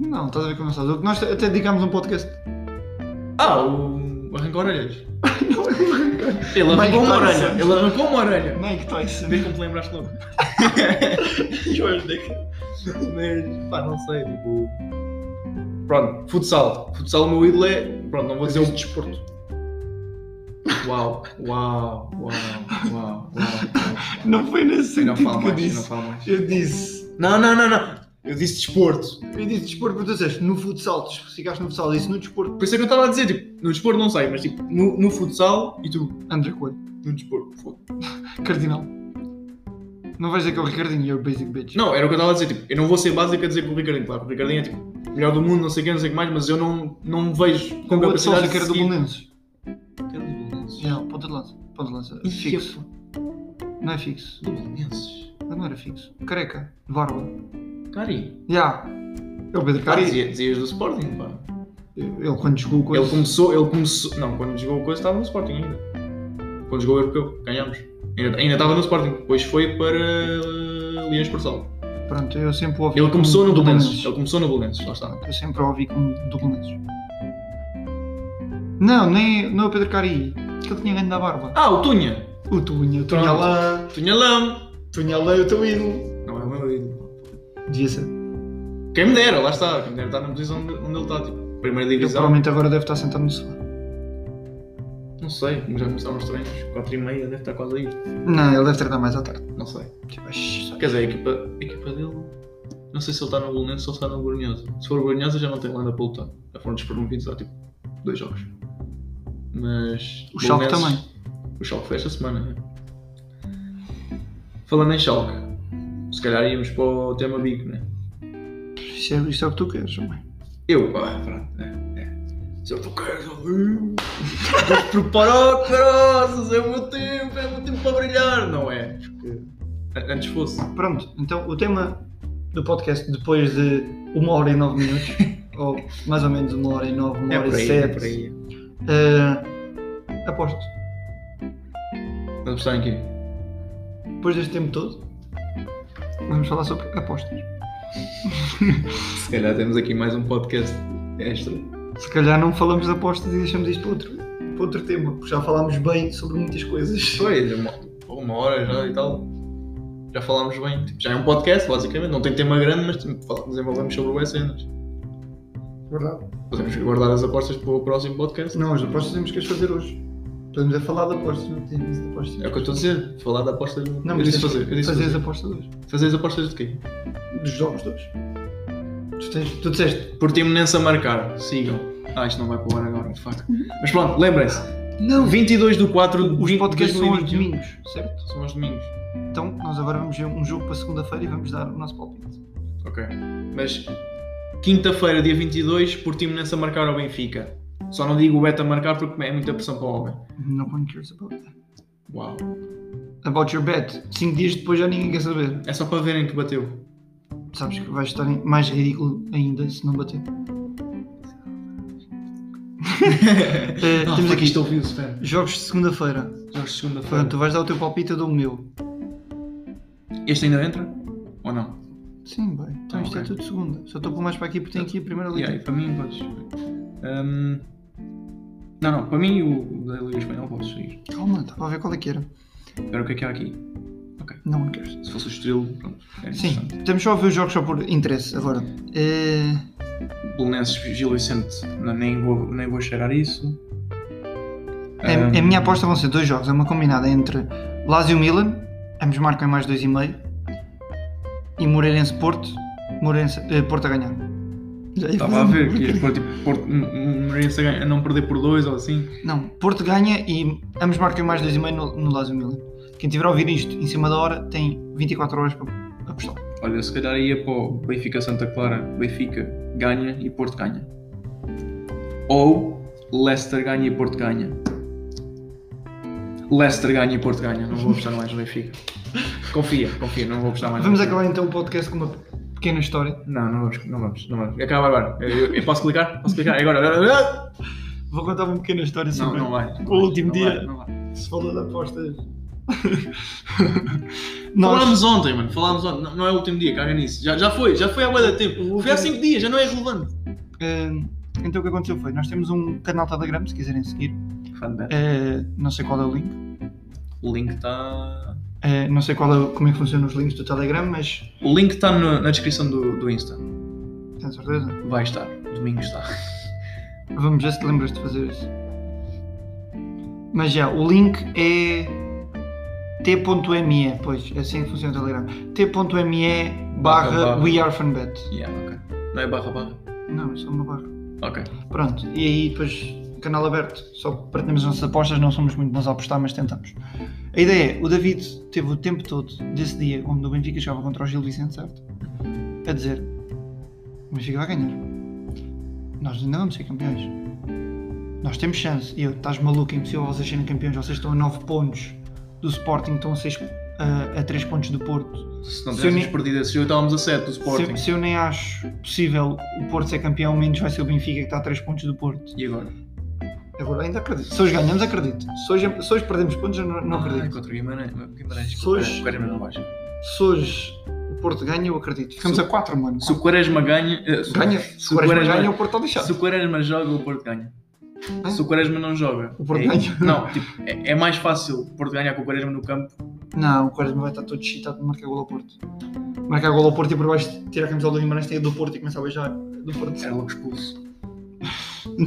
Speaker 1: Não, estás a ver como não sabes. O que nós até dedicámos um podcast.
Speaker 2: Ah, o. Arrancou orelhas.
Speaker 1: Não, é o arrancar.
Speaker 2: Ele
Speaker 1: Mike
Speaker 2: arrancou uma
Speaker 1: Tyson.
Speaker 2: orelha. Ele arrancou uma orelha.
Speaker 1: Mike Tyson.
Speaker 2: Vê como te lembraste logo. Mas, pá, não sei, tipo. Pronto, futsal. Futsal, o meu ídolo é. Pronto, não vou dizer o desporto. Uau, uau, uau, uau, uau.
Speaker 1: Não foi nesse
Speaker 2: Não
Speaker 1: sentido
Speaker 2: falo
Speaker 1: que eu
Speaker 2: mais, não
Speaker 1: disse.
Speaker 2: falo mais.
Speaker 1: Eu disse.
Speaker 2: Não, não, não, não. Eu disse desporto.
Speaker 1: Eu disse desporto, porque tu disseste no futsal, tu especificaste no futsal, eu disse no desporto.
Speaker 2: Por isso é que eu estava a dizer, tipo, no desporto não sei, mas tipo, no, no futsal e tu,
Speaker 1: André Coelho.
Speaker 2: no desporto. foda.
Speaker 1: Cardinal. Não vais dizer que é o Ricardinho, you're a basic bitch.
Speaker 2: Não, era o que eu estava a dizer, tipo, eu não vou ser básico a dizer que o Ricardinho, claro, que o Ricardinho é tipo, melhor do mundo, não sei o que, não sei o que mais, mas eu não, não me vejo com
Speaker 1: o outro só que
Speaker 2: capacidade de
Speaker 1: era do
Speaker 2: seguir.
Speaker 1: Bolonenses.
Speaker 2: Que era do Bolonenses?
Speaker 1: É, o ponta de lança. Ponta de lança.
Speaker 2: Ih,
Speaker 1: Fixo. Não é fixo.
Speaker 2: Do Bolonenses?
Speaker 1: Mas Não era fixo. Careca. Barba.
Speaker 2: Cari.
Speaker 1: Já. É o Pedro
Speaker 2: Cari.
Speaker 1: Cari.
Speaker 2: Dizia- Dizias do Sporting, pá.
Speaker 1: Ele quando jogou com
Speaker 2: Ele começou, ele começou, não, quando jogou o Coisa estava no Sporting ainda. Quando jogou o Europeu, ganhámos. Ainda, ainda estava no Sporting, depois foi para Lias Porçal.
Speaker 1: Pronto, eu sempre o ouvi.
Speaker 2: Ele
Speaker 1: como
Speaker 2: começou no
Speaker 1: do
Speaker 2: Bolonenses, ele começou no Bolonenses, lá está.
Speaker 1: Eu sempre o ouvi como do Bolonenses. Não, nem, não é o Pedro Cari. Que ele tinha ganho da barba.
Speaker 2: Ah, o Tunha!
Speaker 1: O Tunha. O Tunha
Speaker 2: Pronto.
Speaker 5: Tunhalã,
Speaker 1: lá.
Speaker 2: Tunha Lama!
Speaker 5: Tunhalã é o teu ídolo.
Speaker 2: Não é o meu ídolo.
Speaker 1: Devia ser.
Speaker 2: Quem me dera, lá está, quem me dera estar na posição onde, onde ele está, tipo, primeira
Speaker 1: Ele
Speaker 2: divisão.
Speaker 1: provavelmente agora deve estar sentado no sofá.
Speaker 2: Não sei, já começaram os treinos, 4 e meia, deve estar quase aí.
Speaker 1: Não, ele deve treinar mais à tarde.
Speaker 2: Não sei.
Speaker 1: Tipo, "Shh, só que-"
Speaker 2: Quer dizer, a equipa, a equipa dele, não sei se ele está no Bolonenses ou se está no Borinhosa. Se for Borinhosa já não tem nada para lutar. Já foram despromovidos há tipo dois jogos. Mas.
Speaker 1: O Schalke
Speaker 2: Bolonenses- O Schalke foi esta semana. É. Falando em Schalke, se calhar íamos para o tema Big, né?
Speaker 1: Isso é, isso é o que tu queres, homem.
Speaker 2: Eu, pá, pronto, é, é. Se eu tu queres ouvir, vou preparar, caraças, é o meu tempo, é o meu tempo para brilhar, não é? Porque a- antes fosse.
Speaker 1: Pronto, então o tema do podcast, depois de uma hora e nove minutos, ou mais ou menos uma hora e nove,
Speaker 2: É
Speaker 1: uma hora e sete, eh, aposto,
Speaker 2: Vamos estar aqui.
Speaker 1: depois deste tempo todo, vamos falar sobre apostas.
Speaker 2: Se calhar temos aqui mais um podcast extra.
Speaker 1: Se calhar não falamos de apostas e deixamos isto para outro, para outro tema, porque já falámos bem sobre muitas coisas.
Speaker 2: Foi, já uma, uma hora já e tal. Já falámos bem. Tipo, já é um podcast, basicamente. Não tem tema grande, mas tipo, fal- desenvolvemos sobre boas cenas.
Speaker 1: Verdade.
Speaker 2: Podemos guardar as apostas para o próximo podcast.
Speaker 1: Não, as apostas temos que as fazer hoje. Podemos é falar de apostas, não temos de apostas.
Speaker 2: É o que eu estou a dizer. Falar da aposta. um.
Speaker 1: Não,
Speaker 2: eu
Speaker 1: mas
Speaker 2: disse
Speaker 1: tens
Speaker 2: fazer. Eu
Speaker 1: fazer,
Speaker 2: disse fazer.
Speaker 1: as apostas hoje.
Speaker 2: Fazer as apostas de quê?
Speaker 1: Dos jogos todos. Tu, tens, tu disseste,
Speaker 2: Portimonense a marcar, sigam. Ah, isto não vai para o ar agora, de facto. Mas pronto, lembrem-se.
Speaker 1: Não.
Speaker 2: 22 do 4 de
Speaker 1: Uhum. Os
Speaker 2: 20
Speaker 1: podcasts são aos
Speaker 2: 2021.
Speaker 1: domingos, certo?
Speaker 2: São aos domingos.
Speaker 1: Então, nós agora vamos ver um jogo para segunda-feira e vamos dar o nosso palpite.
Speaker 2: Ok. Mas quinta-feira, dia 22, Portimonense a marcar ao Benfica. Só não digo o Beto a marcar porque é muita pressão para o homem.
Speaker 1: No one cares about that.
Speaker 2: Uau.
Speaker 1: about your bet. 5 dias depois já ninguém quer saber.
Speaker 2: É só para verem que bateu.
Speaker 1: Sabes que vais estar em- mais ridículo ainda se não bater. Eh,
Speaker 2: Ah,
Speaker 1: temos
Speaker 2: fuck,
Speaker 1: aqui
Speaker 2: isto ouviu-se, velho.
Speaker 1: jogos de segunda-feira.
Speaker 2: Jogos de
Speaker 1: Portanto,
Speaker 2: segunda-feira.
Speaker 1: tu vais dar o teu palpite, eu dou o meu.
Speaker 2: Este ainda entra? Ou não?
Speaker 1: Sim, bem. Então
Speaker 2: Ah,
Speaker 1: isto é
Speaker 2: ok.
Speaker 1: tudo segunda. Só estou por mais para aqui porque tem aqui a primeira
Speaker 2: E
Speaker 1: letra.
Speaker 2: aí, para mim, podes. Hum, Não, não, para mim o o da Liga Espanhola podes seguir.
Speaker 1: Calma, estava a ver qual é que era.
Speaker 2: Agora o que é que há aqui?
Speaker 1: Não, não queres.
Speaker 2: Se fosse o Estrelo, pronto. Era
Speaker 1: Sim,
Speaker 2: interessante.
Speaker 1: estamos só a ver os jogos só por interesse agora. Eh,
Speaker 2: Belenenses, Gil Vicente, não, nem, vou, nem vou cheirar isso.
Speaker 1: a- a,
Speaker 2: Hum,
Speaker 1: É, minha aposta vão ser dois jogos, é uma combinada entre Lazio Milan, ambos marcam em mais 2,5, e Moreirense Porto, Moreirense, eh, Porto a ganhar. Já ia
Speaker 2: Estava
Speaker 1: fazer
Speaker 2: a
Speaker 1: um
Speaker 2: ver, que
Speaker 1: porquê.
Speaker 2: é para tipo, Porto- um- um Moreirense a ganhar- a não perder por dois ou assim.
Speaker 1: Não, Porto ganha e ambos marcam em mais 2,5 no, no Lazio Milan. Quem tiver a ouvir isto em cima da hora tem 24 horas para apostar.
Speaker 2: Olha, se calhar ia para o Benfica Santa Clara, Benfica ganha e Porto ganha. Ou Leicester ganha e Porto ganha. Leicester ganha e Porto ganha, não vou apostar mais no Benfica. Confia, confia, não vou apostar mais. no
Speaker 1: Vamos
Speaker 2: Benfica.
Speaker 1: acabar então o podcast com uma pequena história.
Speaker 2: Não, não vamos, não vamos, não vamos. Acaba agora. Eu, eu- eu posso clicar? Posso clicar? É Agora, agora. agora.
Speaker 1: Vou contar uma pequena história
Speaker 2: Não,
Speaker 1: sobre
Speaker 2: não vai. não
Speaker 1: o
Speaker 2: vai,
Speaker 1: último
Speaker 2: não
Speaker 1: dia.
Speaker 2: vai, não vai.
Speaker 1: se falou de apostas.
Speaker 2: Falámos ontem, mano. Falámos ontem. Não, não é o último dia, caga nisso. Já, já foi, já foi há muito tempo. Foi há 5 dias, já não é relevante.
Speaker 1: Hum, então o que aconteceu foi, nós temos um canal Telegram, se quiserem seguir, Eh, não sei qual é o link,
Speaker 2: O link tá- está.
Speaker 1: Eh, não sei qual é, o- como é que funcionam os links do Telegram, mas
Speaker 2: O link está na descrição do, do Insta.
Speaker 1: tenho certeza.
Speaker 2: Vai estar. Domingo está.
Speaker 1: Vamos ver se te lembras de fazer isso. Mas já, o link é t.me, pois, é assim que funciona o Telegram. t.me
Speaker 2: Barra,
Speaker 1: barra
Speaker 2: barra.
Speaker 1: wearefanbet.
Speaker 2: Yeah, ok. Não é barra barra?
Speaker 1: Não, é só uma barra.
Speaker 2: Ok.
Speaker 1: Pronto, e aí depois canal aberto, só partilhamos as nossas apostas, não somos muito bons a apostar, mas tentamos. A ideia é, o David teve o tempo todo desse dia onde o Benfica jogava contra o Gil Vicente, certo? A dizer, o Benfica vai ganhar. Nós ainda vamos ser campeões. Nós temos chance. E eu, estás maluco, é impossível vocês serem campeões, vocês estão a 9 pontos do Sporting, estão a, 6, a, 3 pontos do Porto.
Speaker 2: Se não
Speaker 1: Se
Speaker 2: tivéssemos
Speaker 1: eu nem-
Speaker 2: perdido esse jogo, estávamos a 7 do
Speaker 1: Se eu,
Speaker 2: Sporting.
Speaker 1: se eu nem acho possível o Porto ser campeão, menos vai ser o Benfica que está a 3 pontos do Porto.
Speaker 2: E agora?
Speaker 1: Agora ainda acredito. Se hoje ganhamos, acredito. Se hoje, se hoje perdemos pontos, eu não, não
Speaker 2: Ah,
Speaker 1: acredito.
Speaker 2: contra o Guimarães. Guimarães que
Speaker 1: Sois-
Speaker 2: o Quaresma não baixa.
Speaker 1: Se hoje o Porto ganha, eu acredito. Ficamos
Speaker 2: Se-
Speaker 1: a 4, mano.
Speaker 2: Se o Quaresma ganha. eh, se-
Speaker 1: Ganha. Se o Quaresma ganha, o Porto está
Speaker 2: Se
Speaker 1: lixado.
Speaker 2: o Quaresma joga, o Porto ganha.
Speaker 1: Ah.
Speaker 2: Se o Quaresma não joga.
Speaker 1: O Porto
Speaker 2: é-
Speaker 1: ganha.
Speaker 2: Não, tipo, é, é mais fácil o Porto ganhar com o Quaresma no campo.
Speaker 1: Não, o Quaresma vai estar todo excitado de marcar gol ao Porto. Marcar gol ao Porto e por baixo tirar a camisola do Guimarães, tem a do Porto e começar a beijar. Do Porto.
Speaker 2: Era logo expulso.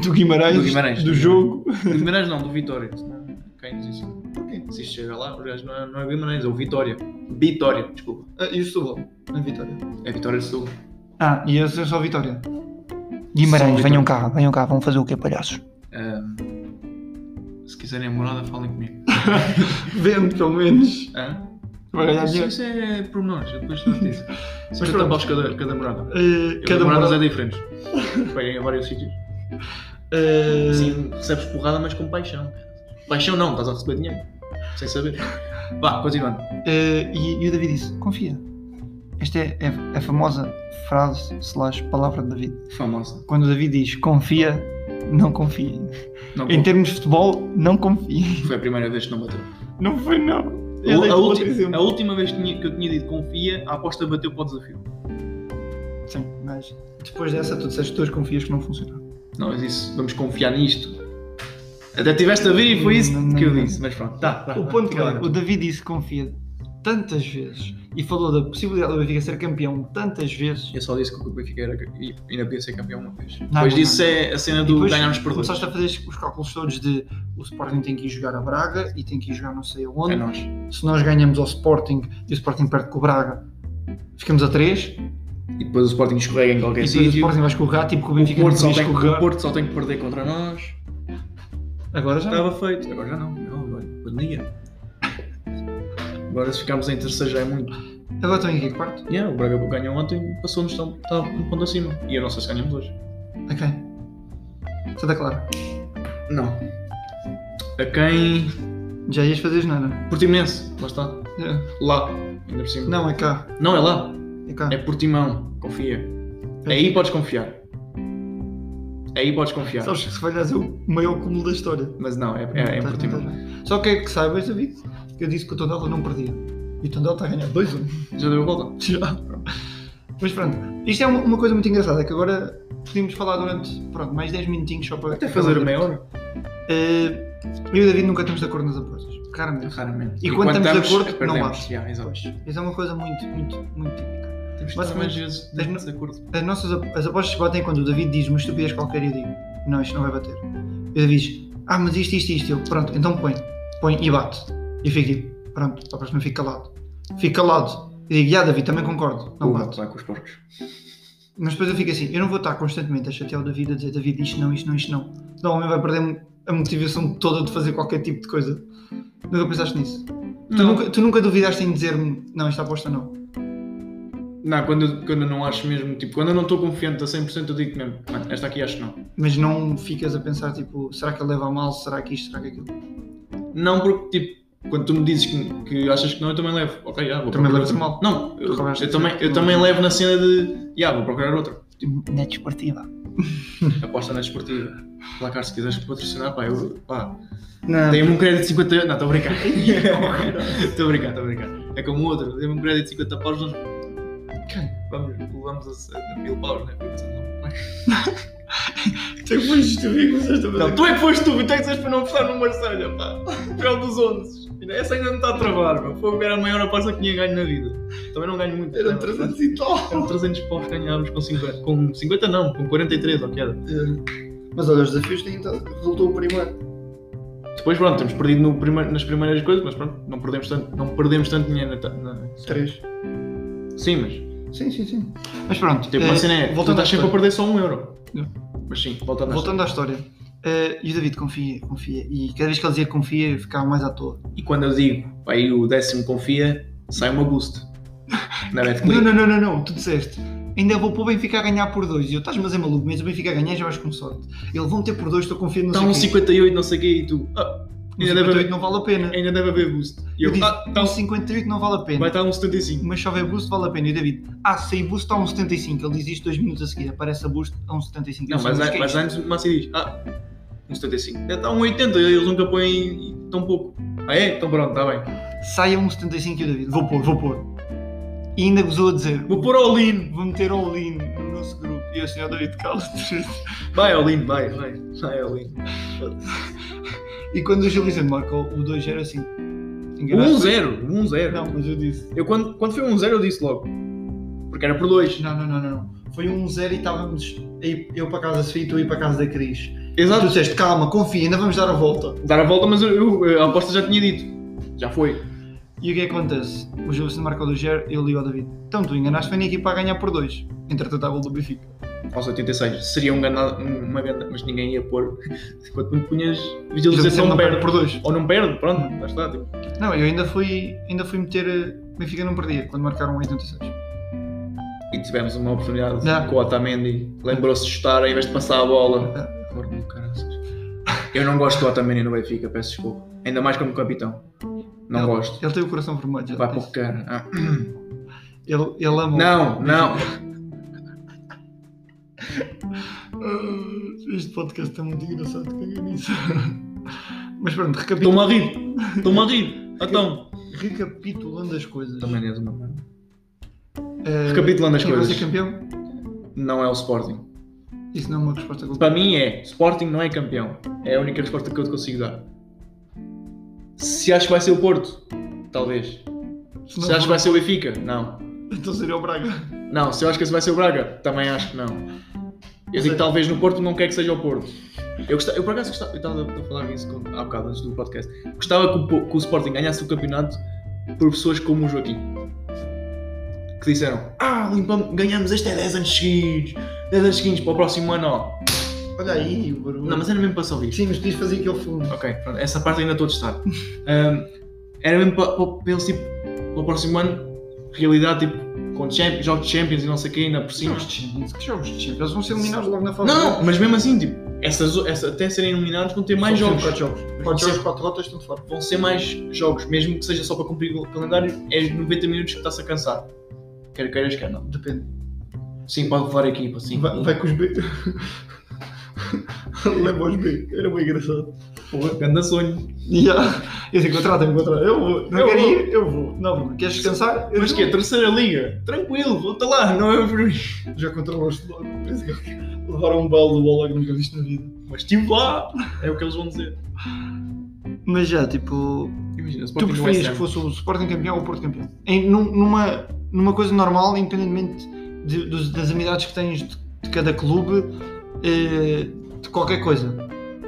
Speaker 1: Do Guimarães,
Speaker 2: Do
Speaker 1: É. do,
Speaker 2: Guimarães.
Speaker 1: jogo.
Speaker 2: Do Guimarães não, do Vitória. Senão, Quem diz isso? Se isto chega lá, os gajos não é, não é Guimarães, é o Vitória. Vitória, desculpa.
Speaker 1: Ah, e o Setúbal, na vitória.
Speaker 2: É Vitória do Sul.
Speaker 1: Ah, e eu sou só Vitória.
Speaker 2: Guimarães, Só Vitória. venham
Speaker 1: cá, venham cá, vão fazer o quê, palhaços?
Speaker 2: Ahm, se quiserem a morada, falem comigo.
Speaker 1: Vendo, pelo menos.
Speaker 2: Hã?
Speaker 1: Vai ganhar
Speaker 2: Isso,
Speaker 1: dinheiro.
Speaker 2: isso é pormenores, eu depois trato disso. Mas
Speaker 1: pronto.
Speaker 2: pronto, tapar cada, cada morada.
Speaker 1: Eh,
Speaker 2: Cada
Speaker 1: Cada
Speaker 2: moradas
Speaker 1: morada.
Speaker 2: é diferente. Peguem a vários sítios.
Speaker 1: Eh,
Speaker 2: Assim, recebes porrada, mas com paixão. Paixão não, estás a receber dinheiro. Sem saber. Vá, continuando.
Speaker 1: Eh, e, e o David disse: Confia. Esta é, é a famosa frase slash palavra de David.
Speaker 2: Famosa.
Speaker 1: Quando o David diz confia, não confiem.
Speaker 2: Não,
Speaker 1: Em termos de futebol, não confiem.
Speaker 2: foi a primeira vez que não bateu.
Speaker 1: Não foi, não.
Speaker 2: A,
Speaker 1: Eu dei-te
Speaker 2: a
Speaker 1: outro
Speaker 2: ulti-
Speaker 1: exemplo.
Speaker 2: a última vez que, tinha- que eu tinha dito confia, a aposta bateu para o desafio.
Speaker 1: Sim, mas depois dessa, tu disseste duas confias que não funcionaram.
Speaker 2: Não, mas isso, vamos confiar nisto. Até tiveste a ver e foi isso
Speaker 1: Não, não,
Speaker 2: que eu
Speaker 1: não.
Speaker 2: disse, mas pronto. Tá, tá,
Speaker 1: O
Speaker 2: tá,
Speaker 1: ponto
Speaker 2: tá,
Speaker 1: é: o David disse confia tantas vezes e falou da possibilidade do Benfica ser campeão tantas vezes.
Speaker 2: Eu só disse que o Benfica era, e ainda podia ser campeão uma vez.
Speaker 1: não,
Speaker 2: Depois disso
Speaker 1: não.
Speaker 2: é a cena
Speaker 1: E
Speaker 2: do
Speaker 1: depois
Speaker 2: ganharmos por dois. É
Speaker 1: Começaste a fazer os cálculos todos de o Sporting tem que ir jogar a Braga e tem que ir jogar não sei aonde.
Speaker 2: É nós.
Speaker 1: se nós ganhamos ao Sporting e o Sporting perde com o Braga, ficamos a 3
Speaker 2: E depois o Sporting escorrega em qualquer
Speaker 1: e depois o
Speaker 2: sítio.
Speaker 1: Sporting vai escorregar, tipo que o
Speaker 2: O
Speaker 1: Benfica não
Speaker 2: Porto, só
Speaker 1: podia
Speaker 2: tem, o
Speaker 1: escorregar.
Speaker 2: Porto só tem que perder contra nós.
Speaker 1: Agora já.
Speaker 2: Estava feito. Agora já não. Não, agora. Bom dia. Agora se ficarmos em terceiro já é muito.
Speaker 1: Agora estão em que quarto?
Speaker 2: Yeah, o Braga ganhou ontem, passou-nos tão- tá um ponto acima. E eu não sei se ganhamos hoje.
Speaker 1: Ok. Santa Clara.
Speaker 2: Não. A quem
Speaker 1: Já ias fazer nada. É.
Speaker 2: Portimonense, lá está. Lá, ainda por cima. Não,
Speaker 1: Não, é cá.
Speaker 2: é lá.
Speaker 1: É cá.
Speaker 2: É Portimão, confia. Aí podes confiar. Aí podes confiar.
Speaker 1: Sabes Tá, que se falhas é o maior cúmulo da história.
Speaker 2: Mas não, é, é, é em
Speaker 1: Estás-
Speaker 2: Portimão.
Speaker 1: estás- Só que é que saibas, David, que eu disse que o Tondela não perdia. E o Tondela está a ganhar 2-1.
Speaker 2: Já deu a volta?
Speaker 1: Já. Mas pronto, isto é uma, uma coisa muito engraçada, que agora podíamos falar durante pronto, mais 10 minutinhos só para...
Speaker 2: Até fazer a meia hora.
Speaker 1: Eh, eu e o David nunca estamos de acordo nas apostas. Claramente.
Speaker 2: Raramente.
Speaker 1: E, quando estamos de acordo, não
Speaker 6: perdemos.
Speaker 1: há.
Speaker 2: Yeah, exato.
Speaker 1: Pois, Isso é uma coisa muito, muito, muito típica.
Speaker 2: Temos que
Speaker 1: Mais
Speaker 2: estar
Speaker 1: ou menos.
Speaker 2: mais vezes
Speaker 1: Mas não-
Speaker 2: de acordo.
Speaker 1: As nossas ap- as apostas se batem quando o David diz uma estupidez qualquer e eu digo, não, isto não vai bater. E o David diz, ah, mas isto, isto, isto. Eu, pronto, então põe. Põe e bate. E eu fico tipo, pronto, para a próxima fico calado. Fico calado. E digo, já David, também concordo. Não
Speaker 6: Puma,
Speaker 1: bate.
Speaker 6: vai com os porcos.
Speaker 1: Mas depois eu fico assim, eu não vou estar constantemente a chatear o David a dizer David isto não, isto não, isto não. Senão o homem vai perder a motivação toda de fazer qualquer tipo de coisa. Nunca pensaste nisso? Tu
Speaker 2: Não.
Speaker 1: nunca, tu nunca duvidaste em dizer-me, não, esta aposta não.
Speaker 2: Não, quando eu, quando eu não acho mesmo, tipo, quando eu não estou confiante a 100%, eu digo mesmo, mano, esta aqui acho que não.
Speaker 1: Mas não ficas a pensar tipo, será que ele leva a mal, será que isto, será que aquilo?
Speaker 2: Não porque, tipo, quando tu me dizes que, que achas que não, eu também levo. Ok, já, vou
Speaker 1: Também
Speaker 2: procurar
Speaker 1: levas
Speaker 2: outra.
Speaker 1: mal.
Speaker 2: Não, eu,
Speaker 1: Acabaste
Speaker 2: eu
Speaker 1: de
Speaker 2: também,
Speaker 1: dizer que
Speaker 2: eu
Speaker 1: não.
Speaker 2: também levo na cena de, já, vou procurar outra.
Speaker 1: Na desportiva.
Speaker 2: Aposta na desportiva. Placar, se quiseres patrocinar, pá, eu, pá,
Speaker 1: Não.
Speaker 2: Dei-me um crédito de 50 euros. Não, estou a brincar. Estou a brincar, estou a brincar. É como o outro. Dei-me um crédito de 50 paus. Nós... Vamos, levamos a, a mil paus, né? Porque senão-
Speaker 1: Tu foste tu que começaste a
Speaker 2: Não, tu é que foste tu, tu é que disseste para não apostar no Marselha, pá. Final dos 11. Essa ainda não está a travar, meu. Foi era a maior aposta que tinha ganho na vida. Também não ganho muito. né, mas-
Speaker 1: e tal.
Speaker 2: Eram 300 paus que ganhávamos com 50. Com 50 não, com 43, ou que era.
Speaker 1: Eh,
Speaker 7: Mas olha, os desafios têm dado- resultou o primeiro.
Speaker 2: Depois, pronto, temos perdido no primeiro- nas primeiras coisas, mas pronto, não perdemos tanto, não perdemos tanto dinheiro. na ta- na-
Speaker 7: Três.
Speaker 2: Sim, mas.
Speaker 7: Sim, sim, sim.
Speaker 1: Mas pronto,
Speaker 2: Tipo,
Speaker 1: eh,
Speaker 2: uma cena é, tu
Speaker 1: voltando, à
Speaker 2: estás sempre a
Speaker 1: história,
Speaker 2: perder só um euro.
Speaker 1: Yeah.
Speaker 2: Mas sim, voltando,
Speaker 1: voltando à história. eh, e o David confia, confia. E cada vez que ele dizia confia, eu ficava mais à toa.
Speaker 2: E quando eu digo, aí o décimo confia, sai uma boost.
Speaker 1: Não,
Speaker 2: Na BetClick.
Speaker 1: não, não, não, não, tu disseste. Ainda vou para o Benfica a ganhar por dois. E eu estás, mas é maluco, mas o Benfica a ganhar já vais com sorte. Ele vão ter por dois, estou confiando no
Speaker 2: Está um 58, não sei o quê, e tu, ah,
Speaker 1: Um
Speaker 2: ainda deve, haver,
Speaker 1: não vale a pena.
Speaker 2: ainda deve haver boost. E
Speaker 1: Eu
Speaker 2: eu,
Speaker 1: disse,
Speaker 2: ah, tá
Speaker 1: um
Speaker 2: um-
Speaker 1: 58 não vale a pena.
Speaker 2: vai estar um 75.
Speaker 1: Mas se houver boost, vale a pena. E o David, ah, se aí boost está a um 75. Ele diz isto dois minutos a seguir. Aparece a boost a um 75.
Speaker 2: Não,
Speaker 1: Eu
Speaker 2: mas,
Speaker 1: sei, que é
Speaker 2: mas
Speaker 1: isto?
Speaker 2: antes o Massi diz, ah, um 75. Deve estar um 80, eles nunca põem tão pouco. Ah é? Então pronto, está bem.
Speaker 1: Sai a um 75 e o David, vou pôr, vou pôr. E ainda gozou a dizer,
Speaker 2: Vou pôr ao Lino.
Speaker 1: vou meter all-in no nosso grupo. E eu, senhor David, cala-te.
Speaker 2: Vai ao Lino, vai, vai. Vai ao Lino.
Speaker 1: E quando o Gil Vicente marcou o 2 era assim. Enganaste?
Speaker 2: 1-0, 1-0.
Speaker 1: Não, mas eu disse.
Speaker 2: Eu quando, quando foi um 0 eu disse logo. Porque era por dois.
Speaker 1: Não, não, não, não. não. Foi um 0 e estávamos. aí Eu para casa da Sofia e tu aí para casa da Cris. Tu
Speaker 2: Exato.
Speaker 1: disseste, calma, confia, ainda vamos dar a volta.
Speaker 2: Dar a volta, mas eu, eu- eu- a aposta já tinha dito. Já foi.
Speaker 1: E o que é que acontece? O Gil Vicente marcou do 0 eu li ao David. Então tu enganaste, foi aqui para ganhar por 2. Entretanto, a gol do Benfica.
Speaker 2: Aos 86. Seria um ganda, um- uma ganda, mas ninguém ia pôr. Enquanto muito punhas
Speaker 1: O Gil Vicente
Speaker 2: visualização
Speaker 1: não perde
Speaker 2: perde.
Speaker 1: por 2.
Speaker 2: Ou não perde, pronto, lá está. Tipo.
Speaker 1: Não, eu ainda fui, ainda fui meter. eh, Benfica não perdia quando marcaram 86.
Speaker 2: E tivemos uma oportunidade
Speaker 1: Não.
Speaker 2: com o Otamendi. Lembrou-se de chutar em vez de passar a bola.
Speaker 1: Ah,
Speaker 2: Porra, meu caraças. Eu não gosto do Otamendi no Benfica, peço desculpa. Ainda mais como capitão. Não
Speaker 1: ele-
Speaker 2: gosto.
Speaker 1: Ele tem o coração vermelho. já
Speaker 2: Vai
Speaker 1: disse.
Speaker 2: para cara. Ah.
Speaker 1: Ele, ele ama. o-
Speaker 2: Não, não.
Speaker 1: Ah, Este podcast é muito engraçado, caga nisso. Mas pronto, recapitu-
Speaker 2: Estou-me a rir. Estou-me a rir. Então. é
Speaker 1: recapitulando as coisas.
Speaker 2: Também és uma merda.
Speaker 1: Eh,
Speaker 2: Recapitulando as
Speaker 1: quem vai
Speaker 2: coisas.
Speaker 1: ser campeão?
Speaker 2: Não é o Sporting.
Speaker 1: Isso não é uma resposta correta.
Speaker 2: Para mim é, Sporting não é campeão. É a única resposta que eu te consigo dar. Se acho que vai ser o Porto, talvez.
Speaker 1: Se não
Speaker 2: Se acho que
Speaker 1: for,
Speaker 2: vai ser o Benfica, não.
Speaker 1: Então seria o Braga.
Speaker 2: Não, se eu acho que esse vai ser o Braga, também acho que não. Eu digo que talvez no Porto não quer que seja o Porto. Eu, gostava, eu por acaso gostava, eu estava a- a falar isso com, há bocado antes do podcast. Gostava que o, Po- que o Sporting ganhasse o campeonato por pessoas como o Joaquim. Que disseram, ah, limpamos, ganhamos este é 10 anos seguidos, 10 anos seguidos para o próximo ano, ó.
Speaker 7: Olha aí o barulho.
Speaker 2: Não, mas é- era mesmo para só ouvir.
Speaker 7: Sim, mas podias fazer aquele fundo.
Speaker 2: Ok, pronto, essa parte ainda estou a testar. Ahm, era mesmo para, para, para eles, tipo, para o próximo ano, realidade, tipo, com champ- jogos de Champions e não sei o que ainda por cima.
Speaker 8: Jogos de Champions, que jogos de Champions? Eles vão ser eliminados logo na fase.
Speaker 2: Não, mas mesmo assim, tipo, essas, essa, até serem eliminados vão ter mais jogos.
Speaker 8: 4 jogos. 4 jogos, 4 rotas, tanto fora.
Speaker 2: Vão ser mais jogos, mesmo que seja só para cumprir o calendário, é 90 minutos que está-se a cansar. Quer queiras, quer não.
Speaker 8: Depende.
Speaker 2: Sim, pode levar a equipa, sim.
Speaker 8: Vai, vai com os B. Lembra os B. Era bem engraçado.
Speaker 2: Porra, grande sonho.
Speaker 8: Yeah. Eu digo, contrata-me, contrata. Eu vou. Não
Speaker 2: Eu
Speaker 8: quero
Speaker 2: vou.
Speaker 8: ir, eu vou. Não, vou. queres descansar? Eu
Speaker 2: Mas
Speaker 8: não.
Speaker 2: que é, terceira liga? Tranquilo, volta lá, não é por mim.
Speaker 8: Já controlaste logo. por isso que Levaram um balde do bola que nunca viste na vida.
Speaker 2: Mas estive lá, é o que eles vão dizer.
Speaker 1: Mas já, tipo,
Speaker 2: Imagina, se
Speaker 1: tu preferias que fosse o Sporting campeão ou o Porto campeão? Em, num- numa, numa coisa normal, independentemente de- dos- das amizades que tens de, de cada clube, eh, de qualquer coisa.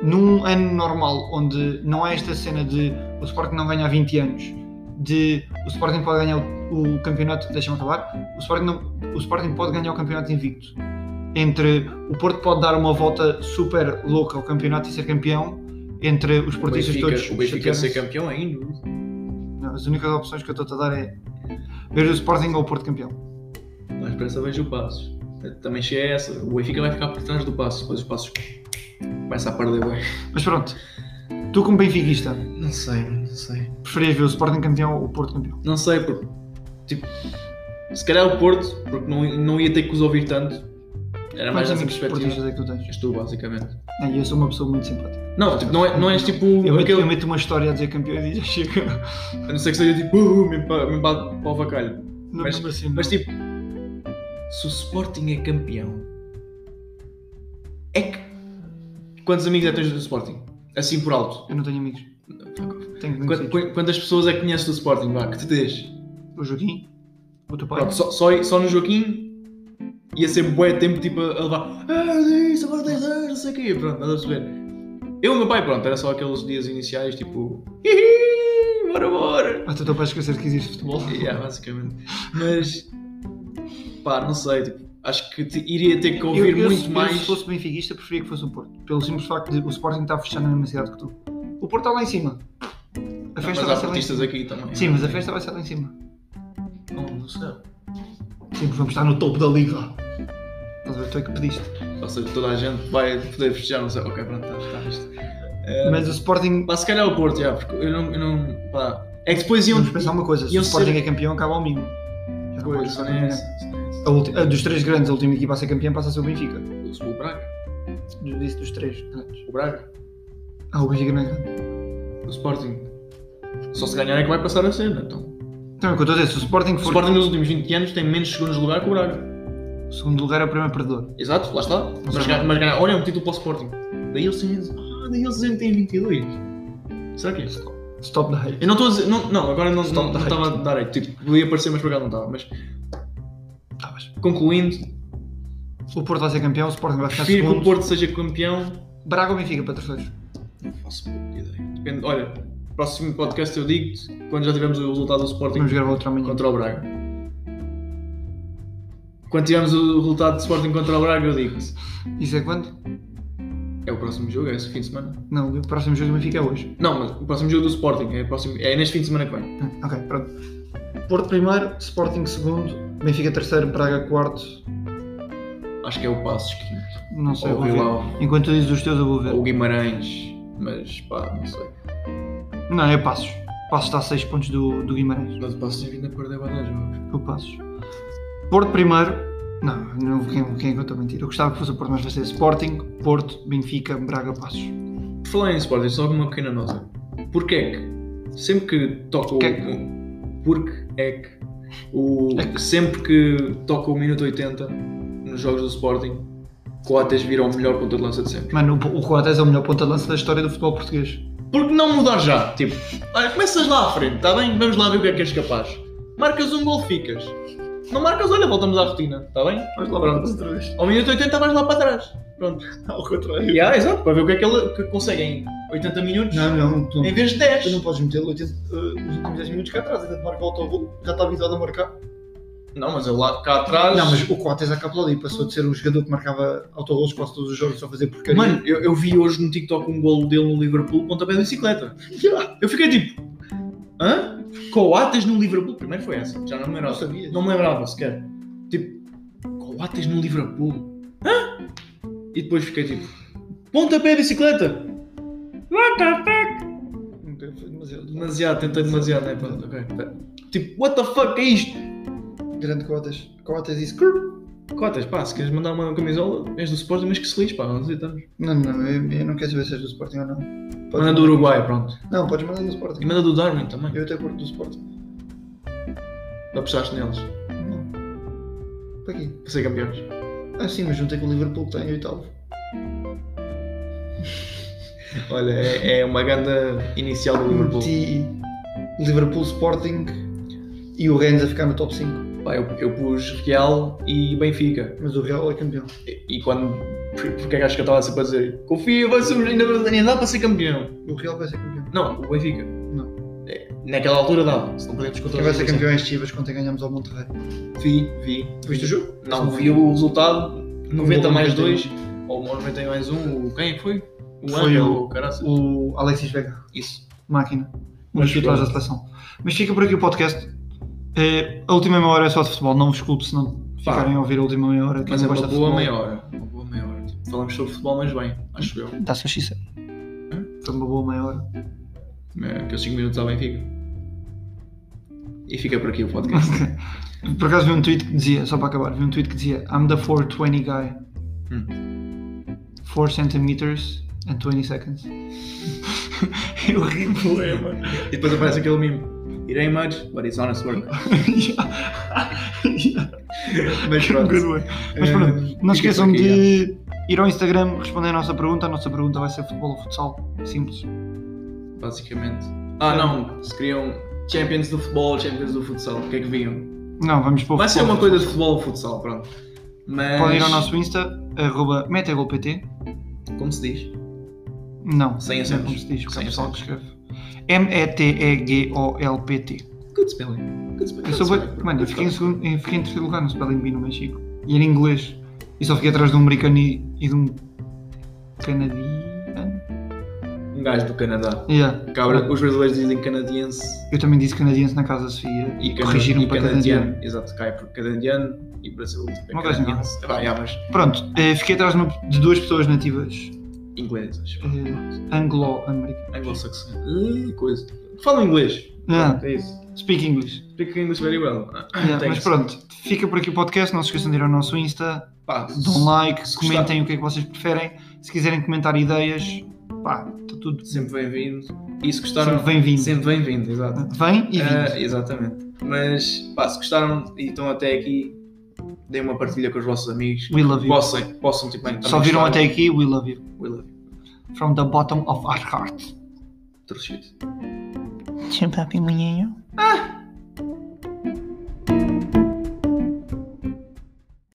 Speaker 1: Num ano normal, onde não há esta cena de o Sporting não ganha há 20 anos, de o Sporting pode ganhar o, o campeonato, deixa-me acabar, o Sporting, não- o Sporting pode ganhar o campeonato invicto. Entre o Porto pode dar uma volta super louca ao campeonato e ser campeão, entre os
Speaker 9: O
Speaker 1: portistas
Speaker 9: Benfica,
Speaker 1: todos.
Speaker 9: o Benfica quer ser
Speaker 1: chatearem-se.
Speaker 9: campeão é ainda.
Speaker 1: Não, as únicas opções que eu estou a dar é ver o Sporting ou o Porto campeão.
Speaker 9: Mas para essa vejo o Passos. um É, Também cheia a essa. O Benfica vai ficar por trás do Passos, depois o Passos começa a perder bem.
Speaker 1: Mas pronto, tu como benfiquista,
Speaker 9: Não sei, não sei.
Speaker 1: preferias ver o Sporting campeão ou o Porto campeão?
Speaker 9: Não sei, porque, tipo, se calhar o Porto, porque não, não ia ter que os ouvir tanto, era mais nessa
Speaker 1: Quantos amigos portistas
Speaker 9: perspectiva.
Speaker 1: é que tu tens?
Speaker 9: És tu, basicamente.
Speaker 1: Não, e eu sou uma pessoa muito simpática.
Speaker 9: Não, tipo, não, é, não és tipo
Speaker 1: Eu meto,
Speaker 9: aquele.
Speaker 1: eu meto uma história a dizer campeão e diz chega.
Speaker 9: A não ser que seja tipo, uh, mesmo para, mesmo para, para o vacalho.
Speaker 1: Não,
Speaker 9: Mas-
Speaker 1: mesmo assim, não.
Speaker 9: Mas tipo, se o Sporting é campeão, é que.
Speaker 2: Quantos amigos é que tens do Sporting? Assim por alto.
Speaker 1: Eu não tenho amigos. Tenho
Speaker 2: Quant-
Speaker 1: conhecidos.
Speaker 2: qu- Quantas pessoas é que conheces do Sporting? Vá, que te tens?
Speaker 1: O Joaquim, o teu pai.
Speaker 2: Pronto, só, só, só no Joaquim ia ser bué tempo tipo a levar ah, isso, agora tens anos, não sei o quê, pronto, nada a perceber. Eu e o meu pai, pronto, era só aqueles dias iniciais, tipo, "Hihi, bora, bora.
Speaker 1: Ah, tu teu pai esquecer que existe futebol.
Speaker 2: Yeah, basicamente. Mas, pá, não sei, tipo, acho que te- iria ter que
Speaker 1: Eu,
Speaker 2: ouvir
Speaker 1: eu,
Speaker 2: muito
Speaker 1: se- eu,
Speaker 2: mais.
Speaker 1: se fosse benfiquista, preferia que fosse o Porto. Pelo simples facto de o Sporting estar fechado na mesma cidade que tu. O Porto está lá em cima. A
Speaker 2: mas
Speaker 1: festa
Speaker 2: há
Speaker 1: vai ser lá em
Speaker 2: artistas
Speaker 1: cima.
Speaker 2: aqui também.
Speaker 1: Sim, mas a festa vai ser lá em cima.
Speaker 2: Não, não sei.
Speaker 1: Sim, porque vamos estar no topo da liga. Estás a ver? Tu é que pediste.
Speaker 2: Ou seja, toda a gente vai poder festejar, não sei. Ok, pronto, tá, está, está isto.
Speaker 1: Mas o Sporting.
Speaker 2: Pá, se calhar o Porto, já, porque eu não, eu não, pá. É que depois iam,
Speaker 1: Vamos pensar uma coisa: se
Speaker 2: iam
Speaker 1: o Sporting
Speaker 2: ser-
Speaker 1: é campeão, acaba ao mínimo. Já não pode
Speaker 2: Pois,
Speaker 1: ser
Speaker 2: não
Speaker 1: ninguém.
Speaker 2: é essa, não é
Speaker 1: A
Speaker 2: essa.
Speaker 1: ulti- a dos três grandes, a última equipa a ser campeã passa a ser o Benfica.
Speaker 2: Eu sou o Braga.
Speaker 1: Eu Disse dos três grandes.
Speaker 2: O Braga.
Speaker 1: Ah, o Benfica não é grande.
Speaker 2: O Sporting. Só se ganhar é que vai passar a ser, né? então.
Speaker 1: Então é o que eu estou a dizer: se o Sporting
Speaker 2: O
Speaker 1: for
Speaker 2: Sporting nos últimos 20 anos tem menos segundos lugar que o Braga.
Speaker 1: o segundo lugar, é o primeiro perdedor.
Speaker 2: Exato, lá está. Mas,
Speaker 1: sei
Speaker 2: ganha,
Speaker 1: lá.
Speaker 2: mas ganha. Olha, é um título para o Sporting. Daí eles têm. Ah, daí eles ainda têm 22. Será que é?
Speaker 1: Stop the hype.
Speaker 2: Eu não estou a dizer. Não, não agora não
Speaker 1: Stop
Speaker 2: não-
Speaker 1: the
Speaker 2: não
Speaker 1: hype.
Speaker 2: estava a dar aí. Tipo, podia aparecer, mas por acaso não estava. Mas
Speaker 1: Tá, mas
Speaker 2: concluindo,
Speaker 1: o Porto vai ser campeão, o Sporting vai ficar
Speaker 2: prefiro que o
Speaker 1: segundo.
Speaker 2: Porto seja campeão.
Speaker 1: Braga ou Benfica para terceiros?
Speaker 2: Não faço puta ideia. Depende. Olha, próximo podcast eu digo-te quando já tivermos o resultado do Sporting.
Speaker 1: Vamos gravar outro amanhã.
Speaker 2: contra o Braga. Quando tivermos o resultado de Sporting contra o Braga, eu digo-te.
Speaker 1: Isso é quando?
Speaker 2: É o próximo jogo, é esse fim de semana.
Speaker 1: Não, o próximo jogo do Benfica é hoje.
Speaker 2: Não, mas o próximo jogo do Sporting é, o próximo, é neste fim de semana que vem.
Speaker 1: Ah, Ok, pronto.
Speaker 8: Porto primeiro, Sporting segundo, Benfica terceiro, Braga quarto.
Speaker 2: Acho que é o Passos quinto.
Speaker 1: Não sei,
Speaker 2: Ou
Speaker 1: vou
Speaker 2: o
Speaker 1: ver.
Speaker 2: Vilão,
Speaker 1: Enquanto tu dizes os teus, eu vou ver.
Speaker 2: ou o Guimarães. Mas pá, não sei.
Speaker 1: Não, é Passos. Passos está a 6 pontos do, do Guimarães.
Speaker 2: Mas o Passos tem vindo a perder vários jogos.
Speaker 1: O Passos. Porto primeiro. Não, não quem, quem é que eu estou a mentir? Eu gostava que fosse o Porto, mas vai ser Sporting, Porto, Benfica, Braga, Passos.
Speaker 2: Por falar em Sporting, só uma pequena nota. Porquê é que sempre que toca o.
Speaker 1: Porquê que?
Speaker 2: o- Porque é que. O, Sempre que toca o minuto 80 nos jogos do Sporting, Coates vira o melhor ponta de lança de sempre.
Speaker 1: Mano, o, o Coates é o melhor ponta de lança da história do futebol português.
Speaker 2: Porque não mudar já? Tipo, olha, começas lá à frente, está bem? Vamos lá ver o que é que és capaz. Marcas um gol, ficas. Não marcas, olha, voltamos à rotina, está bem?
Speaker 8: Mas lá
Speaker 2: Pronto.
Speaker 8: vamos outra vez.
Speaker 2: Ao minuto 80 vais lá para trás. Pronto.
Speaker 8: Ao contrário.
Speaker 2: E ah, exato, para ver o que é que ele que consegue em 80 minutos
Speaker 8: Não, não, tu,
Speaker 2: em vez de
Speaker 8: tu
Speaker 2: 10.
Speaker 8: não podes meter 80,
Speaker 1: eh,
Speaker 8: uh, os últimos 10 minutos cá atrás, ainda te marca o autogol, já está avisado a marcar.
Speaker 2: Não, mas ele lá cá atrás.
Speaker 8: Não, mas o Coates é que aplaudiu, passou de ser o jogador que marcava autogols quase todos os jogos só fazer porcaria.
Speaker 2: Mano, eu, eu vi hoje no TikTok um gol dele no Liverpool, pontapé de bicicleta.
Speaker 8: Yeah.
Speaker 2: Eu fiquei tipo. Hã? Coates no Liverpool. Primeiro foi essa, já não me
Speaker 1: Não
Speaker 2: lembrava.
Speaker 1: sabias.
Speaker 2: Não me lembrava sequer. Tipo, Coates no Liverpool. Hã? E depois fiquei tipo, pontapé bicicleta. What the fuck?
Speaker 1: Foi demasiado.
Speaker 2: Demasiado, tentei demasiado, né? Pronto, ok. Tipo, what the fuck é isto?
Speaker 1: Grande cotas. Cotas disse. "Crrr".
Speaker 2: Cotas, pá, se queres mandar uma camisola, és do Sporting, mas que se lixe, pá, não aceitamos.
Speaker 1: Não, não, eu, eu não quero saber se és do Sporting ou não. Podes-
Speaker 2: Manda do Uruguai, pronto.
Speaker 1: Não, podes mandar do Sporting.
Speaker 2: E manda do Darwin também.
Speaker 1: Eu até curto do Sporting.
Speaker 2: Apostaste neles,
Speaker 1: Não. Para quê?
Speaker 2: para ser campeões.
Speaker 1: Ah, sim, mas juntei com o Liverpool que está em oitavo.
Speaker 2: Olha, é, é uma grande inicial do Liverpool.
Speaker 1: Meti Liverpool Sporting e o Rennes a ficar no top 5.
Speaker 2: Pá, eu, eu pus Real e Benfica.
Speaker 1: Mas o Real é campeão.
Speaker 2: E, e quando. por- Porque é que acho que eu estava sempre a dizer? Confia, vai ser, um ainda, ainda dá para ser campeão.
Speaker 1: O Real vai ser campeão.
Speaker 2: Não, o Benfica.
Speaker 1: Não.
Speaker 2: É, naquela altura dava, se não perdemos contra
Speaker 1: Quem vai
Speaker 2: os
Speaker 1: ser
Speaker 2: outros.
Speaker 1: campeão é as Chivas quando ganhamos ao Monterrey.
Speaker 2: Vi, vi.
Speaker 1: Tu viste o jogo?
Speaker 2: Não, vi o resultado, 90 mais
Speaker 1: 91.
Speaker 2: 2, ou 90 mais 1, o quem foi? O
Speaker 1: Foi
Speaker 2: Ângelo, caraças.
Speaker 1: O Alexis Vega,
Speaker 2: Isso.
Speaker 1: máquina. Um
Speaker 2: Mas
Speaker 1: dos titulares da
Speaker 2: pronto.
Speaker 1: seleção. Mas fica por aqui o podcast. É, a última meia hora é só de futebol. Não vos culpe se não
Speaker 2: Pá.
Speaker 1: ficarem a ouvir a última meia hora. Quem
Speaker 2: Mas é
Speaker 1: não
Speaker 2: uma
Speaker 1: gosta de
Speaker 2: boa
Speaker 1: futebol,
Speaker 2: meia hora. Uma boa meia hora. Tipo, Falamos sobre futebol, mas bem, acho eu.
Speaker 1: Da,
Speaker 10: Dá-se a xixi.
Speaker 1: Foi uma boa meia hora.
Speaker 2: É, Aqueles 5 minutos ao Benfica. E fica por aqui o podcast.
Speaker 1: Por acaso vi um tweet que dizia, só para acabar, vi um tweet que dizia I'm the 420 guy.
Speaker 2: Hum.
Speaker 1: 4 centimeters and 20 seconds.
Speaker 2: É
Speaker 1: Eu ri bué, mano.
Speaker 2: e depois aparece aquele meme. It ain't much, but it's honest work. Mas pronto.
Speaker 1: Good one. Mas pronto,
Speaker 2: Eh,
Speaker 1: não se
Speaker 2: fica
Speaker 1: esqueçam
Speaker 2: por aqui, é.
Speaker 1: de ir ao Instagram responder a nossa pergunta. A nossa pergunta vai ser futebol ou futsal. Simples.
Speaker 2: é, Basicamente. Ah, não, se criam Champions do futebol, Champions do futsal, o que é que vinham?
Speaker 1: Não, vamos pôr
Speaker 2: Vai ser
Speaker 1: futebol.
Speaker 2: uma coisa de futebol ou futsal, pronto. Mas.
Speaker 1: Podem ir ao nosso Insta, arroba metagolpt.
Speaker 2: Como se diz?
Speaker 1: Não,
Speaker 2: Sem
Speaker 1: não é
Speaker 2: acentos.
Speaker 1: como se diz, porque é o
Speaker 2: Sem
Speaker 1: pessoal que escreve. M-E-T-E-G-O-L-P-T.
Speaker 2: Good spelling. Good spelling.
Speaker 1: Eu sou bué- Mano, eu fiquei, em segundo, eu fiquei em terceiro lugar no Spelling Bee no México. E era inglês. E só fiquei atrás de um americano e, e de um canadiano.
Speaker 2: Um gajo do Canadá.
Speaker 1: Yeah.
Speaker 2: Cabra, os brasileiros dizem canadiense
Speaker 1: Eu também disse canadiense na casa da Sofia.
Speaker 2: e, cana
Speaker 1: Corrigiram
Speaker 2: e
Speaker 1: para
Speaker 2: canadiano.
Speaker 1: canadiano.
Speaker 2: Exato, cai por canadiano e brasileiro tipo,
Speaker 1: Uma
Speaker 2: é
Speaker 1: coisa assim.
Speaker 2: canadiense. Ah, pá, já, mas
Speaker 1: Pronto, eh, fiquei atrás de uma- de duas pessoas nativas
Speaker 2: inglesas.
Speaker 1: eh,
Speaker 2: É
Speaker 1: anglo-americanas.
Speaker 2: Anglo-saxão. Ih, Coisa. Fala inglês.
Speaker 1: Yeah,
Speaker 2: É isso.
Speaker 1: speak English.
Speaker 2: Speak English very well. Ah,
Speaker 1: Yeah,
Speaker 2: thanks.
Speaker 1: mas pronto, fica por aqui o podcast. Não se esqueçam de ir ao nosso Insta,
Speaker 2: Pá,
Speaker 1: dão like,
Speaker 2: se gostar.
Speaker 1: comentem o que é que vocês preferem. Se quiserem comentar ideias, pá, está tudo
Speaker 2: sempre bem-vindo. E se
Speaker 1: sempre
Speaker 2: gostaram,
Speaker 1: bem-vindo.
Speaker 2: sempre bem-vindo, exato.
Speaker 1: Vem e
Speaker 2: Ah,
Speaker 1: vinde.
Speaker 2: exatamente. Mas, pá, se gostaram e estão até aqui, deem uma partilha com os vossos amigos.
Speaker 1: We love you.
Speaker 2: Possam, possam, tipo, bem, também
Speaker 1: Só viram
Speaker 2: gostaram.
Speaker 1: até aqui, we love you.
Speaker 2: We love you.
Speaker 1: From the bottom of our heart.
Speaker 2: Trouxe-te.
Speaker 10: Champapi, manhinho.
Speaker 1: Tchau.